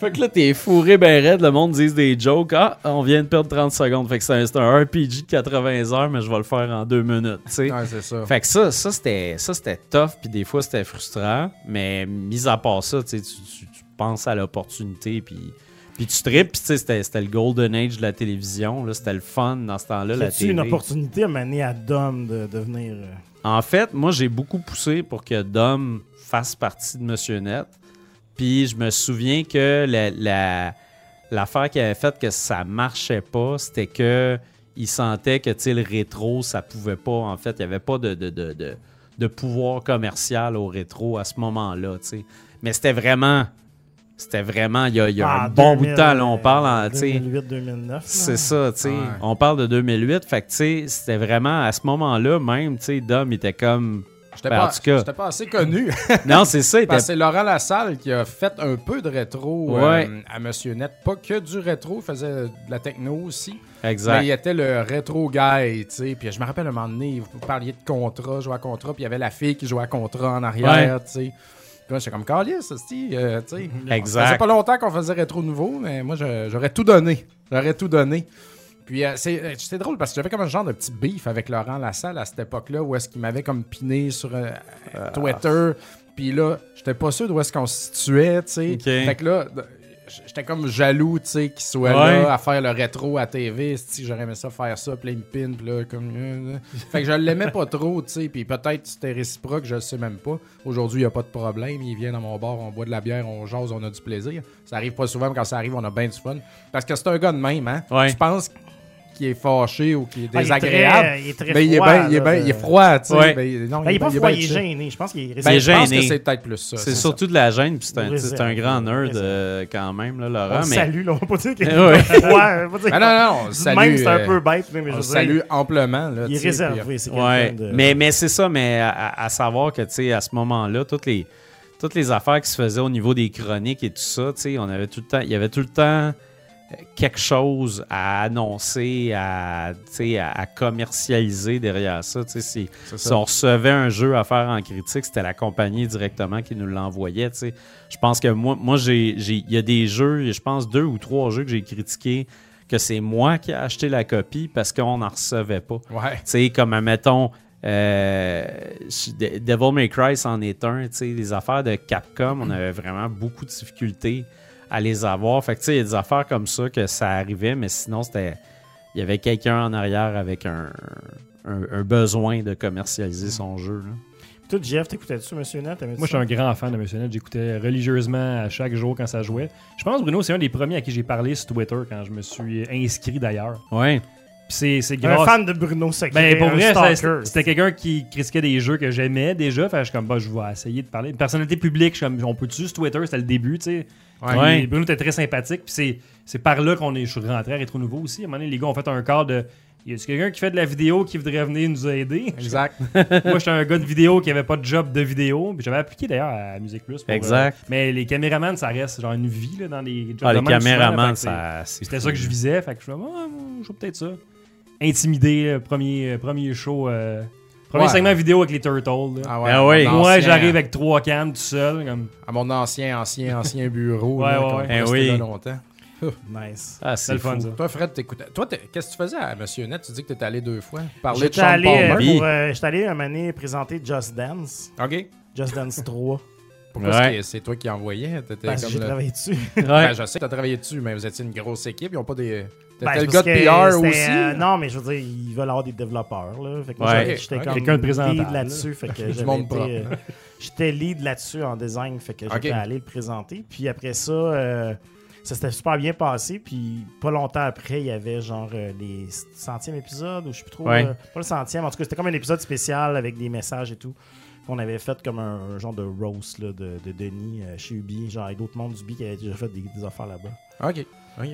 fait que là, t'es fourré ben raide, le monde dise des jokes. Ah, on vient de perdre 30 secondes. Fait que c'est un, c'est un RPG de 80 heures, mais je vais le faire en deux minutes, tu sais. Ouais, c'est [LAUGHS] ça. Fait que ça, ça c'était, ça, c'était tough, puis des fois, c'était frustrant. Mais mis à part ça, tu, sais, tu, tu- tu penses à l'opportunité, puis. Puis tu tripes, puis tu sais, c'était, c'était le golden age de la télévision, là, c'était le fun dans ce temps-là, la As-tu télé. une opportunité à mener à Dom de devenir. euh, En fait, moi, j'ai beaucoup poussé pour que Dom fasse partie de Monsieur Net. Puis je me souviens que la- la- l'affaire qui avait fait que ça marchait pas, c'était que il sentait que tu sais, le rétro, ça pouvait pas. En fait, il n'y avait pas de, de, de- de- de pouvoir commercial au rétro à ce moment-là. tu sais. Mais c'était vraiment. C'était vraiment. Il y a, il y a ah, euh, un bon 2000, bout de temps, là, on parle en. tu sais, 2008-2009. c'est ça, tu sais. On parle de 2008, fait que, tu sais, c'était vraiment à ce moment-là même, tu sais, Dom était [LAUGHS] comme. J'étais Ben, en pas, tout cas. j'étais pas assez connu. Non, c'est ça, il était. Parce que c'est Laurent Lassalle qui a fait un peu de rétro euh, Ouais. à Monsieur Net. Pas que du rétro, il faisait de la techno aussi. Mais il Exact. était le rétro guy, tu sais. Puis je me rappelle un moment donné, vous parliez de contrat, jouer à contrat, puis il y avait la fille qui jouait à contrat en arrière, tu sais. Puis là, j'étais comme Carlis, c'est euh, tu sais. Mhm. Ça faisait Exact. pas longtemps qu'on faisait rétro nouveau, mais moi, je- j'aurais tout donné. J'aurais tout donné. Puis euh, c'est euh, c'est drôle parce que j'avais comme un genre de petit beef avec Laurent Lassalle à cette époque-là où est-ce qu'il m'avait comme piné sur euh, Ah. Twitter. Puis là, j'étais pas sûr d'où est-ce qu'on se situait, tu sais. Ok. Fait que là, d- j'étais comme jaloux, tu sais, qu'il soit Ouais. là à faire le rétro à TV. Si j'aurais aimé ça faire ça, puis là, il me pine, puis là, comme... euh, euh. Fait que je l'aimais pas trop, tu sais. Puis peut-être c'était réciproque, je le sais même pas. Aujourd'hui, il y a pas de problème. Il vient dans mon bar, on boit de la bière, on jase, on a du plaisir. Ça arrive pas souvent, mais quand ça arrive, on a bien du fun. Parce que c'est un gars de même, hein. Ouais. Tu penses qu'il est fâché ou qu'il est Ah, il est très- désagréable. il est très mais il est froid, bien, il est là, bien, de- il est froid, tu sais. Ouais. Ben, non, Ben, il est bien- pas froid, bien il est chill. gêné. Je pense qu'il est Ben, Il est je pense gêné. que c'est peut-être plus ça. C'est ça. surtout de la gêne, puis c'est un, c'est un grand nerd Réserve. euh, quand même, là, On Laurent. le mais salue, là. On va pas dire [LAUGHS] qu'il est Ouais. froid, on va pas dire Ah non, non, on le qu'il- salue, Même c'est un euh, peu bête, mais je on veux le dire, salue amplement. Là, Il tu est sais, réservé, puis, c'est quelqu'un Ouais, de... mais, mais c'est ça, mais à- à, à savoir que, tu sais, à ce moment-là, toutes les, toutes les affaires qui se faisaient au niveau des chroniques et tout ça, tu sais, on avait tout le temps, il y avait tout le temps euh, quelque chose à annoncer, à, tu sais, à, à commercialiser derrière ça, tu sais, si, C'est si ça. on recevait un jeu à faire en critique, c'était la compagnie directement qui nous l'envoyait, tu sais. Je pense que moi, moi j'ai, j'ai- il y a des jeux, je pense deux ou trois jeux que j'ai critiqués, que c'est moi qui ai acheté la copie parce qu'on n'en recevait pas. euh, [LAUGHS] Ouais. Tu sais, comme, mettons, euh, De- Devil May Cry, c'en est un. Tu sais, les affaires de Capcom, on avait vraiment beaucoup de difficultés à les avoir. Fait que, tu sais, il y a des affaires comme ça que ça arrivait, mais sinon, c'était. Il y avait quelqu'un en arrière avec un, un, un besoin de commercialiser son jeu. là. Toi, Jeff, t'écoutais-tu, Monsieur Nat? T'aimais-tu Moi, je suis ça? un grand fan de Monsieur Net. J'écoutais religieusement à chaque jour quand ça jouait. Je pense, Bruno, c'est un des premiers à qui j'ai parlé sur Twitter quand je me suis inscrit d'ailleurs. Ouais. Puis c'est- c'est Un grâce fan de Bruno Secret, Ben, pour vrai, un ça, stalker. c'était c'était quelqu'un qui critiquait des jeux que j'aimais déjà. Fait que je suis comme, bah, je vais essayer de parler. Une personnalité publique, je suis comme, on peut-tu sur Twitter, c'était le début, tu sais. Puis Ouais. Bruno était très sympathique. Puis c'est- c'est par là qu'on est. Je suis rentré à Rétro Nouveau aussi. À un moment donné, les gars ont fait un cadre de. Y a quelqu'un qui fait de la vidéo qui voudrait venir nous [LAUGHS] aider? Exact. Moi, j'étais un gars de vidéo qui avait pas de job de vidéo. Puis j'avais appliqué d'ailleurs à Musique Plus. pour, Exact. euh, mais les caméramans, ça reste genre une vie là, dans les jobs. Ah, de les même, souvent, là, fait caméramans, que c'est- ça. c'est C'était fou. ça que je visais. Fait que je me suis dit, Ah, moi, je joue peut-être ça. Intimidé, euh, premier, euh, premier show. euh, Premier Ouais. segment vidéo avec les Turtles. là. Ah Ah ouais. mon ouais, Moi, ancien- j'arrive avec trois cannes tout seul. Comme... À mon ancien, ancien, ancien bureau. Ouais, là, ouais, qu'on ouais. est resté Eh oui. là longtemps. Nice. Ah, C'est c'est le fun, fou. ça. Toi, Fred, t'écoutais. Toi, t'es- qu'est-ce que tu faisais à Monsieur Net? Tu dis que t'étais allé deux fois. Parler de J'étais Sean allé, euh, Palmer. Palmer. pour, euh, j'étais allé un moment donné présenter Just Dance. OK. Just Dance 3. Pourquoi Ouais. est-ce que c'est toi qui envoyais? T'étais parce que comme j'ai le- travaillé dessus. Ben, Ouais. je sais que t'as travaillé dessus, mais vous étiez une grosse équipe. Ils ont pas des. T'étais Ben, le gars parce de que PR c'était, aussi. euh, non, mais je veux dire, ils veulent avoir des développeurs. Là. Fait que moi, Ouais. j'avais- Ok, j'étais ok. comme Quelqu'un de présentable, lead là-dessus. Fait [LAUGHS] que Du j'avais monde été, propre. euh, j'étais lead là-dessus en design. Fait que j'étais Ok. allé le présenter. Puis après ça, euh, ça s'était super bien passé. Puis pas longtemps après, il y avait genre euh, les centièmes épisodes, ou je sais plus trop. Ouais. euh, pas le centième. En tout cas, c'était comme un épisode spécial avec des messages et tout. Qu'on avait fait comme un, un genre de roast là, de, de Denis euh, chez Ubi, genre avec d'autres membres d'Ubi qui avaient déjà fait des- des affaires là-bas. OK. OK.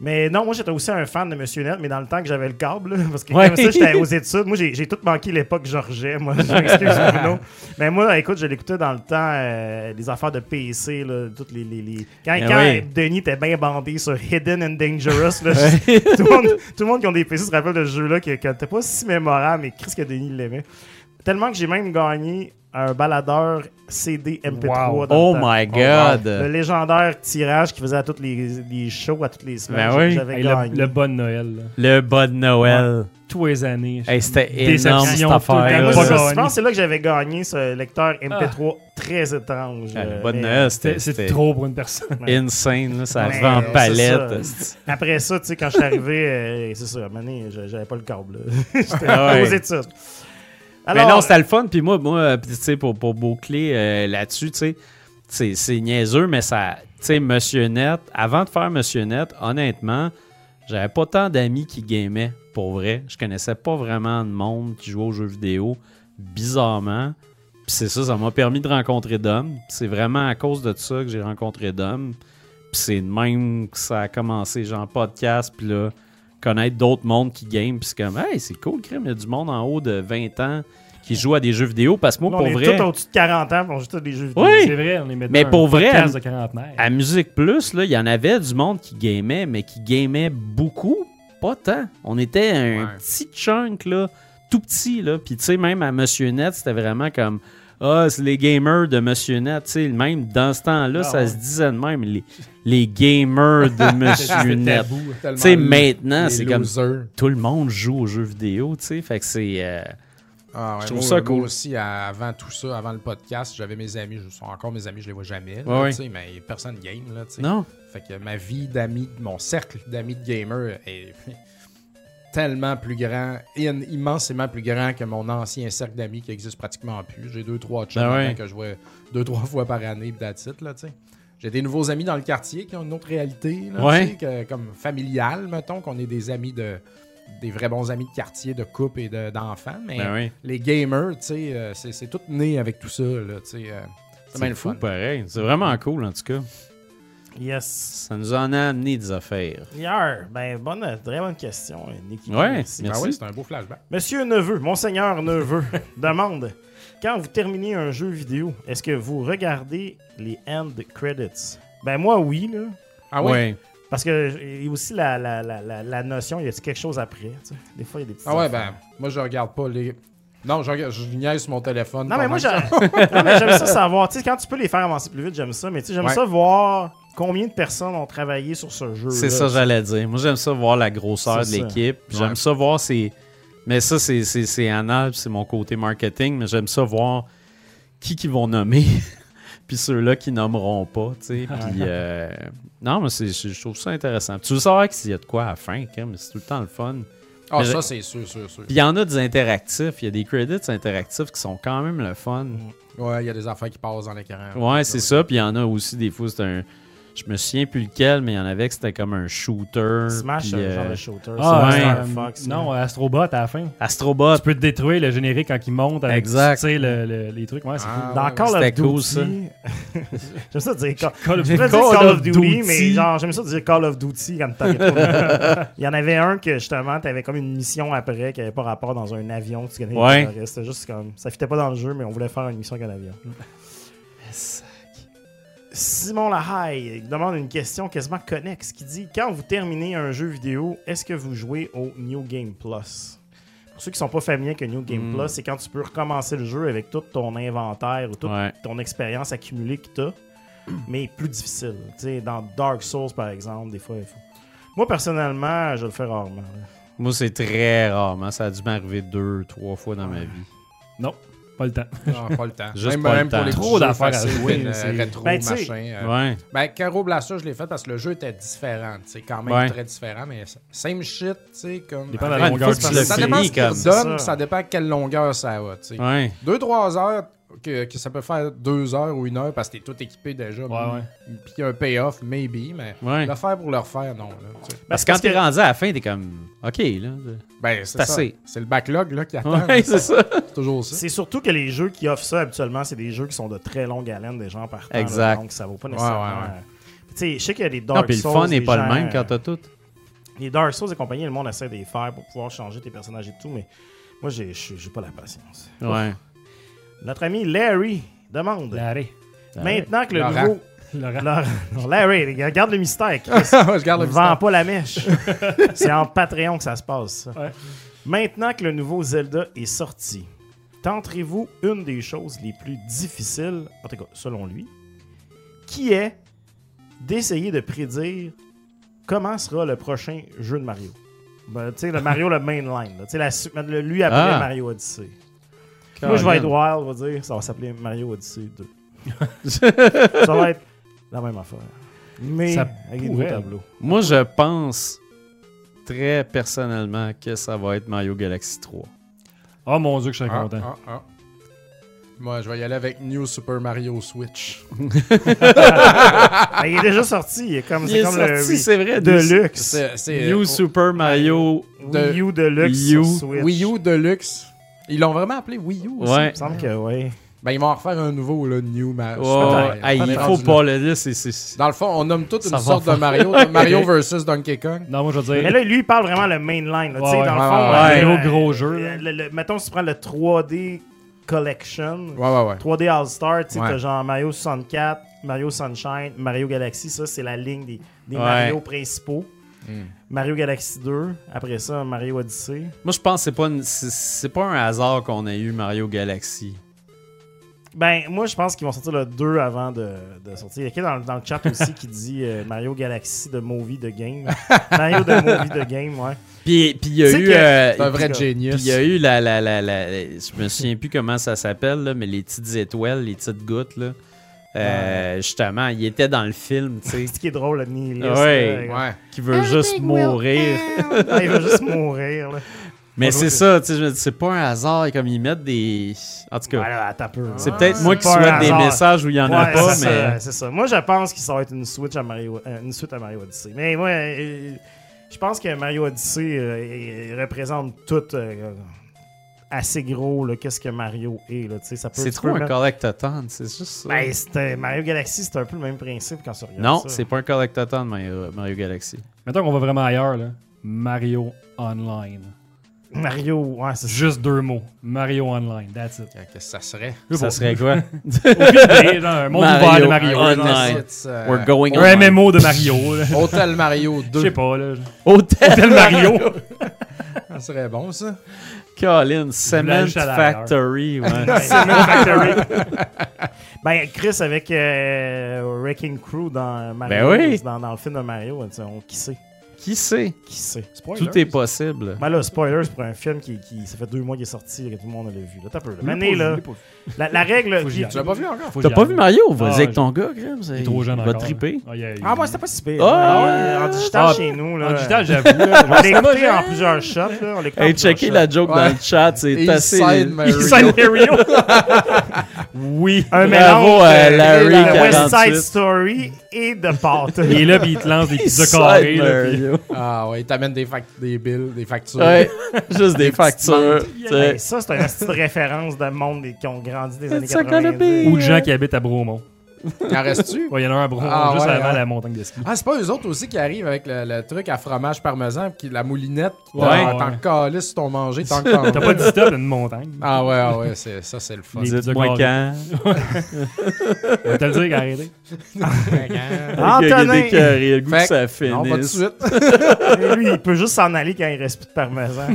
Mais non, moi j'étais aussi un fan de Monsieur Net, mais dans le temps que j'avais le câble, là, parce que Ouais. comme ça j'étais aux études, moi j'ai j'ai tout manqué l'époque Georget, moi, je m'excuse Bruno. Mais moi, écoute, je l'écoutais dans le temps, euh, les affaires de PC, là, toutes les... les, les- Quand, Eh quand oui. Denis était bien bandé sur Hidden and Dangerous, là, je- [LAUGHS] tout, le monde, tout le monde qui ont des PC se rappelle de ce jeu-là, qui n'était pas si mémorable, mais qu'est-ce que Denis l'aimait. Tellement que j'ai même gagné un baladeur CD MP3 Wow. dans le Oh temps. my Le god. légendaire tirage qu'il faisait à tous les, les shows, à toutes les semaines. Ben oui. J'avais Hey, gagné. le, le bon Noël. là. Le bas de Noël. Tous les années. Hey, c'était Déception, énorme cette tout Ben, le temps, affaire. moi, pas c'est ça, gagné. je pense que c'est là que j'avais gagné ce lecteur MP3 Ah. très étrange. Le euh, bas de mais- Noël, c'était C'était- c'était C'est trop pour une personne. insane. là, Ça Mais, va en c'est palette. ça. Après ça, tu sais, quand je suis arrivé, [LAUGHS] euh, c'est ça, à un moment donné, je- j'avais pas le câble. là. [LAUGHS] J'étais Ah ouais. aux études. mais non, c'était le fun. Puis moi, moi euh, puis tu sais, pour, pour boucler euh, là-dessus, tu sais, c'est- c'est niaiseux, mais ça. Tu sais, Monsieur Net, avant de faire Monsieur Net, honnêtement, j'avais pas tant d'amis qui gamaient, pour vrai. Je connaissais pas vraiment de monde qui jouait aux jeux vidéo, bizarrement. Puis c'est ça, ça m'a permis de rencontrer d'hommes. C'est vraiment à cause de ça que j'ai rencontré d'hommes. Puis c'est de même que ça a commencé, genre podcast, puis là, connaître d'autres mondes qui game. Puis c'est comme, hey, c'est cool, crime, il y a du monde en haut de 20 ans qui joue à des jeux vidéo. Parce que moi, on pour est vrai, tous au-dessus de 40 ans, puis on joue tous des jeux vidéo. [LAUGHS] Oui. C'est vrai, on est maintenant Mais pour un vrai, podcast à- de quarantenaire. à Musique Plus, là, il y en avait du monde qui gamait, mais qui gamait beaucoup, pas tant. On était un Ouais. petit chunk, là, tout petit, là. Puis, tu sais, même à Monsieur Net, c'était vraiment comme... Ah, c'est les gamers de Monsieur Net, tu sais, même dans ce temps-là, Ah, ça ouais. se disait de même, les, les gamers [LAUGHS] de Monsieur Net. Tabou. Tu sais, Tellement maintenant, les c'est comme losers. tout le monde joue aux jeux vidéo, tu sais. Fait que c'est. euh, Ah ouais, Je trouve moi- ça moi cool. aussi, à- avant tout ça, avant le podcast, j'avais mes amis, je sont encore mes amis, je les vois jamais. là, Ouais, ouais. tu sais, Mais personne game. Là, tu sais. Non? Fait que ma vie d'amis, mon cercle d'amis de gamers est [LAUGHS] tellement plus grand, in- immensément plus grand que mon ancien cercle d'amis qui existe pratiquement plus. J'ai deux, trois chums Ben maintenant ouais. que je vois deux, trois fois par année, pis that's it, là, tu sais. J'ai des nouveaux amis dans le quartier qui ont une autre réalité, là, Ouais. tu sais, que- comme familiale, mettons, qu'on est des amis de. des vrais bons amis de quartier, de couple et de- d'enfants, mais Ben oui. les gamers, tu sais, euh, c'est c'est tout né avec tout ça, là, tu sais. euh, c'est bien C'est le fou, fun. pareil. C'est vraiment cool, en tout cas. Yes. Ça nous en a amené des affaires. Hier, ben, bonne, très bonne question, euh, Nicky. Ouais, Merci. Ben Merci. oui, c'est un beau flashback. Monsieur Neveu, Monseigneur [LAUGHS] Neveu, demande Quand vous terminez un jeu vidéo, est-ce que vous regardez les end credits Ben, moi, oui, là. Ah oui? Ouais. Parce que j- il y a aussi la, la, la, la, la notion, y a-t-il quelque chose après tu sais? Des fois, il y a des petits. Ah ouais, affaires. ben, moi, je regarde pas les. Non, je, regarde- je niaise sur mon ben, téléphone. Non, mais moi, pendant que- j'a- [LAUGHS] non, mais j'aime ça savoir. Tu sais, quand tu peux les faire avancer plus vite, j'aime ça. Mais tu sais, j'aime Ouais. ça voir combien de personnes ont travaillé sur ce jeu. C'est ça, j'allais dire. Moi, j'aime ça voir la grosseur de C'est ça. l'équipe. J'aime Ouais. ça voir ces. Mais ça, c'est- c'est c'est anal, puis c'est mon côté marketing, mais j'aime ça voir qui qui vont nommer, [LAUGHS] puis ceux-là qui nommeront pas, tu sais. Puis, euh, Non, mais c'est- je je trouve ça intéressant. Puis Tu veux savoir s'il y a de quoi à la fin, hein, mais c'est tout le temps le fun. Ah, mais ça, je- c'est sûr, sûr, sûr. Puis il y en a des interactifs, il y a des credits interactifs qui sont quand même le fun. Ouais, il y a des affaires qui passent dans l'écran. Ouais, c'est ça. Puis il y en a aussi des fois, c'est un. Je me souviens plus lequel, mais il y en avait que c'était comme un shooter. Smash, puis, c'est un euh, genre de shooter. Ah, c'est ouais. Star euh, Fox, non, ouais. Astrobot à la fin. Astrobot. Tu peux te détruire le générique quand il monte. Avec, Exact. Tu sais, le- le- les trucs. Ouais, c'est Ah, Dans ouais, Call of C'était Duty. cool, ça. [LAUGHS] j'aime ça dire Call, Call of- je voulais dire Call Call of of Duty, mais Duty. genre, j'aime ça dire Call of Duty quand t'avais pas. Il y en avait un que justement, t'avais comme une mission après qui avait pas rapport dans un avion. Tu connais Ouais. les terroristes. C'était juste comme. Ça fitait pas dans le jeu, mais on voulait faire une mission avec un avion. Simon Lahaye demande une question quasiment connexe qui dit Quand vous terminez un jeu vidéo, est-ce que vous jouez au New Game Plus Pour ceux qui sont pas familiers avec New Game Hmm. Plus, c'est quand tu peux recommencer le jeu avec tout ton inventaire ou toute Ouais. ton expérience accumulée que t'as, mais plus difficile. Tu sais, dans Dark Souls, par exemple, des fois, il faut... Moi, personnellement, je le fais rarement. là. Moi, c'est très rare. hein. Ça a dû m'arriver deux, trois fois dans ma vie. Non, pas le temps. Non, Ah, pas le temps. Juste même, pas le même pour temps. les Trop petits jeux d'affaires à faciles, jouer, euh, c'est- rétro, Ben, tu sais- machin. euh. Ouais. Ben, Caro Blaster, je l'ai fait parce que le jeu était différent. C'est quand même Ouais. très différent, mais same shit, tu sais, comme... Dépend de la Ouais, Ah, une longueur fois que du tu jeu. l'as ça fini, dépend ce qu'il comme. redonne, C'est ça. puis ça dépend quelle longueur ça va, tu sais. Ouais. Deux, trois heures, que, que ça peut faire deux heures ou une heure parce que t'es tout équipé déjà. Ouais, ouais. Puis il y a un payoff, maybe, mais Ouais. le faire pour le refaire, non. Là, tu sais. Parce que quand parce que- t'es rendu à la fin, t'es comme, OK, là. ben, c'est C'est ça. assez. C'est le backlog là, qui attend. Ouais, c'est ça. c'est toujours ça. C'est surtout que les jeux qui offrent ça, habituellement, c'est des jeux qui sont de très longue haleine, des gens partant. Exact. donc, ça vaut pas nécessairement. Ouais, ouais, ouais. Puis, Tu sais, je sais qu'il y a des Dark Non, puis le Souls. fun n'est des pas le gens- euh, même quand t'as tout. Les Dark Souls et compagnie, le monde essaie de les faire pour pouvoir changer tes personnages et tout, mais moi, j'ai j'ai- j'ai pas la patience. Ouais. Notre ami Larry demande L'arrêt. Maintenant que le Laurent. nouveau. Laurent. Laurent- Non, Larry, regarde le mystère. [LAUGHS] Chris. je garde le Vends mystère. pas la mèche. C'est en Patreon que ça se passe. ça. Ouais. Maintenant que le nouveau Zelda est sorti, tenterez-vous une des choses les plus difficiles, en tout cas selon lui, qui est d'essayer de prédire comment sera le prochain jeu de Mario. Ben, tu sais, le Mario, le mainline. là. Tu sais, la su- le- lui après Ah. Mario Odyssey. Moi, je vais être wild, on va dire, ça va s'appeler Mario Odyssey [LAUGHS] 2. ça va être la même affaire. Mais Ça avec des nouveaux pourrait. tableaux. Moi, je pense très personnellement que ça va être Mario Galaxy 3. Oh mon dieu, que je suis Ah, content. ah, ah. Moi, je vais y aller avec New Super Mario Switch. Ah, il est déjà sorti. Il est comme, Il c'est est comme sorti, le c'est vrai. de New- luxe. C'est c'est- euh, New Super Mario. de- Wii U Deluxe Wii U. sur Switch. Wii U Deluxe. Ils l'ont vraiment appelé Wii U aussi. Il Ouais. me semble que oui. Ben, ils vont en refaire un nouveau, là, New Mario. Oh, Super Mario. hey, On est il faut rendu pas le dire. c'est- c'est- Dans le fond, on nomme toute Ça une va sorte de faire- [LAUGHS] Mario. de Mario versus Donkey Kong. Non, moi je veux Mais dire. là, lui, il parle vraiment le mainline. là, tu sais, Ouais, dans le ouais, fond, ouais, euh, ouais. Gros, gros jeu, euh, là. le- le- mettons, si tu prends le 3D Collection, Ouais, ouais, ouais. 3D All-Star, tu sais, Ouais. t'as genre Mario 64, Mario Sunshine, Mario Galaxy. Ça, c'est la ligne des, des Ouais. Mario principaux. Mario Galaxy 2, après ça, Mario Odyssey. Moi, je pense que c'est pas, une- c'est- c'est pas un hasard qu'on ait eu Mario Galaxy. Ben, moi, je pense qu'ils vont sortir le 2 avant de, de sortir. Il y a quelqu'un dans, dans le chat aussi qui dit euh, Mario Galaxy de Movie de Game. Mario de Movie de Game, ouais. Puis puis il y a C'est eu. que- euh, C'est un vrai puis, genius. Puis il y a eu la, la, la, la- la- Je me souviens plus comment ça s'appelle, là, mais les petites étoiles, les petites gouttes, là. Euh, Justement, il était dans le film, tu sais, C'est ce qui est drôle, le nihiliste. Ouais. là. Ouais. qui veut juste mourir. Ouais, il va juste mourir. Là. [LAUGHS] Mais c'est ça, tu sais, je me dis, c'est pas un hasard. Comme ils mettent des. En tout cas, Voilà, attends un peu. là. c'est peut-être C'est moi qui pas un souhaite des hasard. messages où il y en a Ouais, pas, c'est ça, mais. c'est ça. Moi, je pense que ça va être une, Switch à Mario, euh, une suite à Mario Odyssey. Mais moi, euh, je pense que Mario Odyssey euh, il représente tout euh, assez gros là, qu'est-ce que Mario est. Là, tu sais, ça peut, C'est tu trop peux un mettre- collectathon, c'est juste ça. Ben, c'était- Mario Galaxy, c'est un peu le même principe quand tu regardes non, ça. c'est pas un collectathon, Mario, Mario Galaxy. Mettons qu'on va vraiment ailleurs, là. Mario Online. Mario, ouais, c'est ça. Juste deux mots. Mario Online, that's [LAUGHS] Qu'est-ce que it. ça serait? Ça [LAUGHS] serait quoi? Aucune idée, genre, un monde Mario ouvert de Ah, Mario. Online. genre. Ouais. C'est, euh, We're going Un online. MMO de Mario. là. Hôtel Mario Je 2. sais pas, là. Hôtel, Tel Mario. Ça serait bon, ça. [LAUGHS] Colin, Cement juste à la valeur. Factory, ouais. [LAUGHS] Cement Factory. ben, Chris avec euh, Wrecking Crew dans Mario, Ben oui. dans, dans le film de Mario, tu sais, on, qui sait, Qui sait? qui sait. Tout est possible. Ben là, spoilers pour un film qui, qui ça fait deux mois qu'il est sorti, que tout le monde l'a vu. Là, t'as peur. Je l'ai Maintenant, pas vu, là, je l'ai pas vu. la, la règle... Faut que j'y aille. Tu l'as pas vu encore? Faut que T'as j'y pas aille. vu Mario? Vas-y Ah, avec je- ton gars, Grim. Il est trop jeune va encore. triper. là. Ah, il y a- il- Ah, moi, c'était pas si pire. Ah! Ouais, en digital Ah, chez nous, là. En digital, j'avoue. [LAUGHS] là, on l'a écouté en plusieurs shots, là. On l'a écouté en Hey, plusieurs checker shots. la joke dans Ouais. le chat, c'est East assez. Side Mario. East Side Mario. oui. Un Bravo mélange à de- Larry de [LAUGHS] La West Side 48. Story et de pâte. Il est là, puis il te lance des East pizzas Side carrées. là, puis- Mario. Ah ouais, ils t'amènent des, fac- des billes, des factures. Ouais, juste des petites factures. menthes. tu sais. Ben, ça, c'est un style de référence de monde des- qui ont grandi des années It's a gonna 90. be- Ou de gens qui habitent à Bromont. Il en reste-tu? Il y en a un à Bromont, Ah, juste ouais, avant hein. la montagne de ski. Ah, c'est pas eux autres aussi qui arrivent avec le, le truc à fromage parmesan, puis la moulinette, qui Ouais. t'en t'en Ouais. calisse sur ton manger tant que t'en T'as veux. pas dit stop, une montagne. Ah ouais, ah ouais, c'est- ça c'est le fun. Les- Dites-moi quand. On va te le dire, arrêtez. Il y a des Antonin, cœurs, il a le goût Fait que ça Non, pas tout de finisse. Ah, suite. [LAUGHS] lui, il peut juste s'en aller quand il reste plus de parmesan.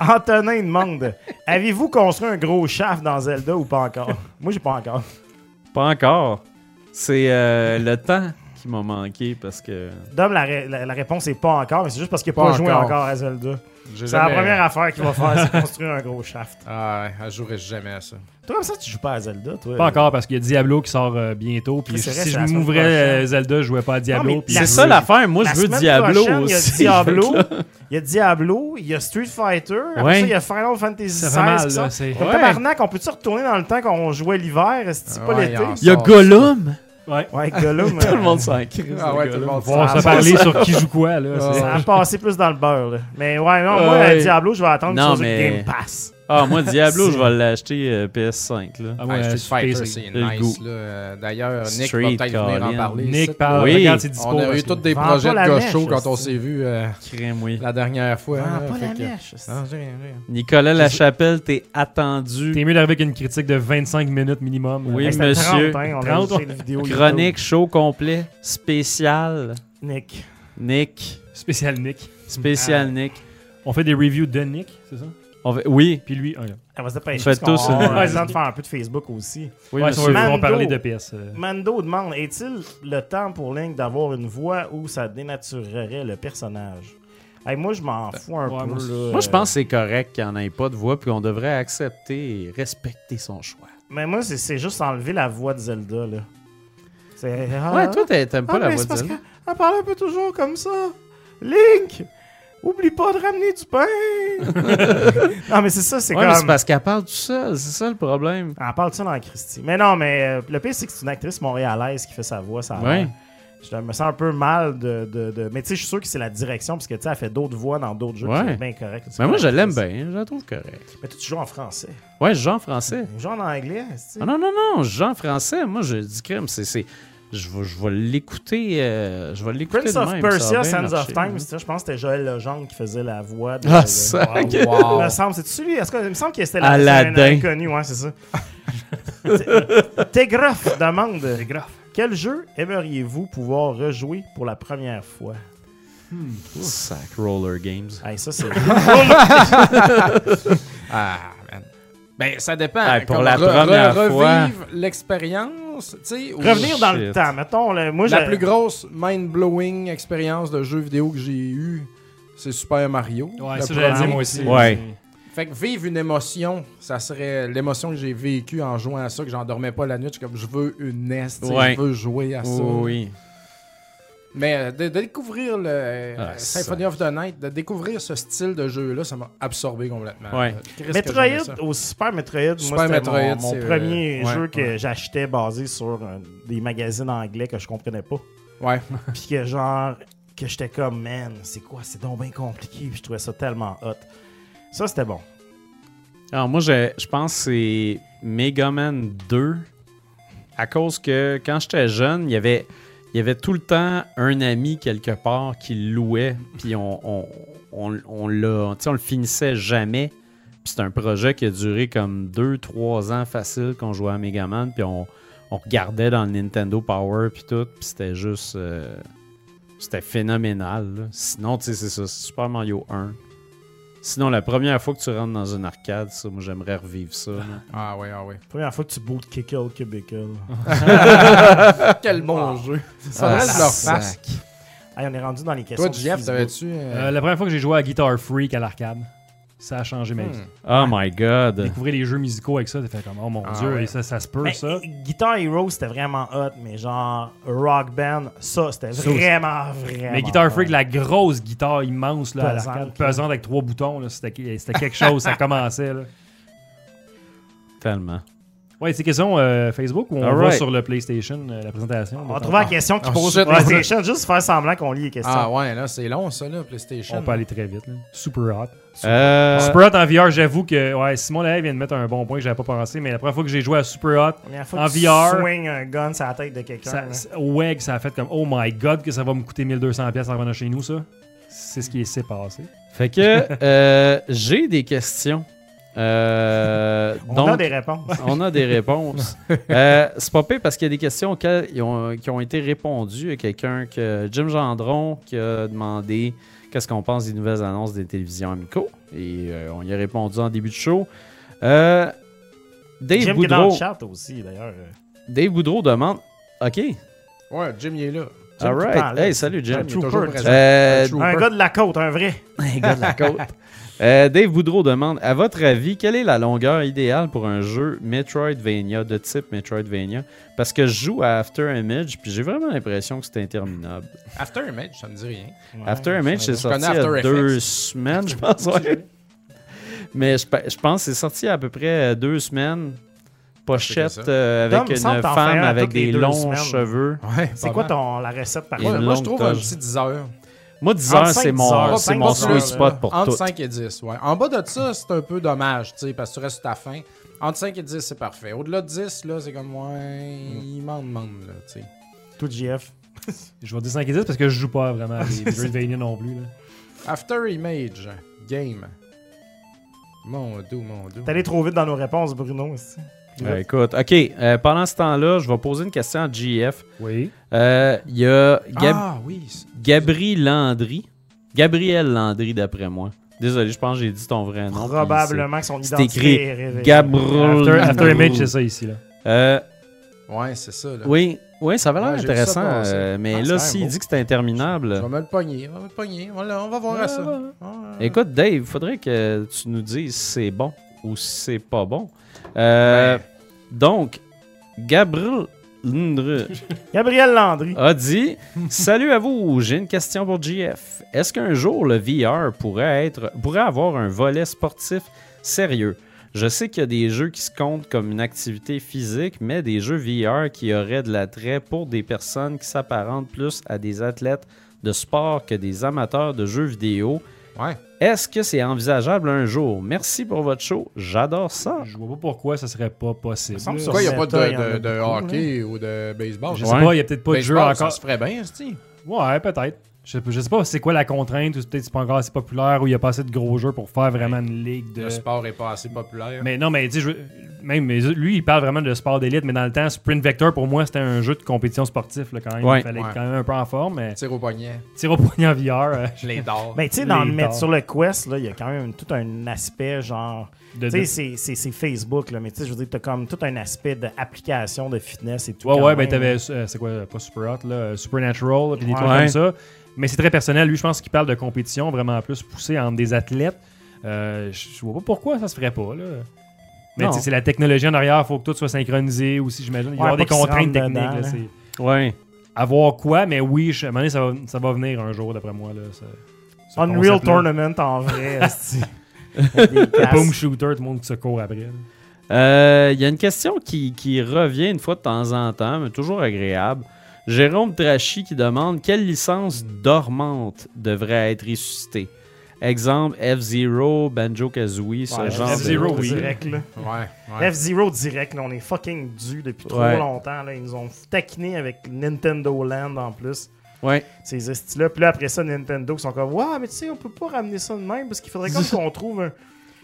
Antonin demande Avez-vous construit un gros shaft dans Zelda ou pas encore Moi, j'ai pas encore. Pas encore. C'est euh, le temps qui m'a manqué parce que. Dom, la, ré- la- la réponse est pas encore, mais c'est juste parce qu'il n'a Pas pas, joué encore. encore à Zelda. J'ai C'est jamais- la première affaire qu'il va faire, c'est construire un gros shaft. Ah, ouais, elle jouerait jamais à ça. Toi, comme ça, tu joues pas à Zelda, toi Pas encore parce qu'il y a Diablo qui sort euh, bientôt. Puis Ah, C'est vrai, si c'est je la semaine m'ouvrais prochaine. euh, Zelda, je jouais pas à Diablo. mais puis la C'est je- ça l'affaire. Moi, La je veux semaine Diablo prochaine, Il y a aussi. Diablo, il y a Diablo, il y a Street Fighter, après Ouais. ça, il y a Final Fantasy Ça fait mal, XVI. qui là, sort. c'est- Comme Ouais. tabarnak, on peut-tu retourner dans le temps quand on jouait l'hiver, c'est pas Ouais, l'été? en- Il y a Gollum. Ouais. Ouais, Gollum. [LAUGHS] Tout le euh, monde s'en crisse. Ah de ouais, tout Gollum. le monde On s'en- va se parler sur qui joue quoi. Là, c'est- Ah, Ça a passé plus dans le beurre. là. Mais ouais, non, moi, Ouais. Diablo, je vais attendre Non, que ça mais- sur Game Pass. Ah, moi, Diablo, je vais l'acheter euh, PS5. Là. Ah ouais, Ouais, Street sur Fighter, PC. c'est Le nice. goût. là. Euh, D'ailleurs, Nick Street, va peut-être venir en Colin. parle. Nick parle. Oui. Regarde, c'est dispo. On a parce eu que- tous des Vends projets pas de la mèche, gauchos quand on aussi. s'est vu euh, Crème, oui. la dernière fois. Ah, hein, pas fait la que- mèche. Ah, Non, j'ai rien, j'ai rien. Nicolas Lachapelle, t'es attendu. T'es mieux d'arriver avec une critique de 25 minutes minimum. Oui, Euh, Hey, c'était monsieur. 30, hein, on a 30, laissé une vidéo YouTube. Chronique, show complet, spécial. Nick. Nick. Spécial Nick. Spécial Ah. Nick. On fait des reviews de Nick, c'est ça? On va- Oui, Puis lui, un gars. On va se dépêcher. Faites parce tous qu'on- une- On a besoin de faire un peu de Facebook aussi. oui, ouais, si on veut, monsieur. on va Mando. parler de PS. euh, Mando demande Est-il le temps pour Link d'avoir une voix où ça dénaturerait le personnage Hey, Moi, je m'en fous un Euh, ouais, peu. moi aussi. là. Moi, je pense que c'est correct qu'il n'y en ait pas de voix, puis qu'on devrait accepter et respecter son choix. Mais moi, c'est- c'est juste enlever la voix de Zelda. Là. C'est- Ah, Ouais, toi, t'a- t'aimes Ah, pas la mais voix c'est de parce Zelda. qu'elle parle un peu toujours comme ça. Link, oublie pas de ramener du pain. [LAUGHS] non, mais c'est ça, c'est Ouais, mais c'est comme... parce qu'elle parle tout seul, c'est ça le problème. Elle parle de ça dans Christie. Mais non, mais euh, le pire, c'est que c'est une actrice montréalaise qui fait sa voix, ça a Ouais. l'air. Je me sens un peu mal de... de, de- Mais tu sais, je suis sûr que c'est la direction, parce que tu sais, elle fait d'autres voix dans d'autres jeux, Ouais. puis c'est bien correct. Mais moi, je l'aime Actrice. bien, je la trouve correcte. Mais toi, tu joues en français. Ouais, je joue en français. Tu joues en anglais, est-ce que- Ah non, non, non, je joue en français. Moi, je dis crème, c'est. c'est- Je vais, je vais l'écouter. euh, je vais l'écouter. Prince de of même, ça va Persia, bien Sands of marcher. Time, c'est ça, je pense que c'était Joël Legendre qui faisait la voix de... Ah, de- ça, Wow. ok. Wow. Il me semble, c'est celui. Est-ce que, il me semble que c'était Aladdin. inconnu, ouais, c'est [LAUGHS] ça. Tegroff demande Quel jeu aimeriez-vous pouvoir rejouer pour la première fois Sac Roller Games. Hey, Ça, [LAUGHS] c'est. Ah, man. Ben, ça dépend. Ah, pour Comme la re- re- première fois. Revivre l'expérience, tu sais. ou- Revenir dans le Shit. temps. Mettons, le- moi, La j'ai- plus grosse mind-blowing expérience de jeu vidéo que j'ai eue, c'est Super Mario. Ouais, Le ça, j'allais dire premier. moi aussi. Ouais. Fait que vivre une émotion, ça serait l'émotion que j'ai vécue en jouant à ça, que j'en dormais pas la nuit. Je suis comme, je veux une nest, tu sais, Ouais. je veux jouer à Ah, ça. Oui. Mais euh, de, de découvrir le euh, Ah, Symphony ça. of the Night, de découvrir ce style de jeu-là, ça m'a absorbé complètement. Ouais. Euh, Christ que j'aimais ça. Metroid, au Super Metroid, Super moi, c'était Metroid, mon, mon c'est, euh, premier ouais, jeu que ouais. j'achetais basé sur euh, des magazines anglais que je [LAUGHS] comprenais pas. Ouais. Puis que genre, que j'étais comme, man, c'est quoi, c'est donc bien compliqué. Puis je trouvais ça tellement hot. Ça, c'était bon. Alors, moi, je, je pense que c'est Mega Man 2. À cause que quand j'étais jeune, il y avait. Il y avait tout le temps un ami quelque part qui le louait, puis on, on, on, on l'a- tu sais, on le finissait jamais. Puis c'est un projet qui a duré comme 2-3 ans facile qu'on jouait à Mega Man, puis on, on regardait dans le Nintendo Power, puis tout, puis c'était juste. euh, c'était phénoménal. là. Sinon, tu sais, c'est ça, c'est Super Mario 1. Sinon, la première fois que tu rentres dans une arcade, ça, moi, j'aimerais revivre ça. là. Ah ouais, ah ouais. Première fois que tu boot Kickle Cubicle. [LAUGHS] Quel bon jeu. Ah. Ça reste leur face. Hey, on est rendu dans les questions. Toi, Jeff, de t'avais-tu. euh, Euh, la première fois que j'ai joué à Guitar Freak à l'arcade, ça a changé ma vie. Hmm. Oh my god. Découvrir les jeux musicaux avec ça, t'as fait comme oh mon Ah dieu, ouais. et ça, ça se peut Mais, ça. Ben, Guitar Hero, c'était vraiment hot, mais genre Rock Band, ça, c'était Ça aussi. vraiment, vraiment. Mais Guitar hot. Freak, la grosse guitare immense là, à Pesante, l'arcade, là. pesante avec trois boutons, là, c'était c'était quelque [LAUGHS] chose, ça commençait là. Tellement. Ouais, c'est question euh, Facebook ou on All va right. sur le PlayStation, euh, la présentation. On va de- trouver la question qui Ah, pose shit. sur PlayStation, juste faire semblant qu'on lit les questions. Ah ouais, là, c'est long, ça, là, PlayStation. On peut aller très vite. là. Super hot. Euh, Super Hot en VR, j'avoue que ouais, Simon Lahaye vient de mettre un bon point que j'avais pas pensé, mais la première fois que j'ai joué à Super Hot, Première fois En que tu VR. swing un gun sur la tête de ça, quelqu'un. là. ça- ouais, que ça a fait comme oh my god que ça va me coûter 1200 pièces en revenant chez nous ça. C'est ce qui s'est passé. Fait que euh, j'ai des questions. Euh, On donc, a des réponses. on a des [LAUGHS] réponses. Euh, c'est pas pire parce qu'il y a des questions auxquelles ils ont- qui ont été répondues à quelqu'un que Jim Gendron qui a demandé qu'est-ce qu'on pense des nouvelles annonces des télévisions amicaux. Et euh, on y a répondu en début de show. Euh, Dave, Jim qui est dans le Boudreau, chat aussi, d'ailleurs. euh, Dave Boudreau demande OK, Ouais, Jim, il est là. Jim all qui right. parle. Hey, salut Un Jim. Trooper, toujours tu- présent. Euh, trooper. Un gars de la côte, un vrai. [LAUGHS] Les gars de la côte. [LAUGHS] Euh, Dave Boudreau demande À votre avis, quelle est la longueur idéale pour un jeu Metroidvania, de type Metroidvania Parce que je joue à After Image, puis j'ai vraiment l'impression que c'est interminable. After Image, ça me dit rien. After Image, c'est Je sorti connais il y After a Effects. deux semaines, je pense. [LAUGHS] ouais. Mais je, pe- je pense que c'est sorti il y a à peu près euh, deux semaines. C'est Pochette que euh, Dom, avec il me une semble que t'en fais femme un à avec toutes les des deux longs semaines. cheveux. Ouais, C'est pas quoi mal. ton, la recette par Et Ouais, contre? une moi, je longue trouve un toge. petit 10 heures. Moi, 10 Entre heures, cinq, c'est dix heures, mon, c'est cinq, mon dix heures, sweet spot pour Entre tout. 5 et 10, ouais. En bas de ça, c'est un peu dommage, tu sais, parce que tu restes à ta fin. Entre 5 et 10, c'est parfait. Au-delà de 10, là, c'est comme, ouais, il m'en demande, là, tu sais. Tout JF. Je vais dire 5 et 10 parce que je joue pas vraiment [LAUGHS] à des Metroidvania non plus. là. After Image, game. Mon doux, mon doux. T'es allé trop vite dans nos réponses, Bruno. aussi. Euh, écoute, OK. euh, pendant ce temps-là, je vais poser une question à JF. Oui. Euh, Il y a Gab- Ah oui, c'est- Gabri Landry. Gabriel Landry, d'après moi. Désolé, je pense que j'ai dit ton vrai nom. puis Probablement que son c'est identité écrit est révélée. c'est Gabriel. After, After Landry. Image, c'est ça ici. Là. Euh, Ouais, c'est ça, là. oui, oui, ça va l'air Ouais, j'ai vu ça intéressant. passer. euh, mais Ah, là, c'est un s'il beau. dit que c'est interminable. euh, On va me le pogner, on va me le pogner. Voilà, on va voir à ça. Ouais. Écoute, Dave, faudrait que tu nous dises si c'est bon ou si c'est pas bon. Euh, Donc, Gabriel Landry. Gabriel Landry. a dit Salut à vous, j'ai une question pour JF. Est-ce qu'un jour le VR pourrait, être, pourrait avoir un volet sportif sérieux Je sais qu'il y a des jeux qui se comptent comme une activité physique, mais des jeux VR qui auraient de l'attrait pour des personnes qui s'apparentent plus à des athlètes de sport que des amateurs de jeux vidéo. Ouais. Est-ce que c'est envisageable un jour Merci pour votre show, j'adore ça. Je vois pas pourquoi ça serait pas possible. Il me semble là. que Pourquoi il n'y a pas Meta, il y en de, de- a de beaucoup, hockey ou de baseball? Je Je sais sais Ouais. pas, il y a peut-être pas de jeu Baseball, ça encore. se ferait bien, c'est Ouais, peut-être. Je, sais pas- je sais pas c'est quoi la contrainte, ou c'est peut-être c'est pas encore assez populaire, ou il y a pas assez de gros jeux pour faire vraiment une ligue de. Le sport est pas assez populaire. Mais non, mais tu sais, je veux- même mais lui, il parle vraiment de sport d'élite, mais dans le temps, Sprint Vector, pour moi, c'était un jeu de compétition sportive là, quand même. Ouais. il fallait Ouais. être quand même un peu en forme, mais Tire au poignet, tir au poignet en VR, euh, je les dors. Mais Ben, tu sais, dans Les le mettre torts. sur le Quest, là, il y a quand même tout un aspect genre. de, Tu sais, de- c'est- c'est c'est Facebook, là, mais tu sais, je veux dire, t'as comme tout un aspect d'application de fitness et tout. Ouais, quand ouais, ben même. t'avais, euh, c'est quoi, euh, pas Super Hot, là, euh, Supernatural, puis des Ouais. trucs Ouais. comme ça. Mais c'est très personnel. Lui, je pense qu'il parle de compétition vraiment plus poussée entre des athlètes. Euh, je je vois pas pourquoi ça se ferait pas, là. Mais Non. tu sais, c'est la technologie en arrière, faut que tout soit synchronisé aussi, j'imagine. Il va y Ouais, avoir des pas qu'ils se contraintes rentrent techniques. dedans, hein. là, là. c'est- Ouais. Avoir quoi, mais oui, je, à un moment donné, ça va, ça va venir un jour, d'après moi. Là, ce- ce Unreal concept-là. Tournament en [LAUGHS] vrai. esti. Avec des casques. Boom shooter, tout le monde qui se court après. là. Euh, Il y a une question qui, qui revient une fois de temps en temps, mais toujours agréable. Jérôme Trachy qui demande quelle licence dormante devrait être ressuscitée. Exemple F-Zero, Banjo Kazooie, ce Ouais, genre F-Zero, de. oui. Direct, là. Ouais, ouais. F-Zero direct, là, on est fucking dû depuis Ouais. trop longtemps. Là. Ils nous ont taquiné avec Nintendo Land en plus, Ouais. ces estis-là. Puis là, après ça, Nintendo qui sont comme, ouais, mais tu sais, on peut pas ramener ça de même parce qu'il faudrait [LAUGHS] comme qu'on trouve un-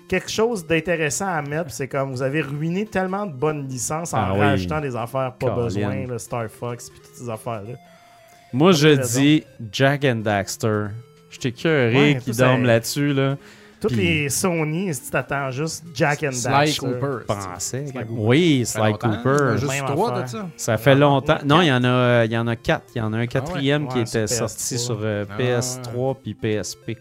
quelque chose d'intéressant à mettre. Puis c'est comme, vous avez ruiné tellement de bonnes licences en Ah oui. rajoutant des affaires pas Colin. besoin, là, Star Fox, puis toutes ces affaires-là. Moi, je raison. dis Jack and Daxter. Je t'ai curé Ouais, qui ça, dorme c'est- là-dessus, là. Toutes Puis- les Sony, si t'attends juste Jack and Sly Dash. Cooper. Pensais. Sly Cooper. Oui, Ça fait Sly longtemps, Cooper. Juste Même trois affaire. de ça. Ça fait longtemps. Non, il y en a, euh, il y en a quatre. Il y en a un Ah ouais? quatrième qui Ouais, était sur PS3. sorti sur euh, Ah PS3 puis PSP.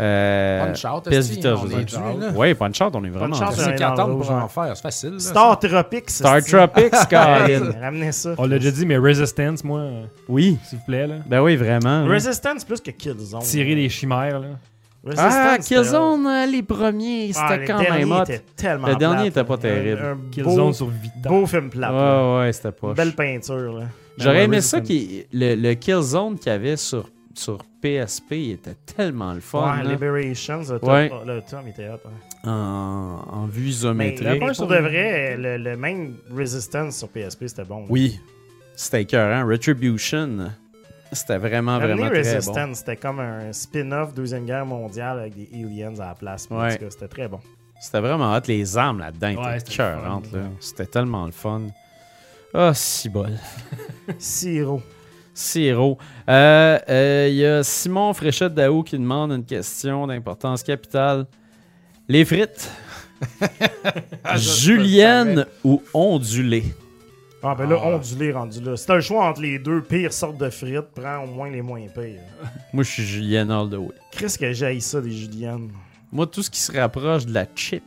Euh, Punch out, PS esti, Vita, on je est veux dû, dire. là. Ouais, Punch Out, on est vraiment. Ah, Punch Out, C'est Ouais, qu'à dans attendre le pour rouge, en faire, c'est facile. là, Star ça. Tropics. Star [LAUGHS] Tropics, Colin. Ramenez ça. On l'a déjà dit, mais Resistance, moi, euh, Oui. s'il vous plaît. Là. Ben oui, vraiment. là. Resistance plus que Killzone. Tirer des chimères. Là. Resistance, Ah, c'était- Killzone, euh, les premiers, Ah, c'était le quand dernier même hot. était tellement Le plate, dernier était pas là. terrible. Un, un beau, Killzone sur Vita. beau film plat. Ouais, ouais, c'était pas. Belle peinture. Là. J'aurais Ouais, aimé ouais, ça, c'est qui le, le Killzone qu'il y avait sur, sur PSP, il était tellement le fun. ouais, là. Liberations, le, tom, Ouais. oh, le tome était hot. hein. en, en vue Mais, mais isométrique. pour sur- de vrai, le, le même Resistance sur PSP, c'était bon. là. Oui, c'était écœurant. Retribution, c'était vraiment, Ramener vraiment très hein. Resistance, bon. c'était comme un spin-off Deuxième Guerre mondiale avec des aliens à la place. Puis, Ouais. En tout cas, c'était très bon. [LAUGHS] C'était vraiment hot. Les armes là-dedans Ouais, étaient c'était le fun, écœurantes. là. ouais. C'était tellement le fun. Ah, si bol. Siro. Siro. Euh, euh, Il y a Simon Fréchette Daou qui demande une question d'importance capitale. Les [LAUGHS] frites, Ah, julienne ou ondulée? Ah, ben là, ondulé, rendu là. C'est un choix entre les deux pires sortes de frites. Prends au moins les moins pires. Moi, je suis julienne all the way. Chris, que j'aille ça des juliennes. Moi, tout ce qui se rapproche de la chip.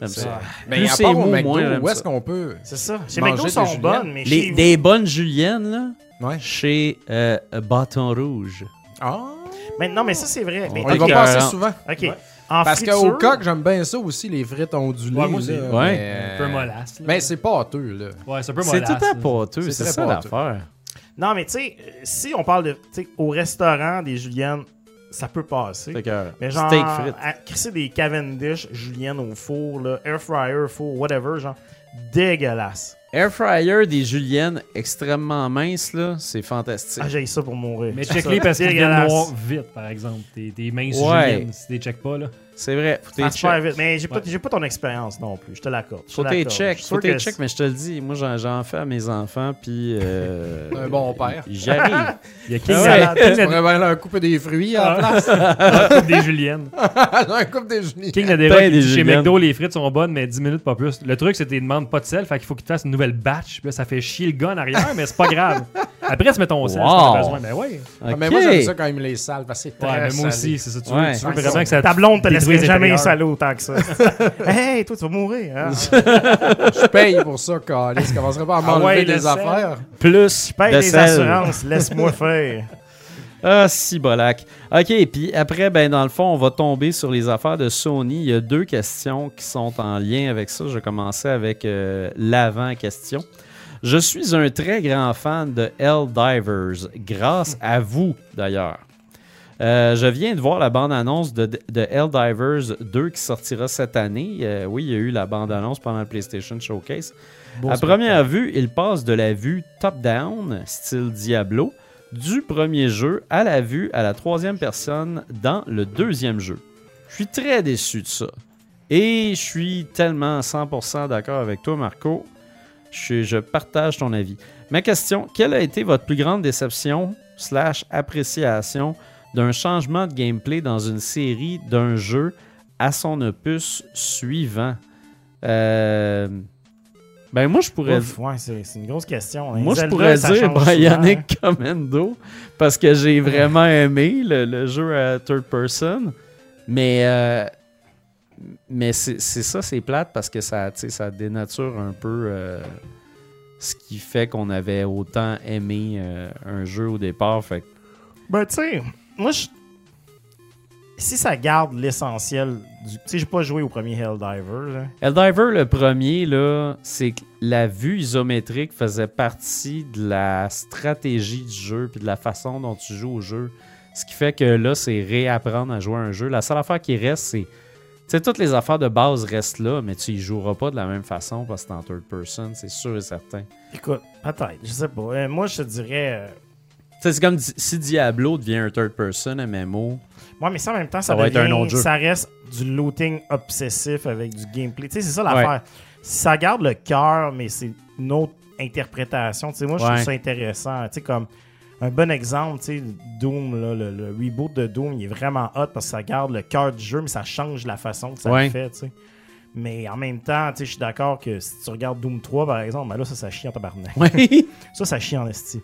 J'aime ça. Mais Plus à c'est part au mou, McDo, moins j'aime où est-ce ça. qu'on peut. C'est ça. Chez Manger McDo, des sont juliennes. bonnes, mais Les, chez vous- des bonnes juliennes, là, Ouais. chez euh, Bâton Rouge. Ah, Mais non, mais ça, c'est vrai. Mais, on y OK. va ok. passer Euh, souvent. OK. En Parce friture, qu'au coq, j'aime bien ça aussi, les frites ondulées. Ouais, moi aussi. là, Ouais. mais- euh, Un peu mollasse. là. Mais c'est pas hâteux, là. Ouais, c'est un peu Euh, ben, C'est mollasse. tout à là. pâteux, C'est c'est très ça pâteux. l'affaire. Non, mais tu sais, euh, si on parle de. Tu sais, au restaurant des juliennes, ça peut passer. Fait que, euh, Mais genre, steak frites. à crisser des Cavendish, julienne au four, là, air fryer, four, whatever, genre, dégueulasse. Air fryer des juliennes extrêmement minces, là, c'est fantastique. Ah, j'ai ça pour mourir. Mais Ça, check-les parce qu'ils viennent dégueulasse. noir vite, par exemple. Tes, tes mains Ouais. juliennes, si t'es check pas, là. c'est vrai, faut Ça tes se perd check. vite. Mais j'ai pas, Ouais. j'ai pas ton expérience non plus, je te l'accorde. je te Faut tes l'accorde. check, Je suis faut sûr tes que check, c'est- mais je te le dis, moi j'en, j'en fais à mes enfants, puis... euh, Un bon père. J'y arrive. Il y a Ah King ouais. [LAUGHS] Salade, King On la- pourrait bien leur couper des fruits à la Ah, coupe des juliennes. place. [LAUGHS] un couple des génies. King Nadera Ben, qui dit, des chez juliennes. McDo, les frites sont bonnes, mais 10 minutes pas plus. Le truc, c'est qu'ils demandent pas de sel, fait qu'il faut qu'ils te fassent une nouvelle batch. Puis là, ça fait chier le gars en arrière, mais c'est pas grave. Après, tu mets ton sel si t'en Wow. as besoin. Ben ouais. [LAUGHS] Ah, Mais moi, Ok. j'aime ça quand même les sales, parce que c'est très Ouais, mais moi salé. aussi, c'est ça. Tu Ouais. veux, tu veux vraiment que ça Ta blonde te détruise laisserait jamais l'intérieur. salé autant que ça. [LAUGHS] hey, toi, tu vas mourir. hein? Je paye pour ça, Calis. Je commencerai Ah pas à m'enlever ouais, le des sel. affaires. Plus Paye de les sel. assurances, laisse-moi faire. Ah, si bolac. OK, puis après, ben dans le fond, on va tomber sur les affaires de Sony. Il y a deux questions qui sont en lien avec ça. Je vais commencer avec euh, l'avant-question. Je suis un très grand fan de Helldivers, grâce à vous d'ailleurs. Euh, je viens de voir la bande-annonce de, de Helldivers 2 qui sortira cette année. Euh, oui, il y a eu la bande-annonce pendant le PlayStation Showcase. à première vue, il passe de la vue top-down, style Diablo, du premier jeu à la vue à la troisième personne dans le deuxième jeu. Je suis très déçu de ça. Et je suis tellement 100% d'accord avec toi, Marco. Je, je partage ton avis. Ma question, quelle a été votre plus grande déception slash appréciation d'un changement de gameplay dans une série d'un jeu à son opus suivant? Euh, Ben moi, je pourrais... Ouf, ouais, c'est c'est une grosse question. hein. Moi, je Zelda, pourrais ça dire ben, change Bionic souvent, hein. Commando parce que j'ai vraiment aimé le, le jeu à third person. Mais, euh, mais c'est c'est ça, c'est plate parce que ça, tu sais, ça dénature un peu euh, ce qui fait qu'on avait autant aimé euh, un jeu au départ. Fait que- Ben, tu sais, moi, je... si ça garde l'essentiel du. Tu sais, j'ai pas joué au premier Helldiver. Là. Helldiver, le premier, là, c'est que la vue isométrique faisait partie de la stratégie du jeu puis de la façon dont tu joues au jeu. Ce qui fait que là, c'est réapprendre à jouer à un jeu. La seule affaire qui reste, c'est. Tu sais, toutes les affaires de base restent là, mais tu y joueras pas de la même façon parce que c'est en third person, c'est sûr et certain. Tu Écoute, peut-être, je sais pas. Euh, moi, je te dirais. euh, sais, c'est comme di- si Diablo devient un third person MMO. Ouais, mais ça, en même temps, ça, va être devient- un autre jeu. Ça reste du looting obsessif avec du gameplay. Tu sais, c'est ça Ouais. l'affaire. Ça garde le cœur, mais c'est une autre interprétation. Tu sais, moi, je Ouais. trouve ça intéressant. Tu sais, comme un bon exemple, tu sais, Doom, là, le, le reboot de Doom, il est vraiment hot parce que ça garde le cœur du jeu, mais ça change la façon que ça Ouais. le fait, tu sais. Mais en même temps, tu sais, je suis d'accord que si tu regardes Doom 3, par exemple, ben là, ça, ça chie en tabarnak. [LAUGHS] Ouais. Ça, ça chie en esti.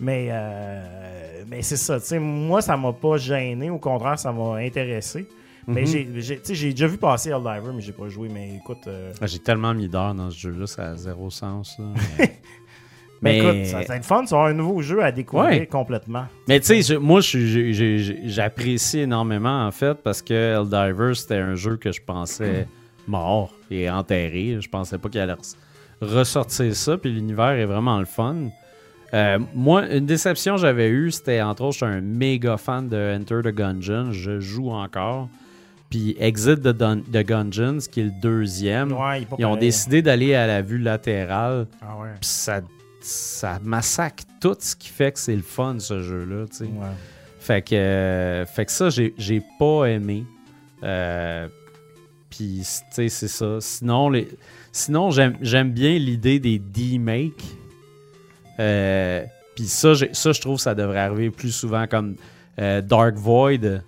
Mais, euh, mais c'est ça. tu sais, moi, ça m'a pas gêné. Au contraire, ça m'a intéressé. Mhm. Mais j'ai- j'ai tu sais, j'ai déjà vu passer Helldiver, mais j'ai pas joué. Mais écoute, euh, Ah, J'ai tellement mis d'heures dans ce jeu-là, ça a zéro sens. là, mais... Mais- ben, écoute, ça ça va être fun. Ça va être un nouveau jeu à découvrir Ouais. complètement. Mais tu sais, je- moi, je suis- j'ai- j'ai- j'ai- j'apprécie énormément, en fait, parce que Helldivers, c'était un jeu que je pensais mort et enterré. Je pensais pas qu'il allait res- ressortir ça, puis l'univers est vraiment le fun. Euh, moi, une déception que j'avais eue, c'était, entre autres, je suis un méga fan de Enter the Gungeon. Je joue encore. Puis Exit the, Dun- the Gungeons, qui est le deuxième, Ouais, il est pas ils ont pareil. décidé d'aller à la vue latérale. Ah ouais. Puis ça, ça massacre tout ce qui fait que c'est le fun, ce jeu-là. tu sais. Ouais. Fait que, euh, fait que ça, j'ai j'ai pas aimé. Euh, Puis, tu sais, c'est ça. Sinon, les, sinon j'aime j'aime bien l'idée des D-Make. Euh, Puis ça, j'ai- ça, je trouve que ça devrait arriver plus souvent comme euh, Dark Void. Tu sais,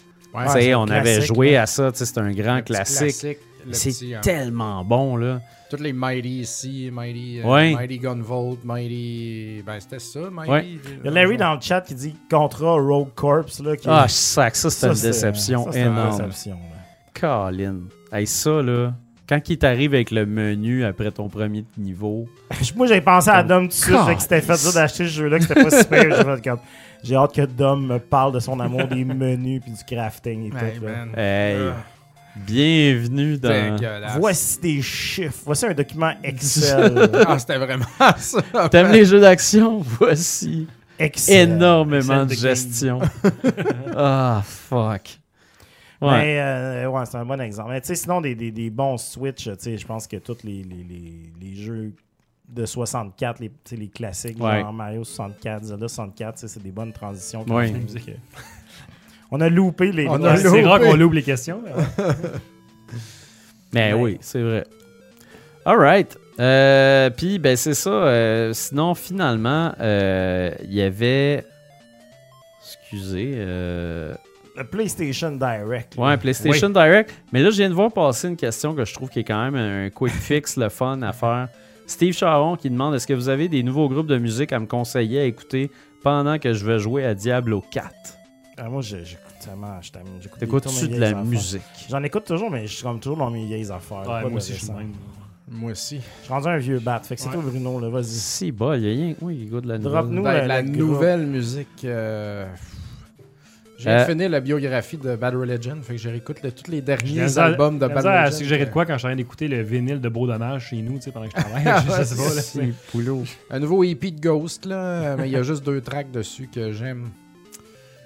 c'est un on avait classique, joué ouais. à ça, tu sais, c'est un grand classique. le petit, C'est hein, tellement bon, là. Toutes les Mighty ici, Mighty, euh, Ouais. Mighty Gunvolt, Mighty. Ben, c'était ça, Mighty. euh, Ouais. Il y a Larry dans le chat qui dit Contra Rogue Corps. Là, qui Ah, sac, ça, c'est Ça, une c'est- déception ça, c'est une énorme. déception, là. Colin. Hey, ça, là, quand il t'arrive avec le menu après ton premier niveau, Moi, j'avais pensé à Dom tout de suite, Comme- fait que c'était fait dur d'acheter ce jeu-là, que c'était pas super. J'ai fait comme, J'ai hâte que Dom me parle de son amour des menus puis du crafting et Hey, tout. là. man. hey, Euh, bienvenue dans. dégueulasse. Voici des chiffres. Voici un document Excel. [LAUGHS] Ah, c'était vraiment [LAUGHS] ça. T'aimes les jeux d'action? [LAUGHS] Voici Excel. Excel énormément de game. gestion. Ah, fuck. Ouais. Mais, euh, ouais, c'est un bon exemple. Mais, tu sais, sinon, des, des- des bons Switch, tu sais, je pense que tous les, les- les- les jeux de 64, les, tu sais, les classiques, Ouais. genre Mario 64, Zelda 64, tu sais, c'est des bonnes transitions. qui Ouais. font que- On a loupé les On a Ouais, Ouais, c'est- C'est loupé. rare qu'on loupe les questions. mais- Mais Mais- Ben oui, c'est vrai. All right. Euh, Puis, ben, c'est ça. Euh, sinon, finalement, euh, il y avait. Excusez. euh, Le PlayStation Direct. là. Ouais, PlayStation Direct. Mais là, je viens de voir passer une question que je trouve qui est quand même un quick fix, le fun à faire. Steve Charon qui demande Est-ce que vous avez des nouveaux groupes de musique à me conseiller à écouter pendant que je vais jouer à Diablo 4 Ah, moi, je- j'écoute tellement. je t'aime, j'écoute des T'écoutes-tu tournées de la vieilles musique affaires. J'en écoute toujours, mais je suis comme toujours dans mes vieilles affaires. Ouais, pas moi de aussi, je suis récent. le même. Moi aussi. Je suis rendu un vieux bat. Fait que c'est Ouais. toi, Bruno, là, vas-y. Si, bah, il y a rien. Oui, il goûte de la nouvelle. Drop-nous. Nous, Ben, le- la le nouvelle musique. euh, J'ai Euh, fini la biographie de Bad Religion, fait que je réécoute le- tous les J'ai derniers la misère- albums de la Bad misère à Religion. suggérer de quoi quand je suis en train d'écouter le vinyle de Beau Dommage chez nous, tu sais, pendant que je travaille. Ah, je ouais, sais pas, là, Si, [LAUGHS] c'est- poulot. Un nouveau EP de Ghost, là, mais il y a juste deux tracks dessus que j'aime.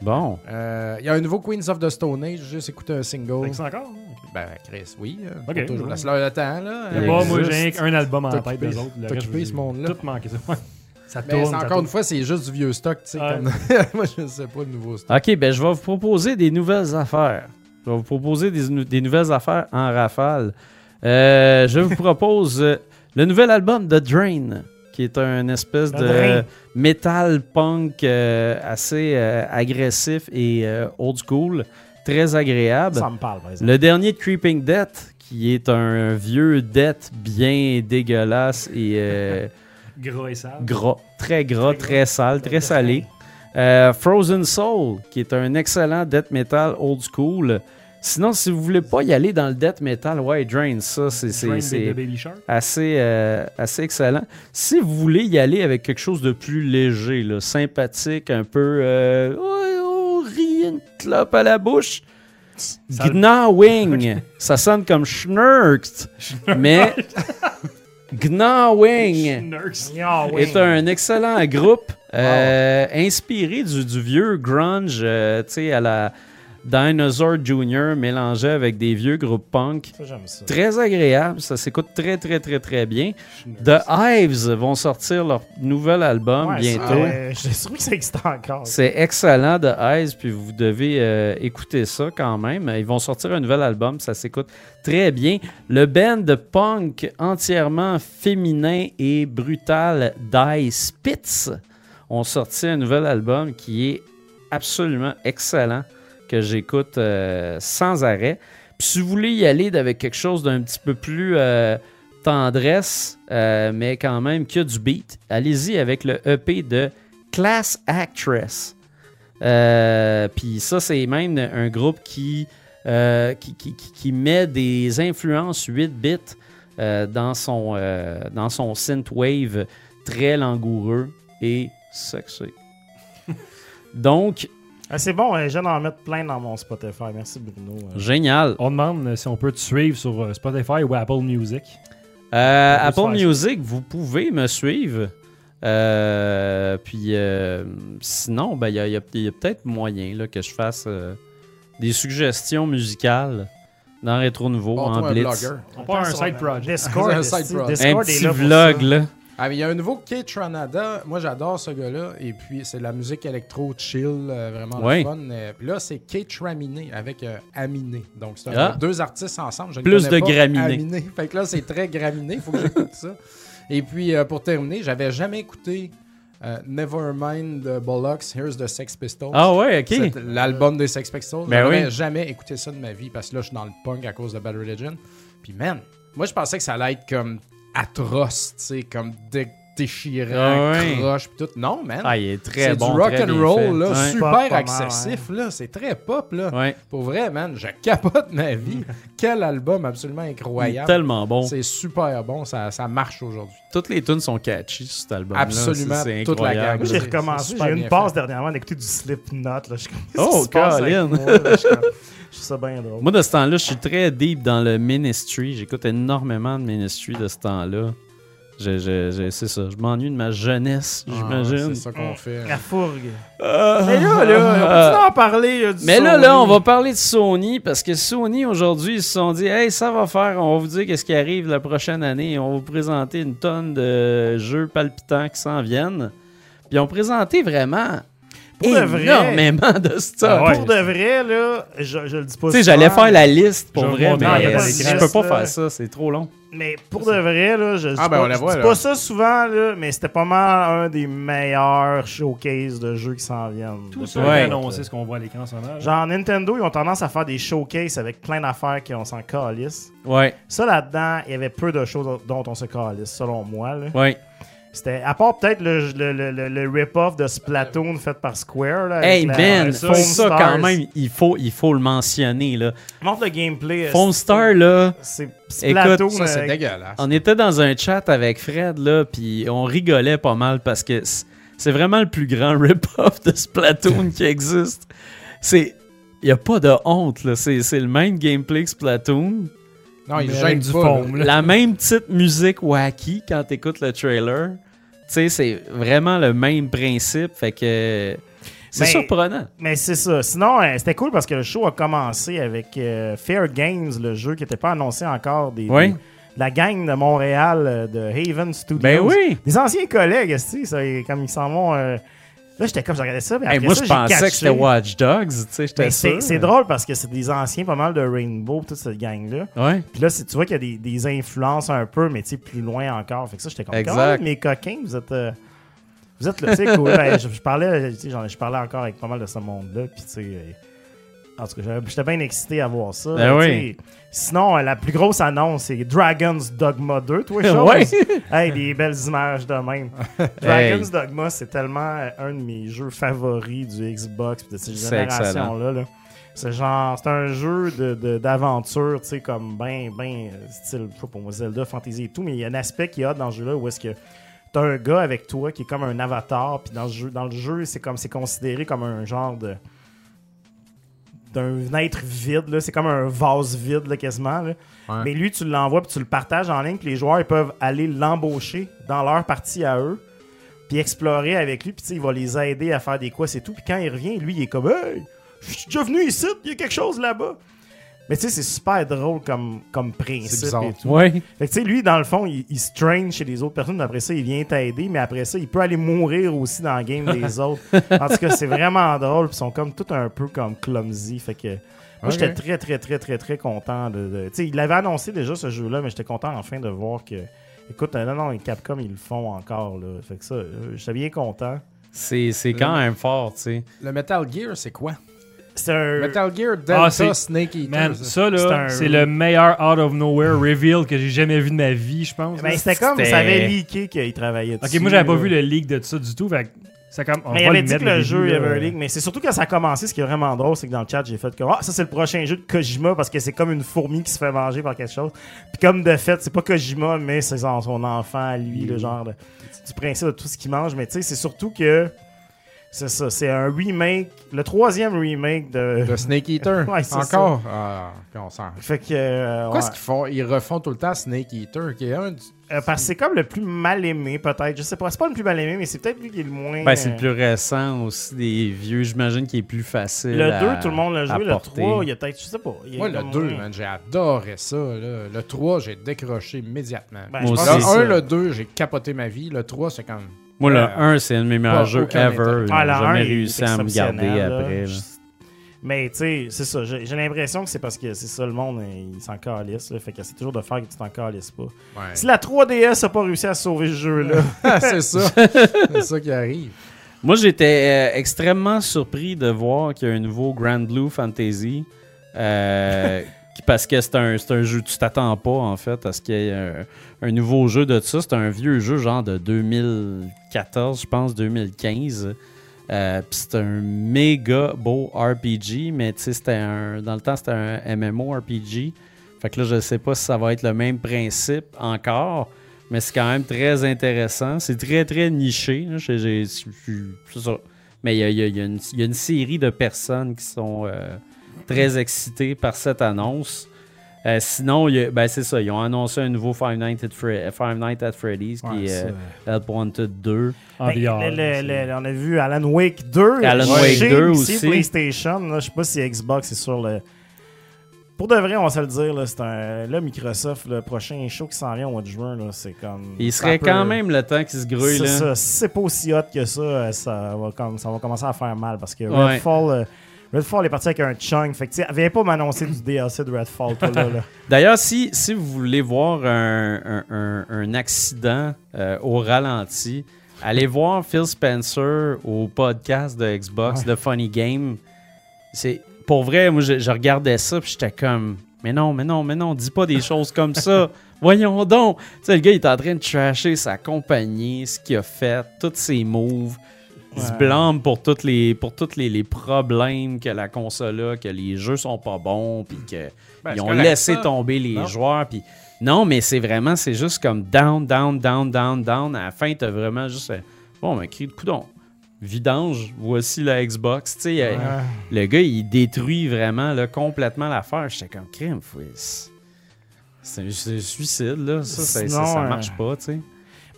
Bon. Euh, Il y a un nouveau Queens of the Stone Age, j'ai juste écouté un Fait single. que c'est encore. hein? Ben, Chris, oui. euh, Ok, faut toujours ouais. laisse leur le temps, là. Il Je sais Euh, pas, moi, existe. j'ai un album en T'as tête occupé- des autres. le t'as reste, occupé je- ce monde-là. Tout manqué, ça. ouais. Ça Mais tourne. c'est ça encore tourne. une fois, c'est juste du vieux stock, tu sais. Ouais. comme- [LAUGHS] Moi, je sais pas le nouveau stock. OK, ben je vais vous proposer des nouvelles affaires. Je vais vous proposer des, nou- des nouvelles affaires en rafale. Euh, [LAUGHS] je vous propose euh, le nouvel album de Drain, qui est un espèce Le de Drain. metal punk euh, assez euh, agressif et euh, old school, très agréable. Ça me parle, par exemple. Le dernier de Creeping Death, qui est un vieux death bien dégueulasse et euh, Gros et sale. gras, très gras, Très gras. très sale, très salé. Euh, Frozen Soul, qui est un excellent death metal old school. Sinon, si vous voulez pas y aller dans le death metal, ouais, Drain, ça, c'est- Drain c'est de- de c'est Baby Shark. assez, euh, assez excellent. Si vous voulez y aller avec quelque chose de plus léger, là, sympathique, un peu. Euh, oh, oh, rit, une clope à la bouche. Ça- Gnawing, ça sonne comme Schnurkt, mais Gnawing Nurse. Ah, oui. est un [LAUGHS] excellent groupe euh, inspiré du, du vieux grunge, euh, tu sais, à la Dinosaur Jr. mélangé avec des vieux groupes punk. Ça, j'aime ça. Très agréable, ça s'écoute très très très très bien. The Hives vont sortir leur nouvel album Ouais, bientôt. ça, ouais, je suis sûr que ça existe encore. C'est excellent de Eyes, puis vous devez euh, écouter ça quand même. Ils vont sortir un nouvel album, ça s'écoute très bien. Le band de punk entièrement féminin et brutal Die Spitz ont sorti un nouvel album qui est absolument excellent, que j'écoute euh, sans arrêt. Puis si vous voulez y aller avec quelque chose d'un petit peu plus euh, tendresse, euh, mais quand même que du beat, allez-y avec le EP de Class Actress. Euh, Puis ça, c'est même un groupe qui, euh, qui, qui- qui- qui met des influences 8 bits euh, dans, son, euh, dans son synthwave très langoureux et sexy. Donc, Ah, c'est bon, euh, je viens d'en mettre plein dans mon Spotify. Merci, Bruno. Euh, génial. On demande euh, si on peut te suivre sur euh, Spotify ou Apple Music. Euh, On peut Apple se faire Music, vous pouvez me suivre. Euh, puis euh, sinon, ben, il y a, il y a- il y a peut-être moyen là, que je fasse euh, des suggestions musicales dans Rétro Nouveau Bon, en toi, un Blitz. blogger. on part part un sur side le- project. Discord, [LAUGHS] Un esti, side project. Un Discord est petit là pour vlog, ça. là. Ah, mais il y a un nouveau K-Tranada. Moi, j'adore ce gars-là. Et puis, c'est de la musique électro chill, euh, vraiment le Ouais. fun. Euh, puis là, c'est K-Traminé avec euh, Aminé. Donc, c'est un- Ah. deux artistes ensemble. Je ne Plus connais de pas graminé. Aminé. [LAUGHS] Fait que là, c'est très graminé. Faut que j'écoute ça. Et puis, euh, pour terminer, j'avais jamais écouté euh, Nevermind the Bollocks, Here's the Sex Pistols. Ah ouais, ok. C'est L'album des Sex Pistols. Ben J'aurais oui. jamais écouté ça de ma vie parce que là, je suis dans le punk à cause de Bad Religion. Puis, man, moi, je pensais que ça allait être comme atroce, tu sais, comme dé- déchirant, Ah ouais. croche, puis tout. Non, man. Ah, il est très c'est bon. du rock très and bien fait. roll, là, Ouais. super Pop, pas mal, accessif, là. C'est très pop, là. Ouais. Pour vrai, man, je capote ma [LAUGHS] vie. Quel album absolument Il est incroyable. tellement bon. C'est super bon, ça, ça marche aujourd'hui. Toutes les tunes sont catchy sur cet album. Absolument, C'est toute la incroyable. Moi, j'ai C'est- c'est recommencé. super J'ai eu bien une passe fait. dernièrement d'écouter du Slipknot. Là. Je suis comme, qu'est-ce Oh, qui se passe avec Colin. moi, là? Je suis comme- je trouve ça bien drôle. Moi, de ce temps-là, je suis très deep dans le ministry. J'écoute énormément de ministry de ce temps-là. Je- je- je- c'est ça. Je m'ennuie de ma jeunesse, j'imagine. Ah, c'est ça qu'on fait. La fourgue. Ah, Mais là, ah, là, on ah. peut en parler. euh, du Mais là, Sony? là, on va parler de Sony parce que Sony aujourd'hui, ils se sont dit, hey, ça va faire, on va vous dire qu'est-ce qui arrive la prochaine année. On va vous présenter une tonne de jeux palpitants qui s'en viennent. Puis ils ont présenté vraiment Pour de vrai. énormément de stuff. Ah ouais. Pour de vrai, là, je, je le dis pas. Tu sais, souvent, j'allais faire la liste pour Je vrai, vois- mais Non, y a euh, pas de je liste, peux pas là. faire ça, c'est trop long. Mais pour de vrai, là, je, je Ah, dis ben, on pas, la je voit, dis là. pas ça souvent, là, mais c'était pas mal un des meilleurs showcases de jeux qui s'en viennent. Tout Depuis- ça Ouais. est annoncé, ce qu'on voit à l'écran en ce moment. là. Genre, Nintendo, ils ont tendance à faire des showcases avec plein d'affaires qu'on s'en calisse. Ouais, Ça, là-dedans, il y avait peu de choses dont on se calisse, selon moi. Là. ouais. C'était, à part peut-être le, le- le- le- le rip-off de Splatoon fait par Square. Là, avec Hey la- Ben, la ça, Foam Stars. quand même, il faut, il faut le mentionner. Là. Montre le gameplay. euh, Foam Star, là, C'est Splatoon. Ça, c'est euh, dégueulasse. on était dans un chat avec Fred, là, puis on rigolait pas mal parce que c- c'est vraiment le plus grand [LAUGHS] rip-off de Splatoon qui existe. C'est. Il n'y a pas de honte, là. C'est c'est le même gameplay que Splatoon. Non, il Mais gêne avec du pas. foam, là. là. [LAUGHS] La même petite musique wacky quand t'écoutes le trailer. Tu sais, c'est vraiment le même principe. Fait que. C'est Ben, surprenant. Mais c'est ça. Sinon, euh, c'était cool parce que le show a commencé avec euh, Fair Games, le jeu qui n'était pas annoncé encore. Des, Oui. des- la gang de Montréal, euh, de Haven Studios. Ben oui! Des anciens collègues, esti, ça, et comme ils s'en vont. euh, Là, j'étais comme, je regardais ça. puis Hey, après moi, ça, je j'ai pensais que catché. c'était Watch Dogs, tu sais, j'étais Mais Ben, c'est sûr. c'est drôle parce que c'est des anciens pas mal de Rainbow, toute cette gang-là. Ouais. Puis là, c'est- tu vois qu'il y a des, des influences un peu, mais tu sais, plus loin encore. Fait que ça, j'étais comme, Exact. quand même, mes coquins, vous êtes. euh, vous êtes là, tu [LAUGHS] sais, cool. Ben, je, je parlais, tu sais, j'en- je parlais encore avec pas mal de ce monde-là. Puis, tu sais. euh, en tout cas, j'avais- j'étais bien excité à voir ça. Ben tu oui. sais. Sinon, euh, la plus grosse annonce, c'est Dragon's Dogma 2, toi, chose. Ouais. [LAUGHS] Hey, des belles images de [LAUGHS] même. Dragon's Dogma, c'est tellement euh, un de mes jeux favoris du Xbox pis de cette C'est génération-là. là. C'est genre, c'est un jeu de- de- d'aventure, tu sais, comme ben, ben, euh, style, je sais pas pour moi, Zelda, fantasy et tout, mais il y a un aspect qu'il y a dans ce jeu-là où est-ce que t'as un gars avec toi qui est comme un avatar, puis dans, le jeu- dans le jeu, c'est comme, c'est considéré comme un genre de d'un être vide, là. c'est comme un vase vide là, quasiment. là. Ouais. Mais lui, tu l'envoies puis tu le partages en ligne, puis les joueurs ils peuvent aller l'embaucher dans leur partie à eux, puis explorer avec lui, puis tu sais, il va les aider à faire des quoi, c'est tout. Puis quand il revient, lui, il est comme Hey, je suis déjà venu ici, il y a quelque chose là-bas. Mais tu sais, c'est super drôle comme, comme C'est principe. bizarre. et tout. Ouais. Fait que tu sais, lui, dans le fond, il, il se traîne chez les autres personnes, puis après ça, il vient t'aider, mais après ça, il peut aller mourir aussi dans le game des [LAUGHS] autres. En tout cas, c'est vraiment drôle, puis ils sont comme tout un peu comme clumsy. Fait que moi, Ok. j'étais très, très, très, très, très content de. de- Tu sais, il l'avait annoncé déjà ce jeu-là, mais j'étais content enfin de voir que. Écoute, euh, non, non, Capcom, ils le font encore, là. Fait que ça, euh, j'étais bien content. C'est c'est quand même fort, tu sais. Le Metal Gear, c'est quoi? C'est un. Metal Gear Delta c'est- Snake Eater. Man, ça. ça, C'est là, un- c'est le meilleur out of nowhere reveal que j'ai jamais vu de ma vie, je Eh pense. Ben, c'était comme, C'était- ça avait leaké qu'il travaillait dessus. Ok, moi, j'avais pas là. vu le leak de ça du tout. Fait que c'est comme. on Mais il va avait dit mettre que le début, jeu, il y là. avait un leak, mais c'est surtout quand ça a commencé, ce qui est vraiment drôle, c'est que dans le chat, j'ai fait comme Ah, ça c'est le prochain jeu de Kojima parce que c'est comme une fourmi qui se fait manger par quelque chose. Puis comme de fait, c'est pas Kojima, mais c'est son, son enfant à lui, le genre de- du principe de tout ce qu'il mange. Mais tu sais, c'est surtout que c'est ça, c'est un remake, le troisième remake de. Le Snake Eater. Ouais, c'est Encore. Ah, ok, on s'en- Fait que. euh, ouais. Qu'est-ce qu'ils font? Ils refont tout le temps Snake Eater, qui est un du- Euh, parce que c'est comme le plus mal aimé, peut-être. Je sais pas, c'est pas le plus mal aimé, mais c'est peut-être lui qui est le moins. Ben, c'est le euh, plus récent aussi des vieux. J'imagine qu'il est plus facile. euh, Le à- 2, tout le monde l'a à joué. Le porter. 3, il y a peut-être, je sais pas. il y a Moi, le comme 2, moins. man, j'ai adoré ça. là. Le 3, j'ai décroché immédiatement. Ben, Moi je pense aussi. que le c'est 1, ça. le 2, j'ai capoté ma vie. Le 3, c'est comme. Moi, le Euh, 1, c'est un de mes pas meilleurs jeux aucun ever. intérêt. J'ai Ah, la jamais un, il est réussi à me garder exceptionnel, là. après. là. Je- Mais tu sais, c'est ça. J'ai j'ai l'impression que c'est parce que c'est ça, le monde, il s'en calisse. là. Fait que c'est toujours de faire que tu t'en calisses pas. Ouais. [LAUGHS] Ah, Si la 3DS a pas réussi à sauver ce jeu-là, c'est [LAUGHS] ça. c'est ça qui arrive. Moi, j'étais euh, extrêmement surpris de voir qu'il y a un nouveau Grand Blue Fantasy. euh, qui- parce que c'est un, c'est un jeu, tu t'attends pas en fait à ce qu'il y ait un, un nouveau jeu de ça. C'est un vieux jeu genre de 2014, je pense, 2015. Euh, Puis c'est un méga beau RPG, mais tu sais, c'était un. Dans le temps, c'était un MMORPG. Fait que là, je sais pas si ça va être le même principe encore. Mais c'est quand même très intéressant. C'est très, très niché. là. J'ai- j'ai- C'est ça. Mais il y a, il y a- il y a une- il y a une série de personnes qui sont euh, très excitées par cette annonce. Euh, sinon, il y a- ben, c'est ça. Ils ont annoncé un nouveau Five Nights at, Fre- Five Nights at Freddy's qui est euh, Help Wanted 2. En Ben, VR. le- le- Ah, c'est- le- on a vu Alan Wake 2. Alan chez Wake 2 ici, aussi. PlayStation. là. Je sais pas si Xbox est sur le. Pour de vrai, on va se le dire, là, c'est un. Là, Microsoft, le prochain show qui s'en vient au mois de juin, là, c'est comme. Il serait Ça peut- quand même le temps qu'ils se grouillent. C'est là. ça. Si c'est pas aussi hot que ça, euh, ça va, comme, ça va commencer à faire mal parce que Ouais. Redfall. euh, Redfall est parti avec un chunk. Fait que, tu sais, viens pas m'annoncer du DLC de Redfall, toi, là. là. D'ailleurs, si, si vous voulez voir un, un- un- un accident euh, au ralenti, allez voir Phil Spencer au podcast de Xbox, de Funny Game. C'est Pour vrai, moi, je, je regardais ça puis j'étais comme, mais non, mais non, mais non, dis pas des choses [LAUGHS] comme ça. Voyons donc. Tu sais, le gars, il est en train de trasher sa compagnie, ce qu'il a fait, tous ses moves. Il se Ouais. blâme pour tous les, pour toutes les, les problèmes que la console a, que les jeux sont pas bons, puis que Ben, ils c'est ont correct, laissé ça. tomber les Non. joueurs. Puis non, mais c'est vraiment, c'est juste comme down, down, down, down, down. À la fin, t'as vraiment juste un- bon, mais cri de coudon. Vidange, voici la Xbox. Tu sais, euh, le gars, il détruit vraiment là, complètement l'affaire. J'étais comme crime, fouis. C'est un c'est un suicide, là. Ça, c'est- Sinon, ça, ça euh, marche pas, tu sais.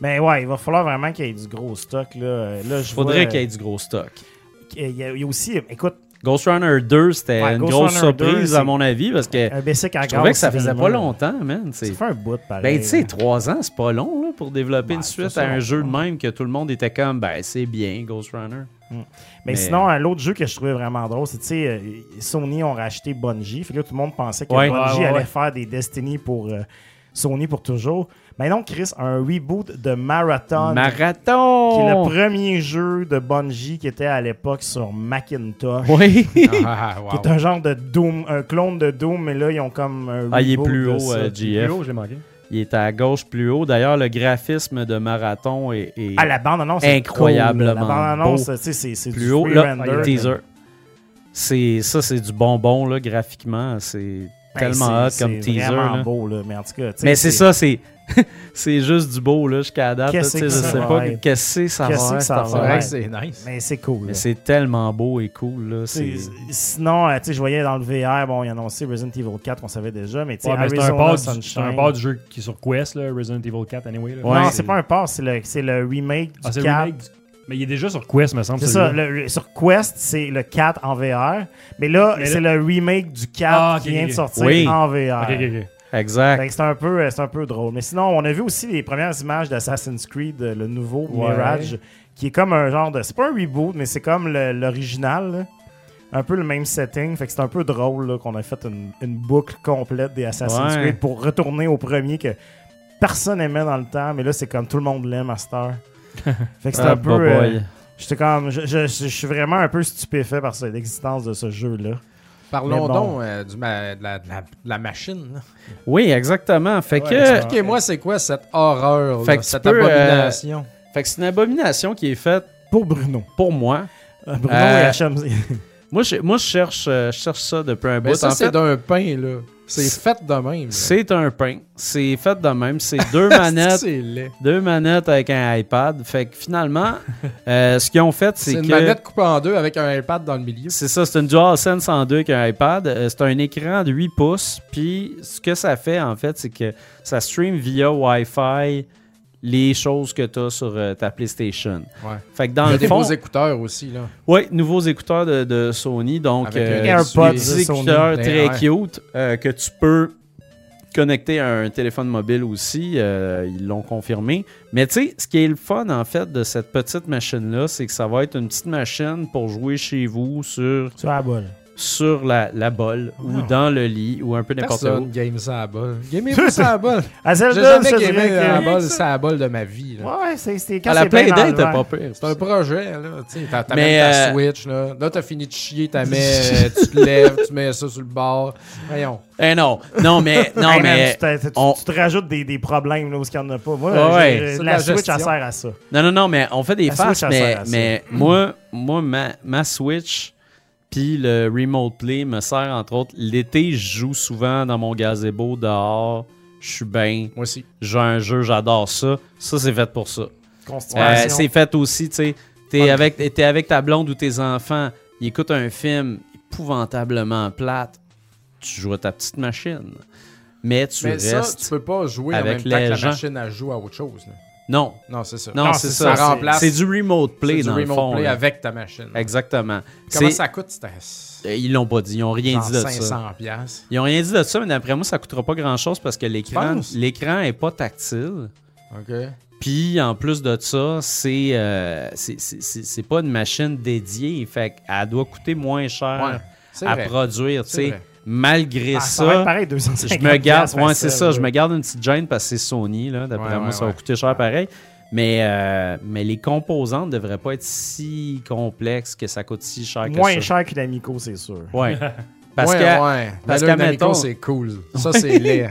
Mais ouais, il va falloir vraiment qu'il y ait du gros stock, là. Euh, là je Faudrait vois, qu'il y ait du gros euh, stock. Il y, a- il y a aussi. Écoute, Ghost Runner 2, c'était Ouais, une Ghost grosse Runner 2, surprise, c'est- à mon avis, parce que un basic à je trouvais gaz, que ça faisait évidemment, pas là. longtemps, man. tu sais. Ça fait un bout, pareil. Ben, tu sais, trois ans, c'est pas long là, pour développer Ouais, une suite ça, à c'est un long. jeu de même que tout le monde était comme, ben, c'est bien, Ghost Runner. Mais, Mais- sinon, un- l'autre jeu que je trouvais vraiment drôle, c'est, tu sais, euh, Sony ont racheté Bungie. Fait que là, tout le monde pensait que Ouais. Bungie Ouais, ouais, allait ouais. faire des Destiny pour euh, Sony pour toujours. Mais non, Chris, un reboot de Marathon. qui est Oh! le Marathon! premier jeu de Bungie qui était à l'époque sur Macintosh. Oui! Ah, wow. [LAUGHS] Qui est un genre de Doom, un clone de Doom, mais là, ils ont comme un Ah, il est reboot plus de haut, ça. euh, Plus GF. haut, je l'ai manqué. Il est à gauche plus haut. D'ailleurs, le graphisme de Marathon est, est Ah, la bande-annonce, c'est Incroyablement cool, là. La bande-annonce, beau. tu sais, c'est c'est du Ben, plus haut. free Là, render, le mais- teaser. C'est, ça, c'est du bonbon, là, graphiquement. C'est Ben, tellement hot c'est- comme C'est teaser. vraiment là. beau, là. Mais en tout cas, tu sais, Mais c'est ça, c'est. [LAUGHS] c'est juste du beau, là, jusqu'à la date. là, tu Qu'est-ce sais, que Je ça sais va pas être? qu'est-ce que ça Qu'est-ce va que être, ça va cette C'est affaire. vrai Ouais. que c'est nice. Mais c'est cool. Mais là. c'est tellement beau et cool, là. C'est- C'est... Sinon, euh, tu sais, je voyais dans le VR, bon, ils annonçaient Resident Evil 4, on savait déjà, mais tu sais, Ouais, mais c'est un Arizona port du- c'est Sunshine. un port du jeu qui est sur Quest, là, Resident Evil 4, anyway. là. non, Ouais. c'est pas un port, c'est le, c'est le remake du Ah, c'est le 4. remake du- Mais il est déjà sur Quest, me semble. C'est ça, celui-là. le- le- sur Quest, c'est le 4 en VR, mais là, Mais c'est le remake du 4 Ah, ok, qui vient ok, de ok. sortir Oui. en VR. Ok, ok, ok. Exact. Fait que C'est un, peu, euh, c'est un peu drôle. Mais sinon, on a vu aussi les premières images d'Assassin's Creed, euh, le nouveau Ouais. Mirage, qui est comme un genre de. C'est pas un reboot, mais c'est comme le- l'original. là. Un peu le même setting. Fait que c'est un peu drôle là, qu'on a fait une, une boucle complète des Assassin's Ouais. Creed pour retourner au premier que personne aimait dans le temps. Mais là, c'est comme tout le monde l'aime à cette [LAUGHS] heure. fait que c'est Ah, un peu. bah euh, boy. j'étais comme. Je, je- je suis vraiment un peu stupéfait par ce- l'existence de ce jeu-là. Parlons Mais bon. donc euh, du ma- de, la, de la- de la machine. là. Oui, exactement. Fait que, Expliquez-moi, c'est quoi cette horreur, là, Fait que tu cette peux, euh, abomination? fait que c'est une abomination qui est faite Pour Bruno. pour moi. Euh, Bruno et Euh, HMZ. Moi, je, moi, je cherche, euh, je cherche ça depuis un Mais bout. Ben, ça, En c'est fait, d'un pain, là. C'est C'est- fait de même. là. [LAUGHS] c'est un pain. C'est fait de même. C'est deux [LAUGHS] C'est manettes, c'est laid. deux manettes avec un iPad. Fait [LAUGHS] que finalement, euh, ce qu'ils ont fait, C'est c'est une que manette coupée en deux avec un iPad dans le milieu. C'est ça, c'est une DualSense en deux avec un iPad. Euh, C'est un écran de 8 pouces. Puis ce que ça fait, en fait, c'est que ça stream via Wi-Fi les choses que tu as sur euh, ta PlayStation. Ouais. Fait que Il dans y a le des fond. beaux écouteurs aussi, là. Oui, nouveaux écouteurs de, de Sony. Donc, Avec euh, un AirPods des de Sony. écouteurs Ben très ouais. cute euh, que tu peux connecter à un téléphone mobile aussi. euh, ils l'ont confirmé. Mais tu sais, ce qui est le fun, en fait, de cette petite machine-là, c'est que ça va être une petite machine pour jouer chez vous sur Sur la boule. sur la, la bolle ou dans le lit ou un peu n'importe Personne où. game ça à la balle. Gamez [LAUGHS] pas ça à la balle. À J'ai Zelda, je jamais euh, te gamé à la dirais balle, ça à la balle de ma vie. que... là. Ouais, c'est- c'est quand À la c'est bien Play dans le Date, t'as vent. pas pire. C'est un projet, là. Tu sais, t'as- t'as Mais, même ta euh, Switch, là. Là, t'as fini de chier, t'as [LAUGHS] mets, tu te lèves, tu mets ça sur le bord. Voyons. Eh non, non, mais. [LAUGHS] Non, Hey, man, mais tu, t'as- tu- on- tu te rajoutes des, des problèmes là, où il n'y en a pas. Moi, Ouais, j'ai- ouais. la, C'est de la Switch, elle gestion. sert à ça. Non, non, non, mais on fait des La farces, Switch, elle mais, sert à ça. mais moi, moi ma, ma Switch puis le Remote Play me sert, entre autres, l'été, je joue souvent dans mon gazebo dehors, je suis bien, Moi aussi. j'ai un jeu, j'adore ça. Ça, c'est fait pour ça. Euh, Constitution. c'est fait aussi, tu sais, t'es avec, t'es avec ta blonde ou tes enfants, ils écoutent un film épouvantablement plate, tu joues à ta petite machine, mais tu Mais ça, restes... tu peux pas jouer en même avec temps que les la gens. machine à jouer à autre chose. là. Non, Non, c'est ça. non, Non, c'est c'est ça. ça, remplace- C'est du Remote Play, C'est du dans le remote fond. play là. avec ta machine. là. Exactement. Comment C'est- ça coûte? C'était Euh, Ils l'ont pas dit, ils n'ont rien genre dit de ça. 500 piastres. Ils n'ont rien dit de ça, mais d'après moi, ça coûtera pas grand-chose parce que l'écran penses? l'écran est pas tactile. OK. Puis en plus de ça, c'est euh, c'est- c'est c'est- c'est pas une machine dédiée, fait qu'elle doit coûter moins Ouais, cher c'est à vrai. produire, tu C'est sais. vrai. Malgré Ah, ça va être ça, pareil, 250 je me garde, piastres, ouais, facile, c'est ça, là. je me garde une petite gêne parce que c'est Sony là, d'après Ouais, moi, ouais, ça va ouais. coûter cher pareil. Mais, euh, mais les composantes ne devraient pas être si complexes que ça coûte si cher que Moins ça. cher que l'Amico, c'est sûr. Ouais. Parce ouais, que ouais. parce Mais là, qu'à le Namiko, mettons- c'est cool. Ça, c'est [LAUGHS] laid.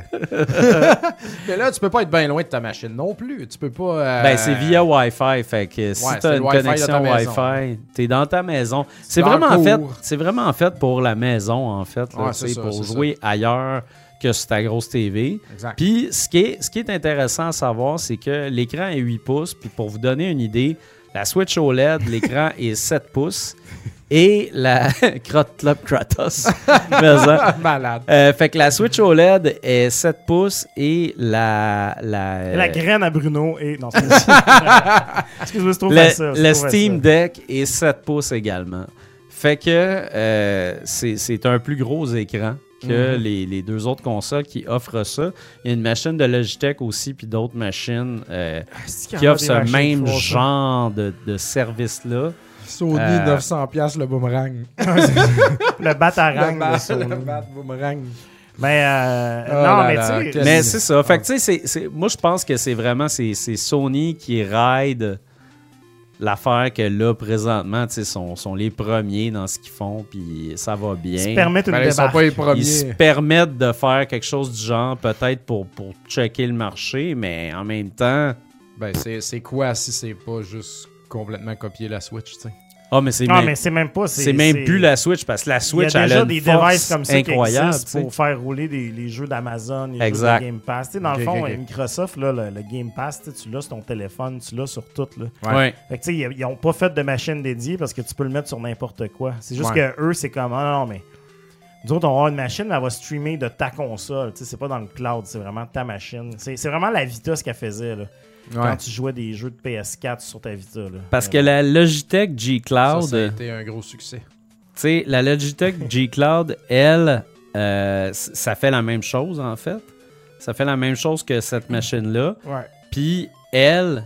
Mais là, tu peux pas être bien loin de ta machine non plus. Tu peux pas... euh, Ben, c'est via Wi-Fi. Fait que si Ouais, tu as c'est une le Wi-Fi de ta connexion maison. Wi-Fi, tu es dans ta maison. C'est dans vraiment, le fait, cours. c'est vraiment fait pour la maison, en fait. là, Ouais, tu c'est sais, ça, pour c'est jouer ailleurs que sur ta grosse TV. Exact. [LAUGHS] Puis, ce qui, est, ce qui est intéressant à savoir, c'est que l'écran est 8 pouces. Puis, pour vous donner une idée, la Switch OLED, l'écran [LAUGHS] est 7 pouces. Et la [LAUGHS] Crot Club Kratos. [LAUGHS] Mais ça. Ah, Malade. Euh, fait que la Switch OLED est 7 pouces et la. La, La euh, graine à Bruno et. Non, [LAUGHS] c'est pas Excuse-moi, c'est trop le, facile. c'est le trop facile. Steam Deck est 7 pouces également. Fait que euh, c'est c'est un plus gros écran que Mhm. les, les deux autres consoles qui offrent ça. Il y a une machine de Logitech aussi, puis d'autres machines euh, Ah, c'est qu'il y qui en a offrent des ce machines même qui font ça. genre de, de service-là. Sony, Euh, 900 piastres le boomerang. Le [LAUGHS] Le Batarang bat- de Sony. le bat boomerang. Mais, euh, Oh non, là mais là, tu sais. quel- Mais Mhm. c'est ça. Ah. Fait que tu sais, c'est- c'est- moi je pense que c'est vraiment c'est c'est Sony qui ride l'affaire que là présentement, tu sais, sont, sont les premiers dans ce qu'ils font, puis ça va bien. se permettre une Ben, ils sont débarque. pas les Ils se premiers. permettent de faire quelque chose du genre, peut-être pour, pour checker le marché, mais en même temps. Ben, c'est c'est quoi si c'est pas juste complètement copier la Switch, tu sais? Ah, mais c'est Non, même, mais c'est même pas. c'est même plus la Switch parce que la Switch, Il y a elle déjà a une des force devices comme ça qui incroyable. existent pour faire rouler des, les jeux d'Amazon, les jeux Exact. de Game Pass. Tu sais, dans Ok, le fond, ok, ok. Microsoft, là, le, le Game Pass, tu sais, tu l'as sur ton téléphone, tu l'as sur tout. Là. tu sais. Ouais. Fait que, tu sais, ils- ils n'ont pas fait de machine dédiée parce que tu peux le mettre sur n'importe quoi. C'est juste Ouais. que eux, c'est comme, ah non, non, mais nous autres, on va avoir une machine, elle va streamer de ta console. Tu sais, c'est pas dans le cloud, c'est vraiment ta machine. C'est c'est vraiment la Vita ce qu'elle faisait là, quand Ouais. tu jouais des jeux de PS4 sur ta Vita. là. Parce que Euh, la Logitech G Ça, Cloud, ça a tu été un gros succès. sais, la Logitech G Cloud, elle, euh, c- ça fait la même chose en fait. Ça fait la même chose que cette machine-là. Ouais. Puis elle,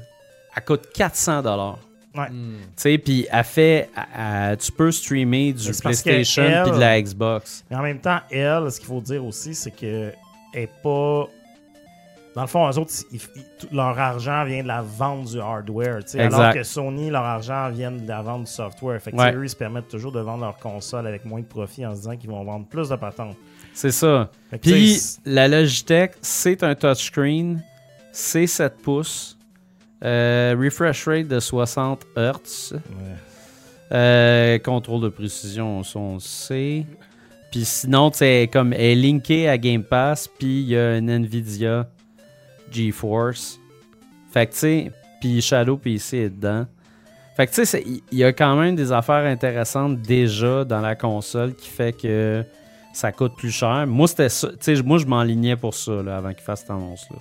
elle coûte 400 dollars. Ouais. Tu sais, puis elle fait, elle- elle- tu peux streamer du Mais c'est parce que PlayStation elle- puis de la Xbox. Mais en même temps, elle, ce qu'il faut dire aussi, c'est que elle est pas. Dans le fond, eux autres, ils- ils- tout leur argent vient de la vente du hardware. tu sais, Alors Exact. que Sony, leur argent vient de la vente du software. Fait que Ouais. tu sais, eux, ils se permettent toujours de vendre leur console avec moins de profit en se disant qu'ils vont vendre plus de patentes. C'est ça. Fait que, tu sais, Puis c'est- la Logitech, c'est un touchscreen, c'est 7 pouces, euh, refresh rate de 60 Hz, ouais. euh, contrôle de précision, ça, on le sait. Puis sinon, tu sais, elle est comme elle est linkée à Game Pass, puis il y a une Nvidia GeForce. Fait que tu sais, puis Shadow PC est dedans. Fait que tu sais, c'est- il y a quand même des affaires intéressantes déjà dans la console qui fait que ça coûte plus cher. Moi, c'était ça. Tu sais, moi, je m'enlignais pour ça là, avant qu'ils fassent cette annonce-là.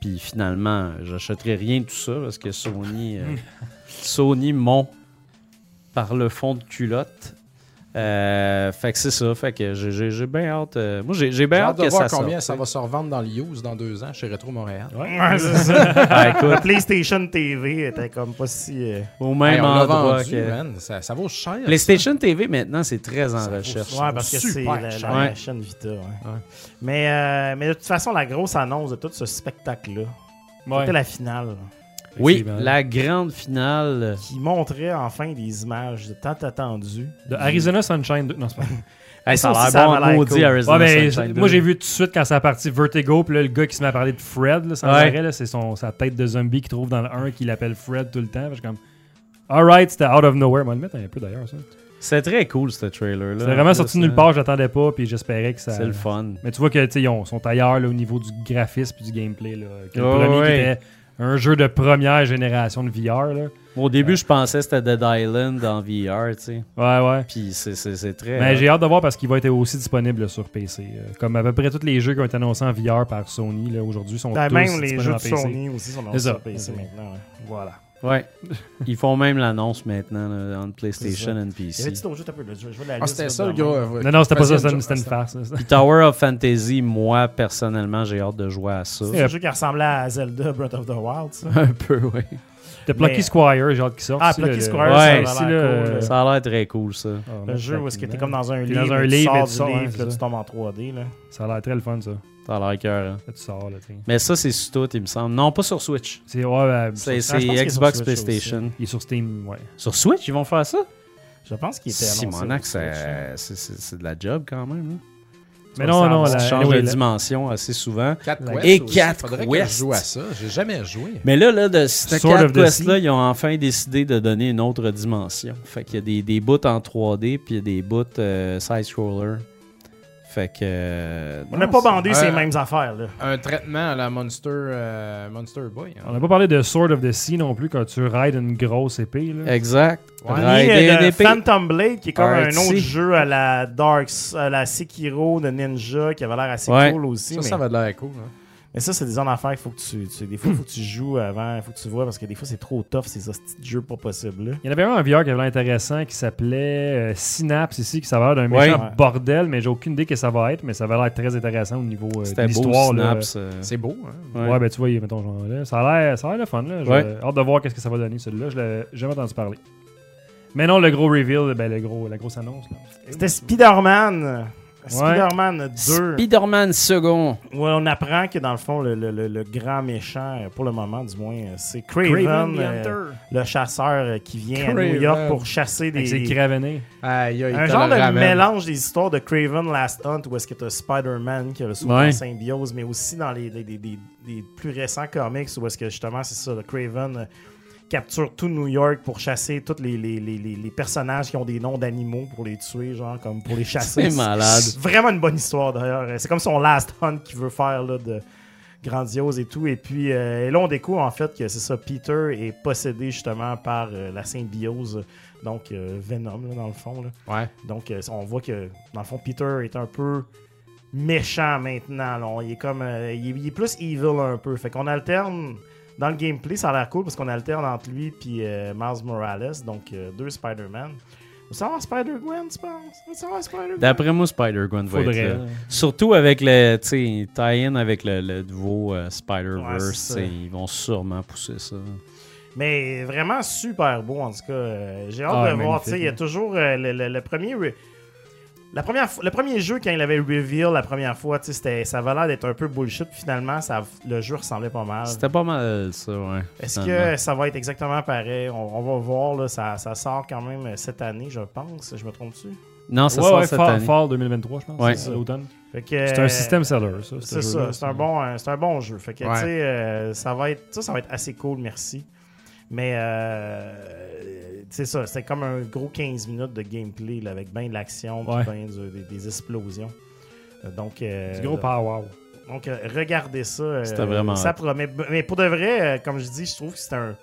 Puis finalement, j'achèterai rien de tout ça parce que Hmm. Sony, euh, Sony m'ont par le fond de culotte. Euh, fait que c'est ça. Fait que j'ai- j'ai j'ai bien hâte. euh, moi, j'ai j'ai J'ai bien hâte, hâte de que voir ça combien sorte. ça va se revendre dans le use dans deux ans chez Retro Montréal. Ouais, [LAUGHS] c'est ça. Ah, écoute, La PlayStation TV était comme pas si. euh, au [LAUGHS] Hey, même on l'a endroit vendu, hein. que- man. Ça, ça vaut cher. PlayStation TV, maintenant, c'est très en recherche. Ouais, parce que c'est super la, la- cher. la chaîne Vita. ouais. Mais, euh, mais de toute façon, la grosse annonce de tout ce spectacle-là, Ouais. c'était la finale. Oui, Effectivement. la grande finale. qui montrait enfin des images de tant attendues. Ben, De Arizona Sunshine 2. Non, c'est pas Hey, Ça ça aussi, a ça l'air avait l'air bon, maudit, cool. Arizona Ouais, mais Sunshine moi, 2. j'ai vu tout de suite quand ça a parti Vertigo, puis là, le gars qui se m'a parlé de Fred, là, sans Ouais. arrêt, là, c'est son, sa tête de zombie qu'il trouve dans le 1 qui l'appelle Fred tout le temps. Fait que Je suis comme, alright, c'était out of nowhere. Moi, le mettre un peu d'ailleurs, ça. C'est très cool, ce trailer-là. C'était vraiment sorti de nulle part, je l'attendais pas, puis j'espérais que ça. C'est le fun. Mais tu vois que, tu sais, ils ont- sont ailleurs là, au niveau du graphisme puis du gameplay. Là, que le Oh, premier qui ouais. était un jeu de première génération de VR. Là. Au début, je pensais que c'était Dead Island en VR, tu sais. Ouais, ouais. Puis c'est- c'est c'est très. Mais j'ai hâte de voir parce qu'il va être aussi disponible sur PC. euh, comme à peu près tous les jeux qui ont été annoncés en VR par Sony là, aujourd'hui sont Ben, tous même les disponibles jeux en de PC. Sony aussi sont dans C'est ça. sur PC C'est ça. maintenant. ouais. Voilà. Ouais. Ils font même l'annonce maintenant là, entre PlayStation et Il y avait PC. dit d'autres jeux, t'as peu, là, je vais- je vais la Ah, liste, c'était là, ça le dans gros. le- euh, Non, non, c'était pas ça, troisième c'était une, job, c'était une farce. là. Puis Tower of Fantasy, moi, personnellement, j'ai hâte de jouer à [LAUGHS] ça. C'est un jeu qui ressemblait à Zelda Breath of the Wild, ça. Un peu, oui. T'as Plucky Mais- Squire, j'ai hâte qu'il sorte. Ah, aussi, là, Plucky le- Squire, ça avait aussi, l'air là, cool, là. Ça a l'air très cool, ça. Ah, Le non, jeu où est-ce que t'es comme dans un T'es livre, dans un et tu livre et sors tu du sors, ouais, livre, c'est là, ça. tu tombes en 3D. Là. Ça a l'air très le fun, ça. Là, Ça a l'air cœur. tu sors, là, tu sais. Mais ça, c'est sur tout, il me semble. Non, pas sur Switch. C'est, ouais, ben, C'est sur- Ah, je pense qu'il c'est est sur Xbox, Switch PlayStation. il est sur Steam, ouais. Sur Switch, ils vont faire ça? Je pense qu'il était annoncé. Simonac, sur Switch, hein. là. c'est c'est- c'est de la job quand même. hein. Mais vois, ça non, non, avance, la- Ça change anyway, de la- dimension assez souvent. Quatre Et Quest aussi. quatre Faudrait que Quest. je joue à ça. J'ai jamais joué. Mais là, là de cette Sword of carte the quest-là, Sea. ils ont enfin décidé de donner une autre dimension. Fait qu'il y a des, des bouts en 3D, puis il y a des bouts euh, side-scroller. Fait que... euh, On non, n'a pas c'est- bandé ces Euh, mêmes affaires. Là. Un traitement à la Monster, euh, Monster Boy. hein. On n'a pas parlé de Sword of the Sea non plus quand tu rides une grosse épée. Là. Exact. Ni Rider euh, une de épée. Phantom Blade, qui est comme un RC. autre jeu à la Dark, S- à la Sekiro de Ninja, qui avait l'air assez Ouais. cool aussi. Ça, mais... ça va de l'air cool. hein. Mais ça, c'est des zones d'affaires qu'il faut que tu, tu- Des fois, il faut que tu joues avant, il faut que tu vois, parce que des fois, c'est trop tough, ces hosties de jeux pas possibles. là. Il y en avait un en VR qui avait l'air intéressant qui s'appelait euh, Synapse ici, qui ça avait l'air d'un Ouais. méchant Ouais. bordel, mais j'ai aucune idée que ça va être, mais ça avait l'air très intéressant au niveau euh, de C'était beau, l'histoire. là. Synapse. euh, C'est beau. hein. ouais. Ouais, ben tu vois, il- mettons, genre, là, ça a l'air ça a l'air le fun. Là. J'ai Ouais. hâte de voir qu'est-ce que ça va donner, celui-là. Je l'ai jamais entendu parler. Mais non, le gros reveal, ben, le gros, la grosse annonce. là. C'était Spider-Man. Spider-Man 2. Spider-Man second. où on apprend que dans le fond, le, le- le- le grand méchant, euh, pour le moment du moins, euh, c'est Craven, Craven the euh, Hunter. le chasseur euh, qui vient à Craven. New York pour chasser Avec ses des. cravenés. Aïe, aïe, Un t'as genre le de ramène. mélange des histoires de Craven Last Hunt où est-ce que tu as Spider-Man qui a le souvent Ouais. symbiose, mais aussi dans les, les- les- les- les plus récents comics où est-ce que justement c'est ça, le Craven euh, capture tout New York pour chasser tous les, les- les- les- les personnages qui ont des noms d'animaux pour les tuer, genre comme pour les chasser. [LAUGHS] C'est malade. [LAUGHS] vraiment une bonne histoire d'ailleurs. C'est comme son Last Hunt qu'il veut faire là, de grandiose et tout. Et puis euh, et là, on découvre en fait que c'est ça, Peter est possédé justement par euh, la symbiose, donc euh, Venom là, dans le fond. là. Ouais. Donc, euh, on voit que, dans le fond, Peter est un peu méchant maintenant. là. On- Il est comme. euh, il, est, il est plus evil un peu. Fait qu'on alterne. Dans le gameplay, ça a l'air cool parce qu'on alterne entre lui et Miles Morales. Donc, euh, deux Spider-Man. Vous savoir Spider-Gwen, tu penses Vous savoir Spider-Gwen D'après moi, Spider-Gwen va Faudrait, être là. là. Surtout avec le tu sais, tie-in avec le, le nouveau euh, Ouais, Spider-Verse. c'est ça. tu sais, ils vont sûrement pousser ça. Mais vraiment super beau, en tout cas. Euh, J'ai hâte Ah, de voir. magnifique, tu sais, Il y a hein. toujours euh, le, le- le premier. re- La première, fo- le premier jeu, quand il avait reveal la première fois, tu sais, c'était- ça avait l'air d'être un peu bullshit. puis Finalement, ça, le jeu ressemblait pas Ah. mal. C'était pas mal ça, ouais. Est-ce finalement. que ça va être exactement pareil? On, on va voir, là, ça, ça sort quand même euh, cette année, je pense. Je me trompe-tu? Non, ça ouais, sort ouais, cette fall, année. fall 2023, je pense. Ouais. C'est l'automne. Fait que, C'est euh, un système seller, ça. C'est jeu-là. ça, c'est un, bon, euh, c'est un bon jeu. Fait que, Ouais. tu sais, euh, ça, va être, ça, ça va être assez cool, merci. Mais, euh, c'est ça, c'était comme un gros 15 minutes de gameplay là, avec bien de l'action, puis Ouais. ben du- des, des explosions. Euh, Donc, euh, Du gros power. Donc, euh, regardez ça. euh, C'était vraiment Ça promet. Mais pour de vrai, euh, comme je dis, je trouve que c'est un.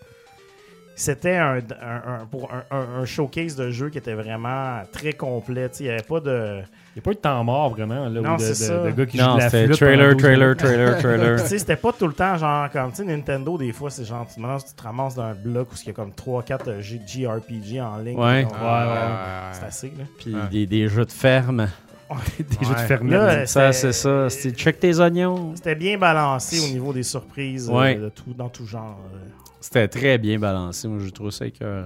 C'était un, un- un- pour un, un- un showcase de jeu qui était vraiment très complet. tu sais, Il n'y avait pas [LAUGHS] de. Il n'y a pas eu de temps mort vraiment, là, Non, ou de, c'est ça. de, de gars qui joue Non, de la c'était flûte trailer, pendant douze trailer, minutes. [LAUGHS] trailer, trailer. Tu sais, c'était pas tout le temps genre comme tu sais Nintendo des fois c'est genre tu te ramasses- tu te ramasses dans un bloc où il y a comme euh, 3 4 JRPG en ligne. Ouais. Donc, euh, Ah, C'est ouais, ouais. assez là. Puis des, des jeux de ferme. Des jeux de Ouais. fermier. Là, Ça, c'est- c'est ça. C'était check tes oignons. C'était bien balancé au niveau des surprises euh, Ouais. de tout, dans tout genre. euh. C'était très bien balancé. Moi, je trouve ça que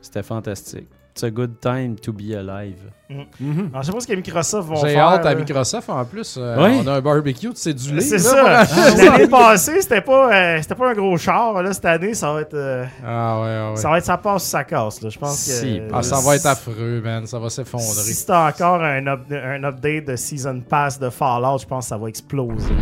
c'était fantastique. It's a good time to be alive. Hum. Mhm. Alors, je sais pas ce que Microsoft vont J'ai faire. hâte à là. Microsoft en plus. Euh, Ouais. On a un barbecue, tu sais, du lait. C'est là, ça. [LAUGHS] voilà. L'année passée, c'était pas, euh, c'était pas un gros char. Là, cette année, ça va être, euh, Ah ouais, ah ouais. ça va être ça passe ou ça casse. là. Je pense que Si, euh, Ah, ça va être affreux, man. Ça va s'effondrer. Si c'est encore un, up- un update de Season Pass de Fallout, je pense que ça va exploser.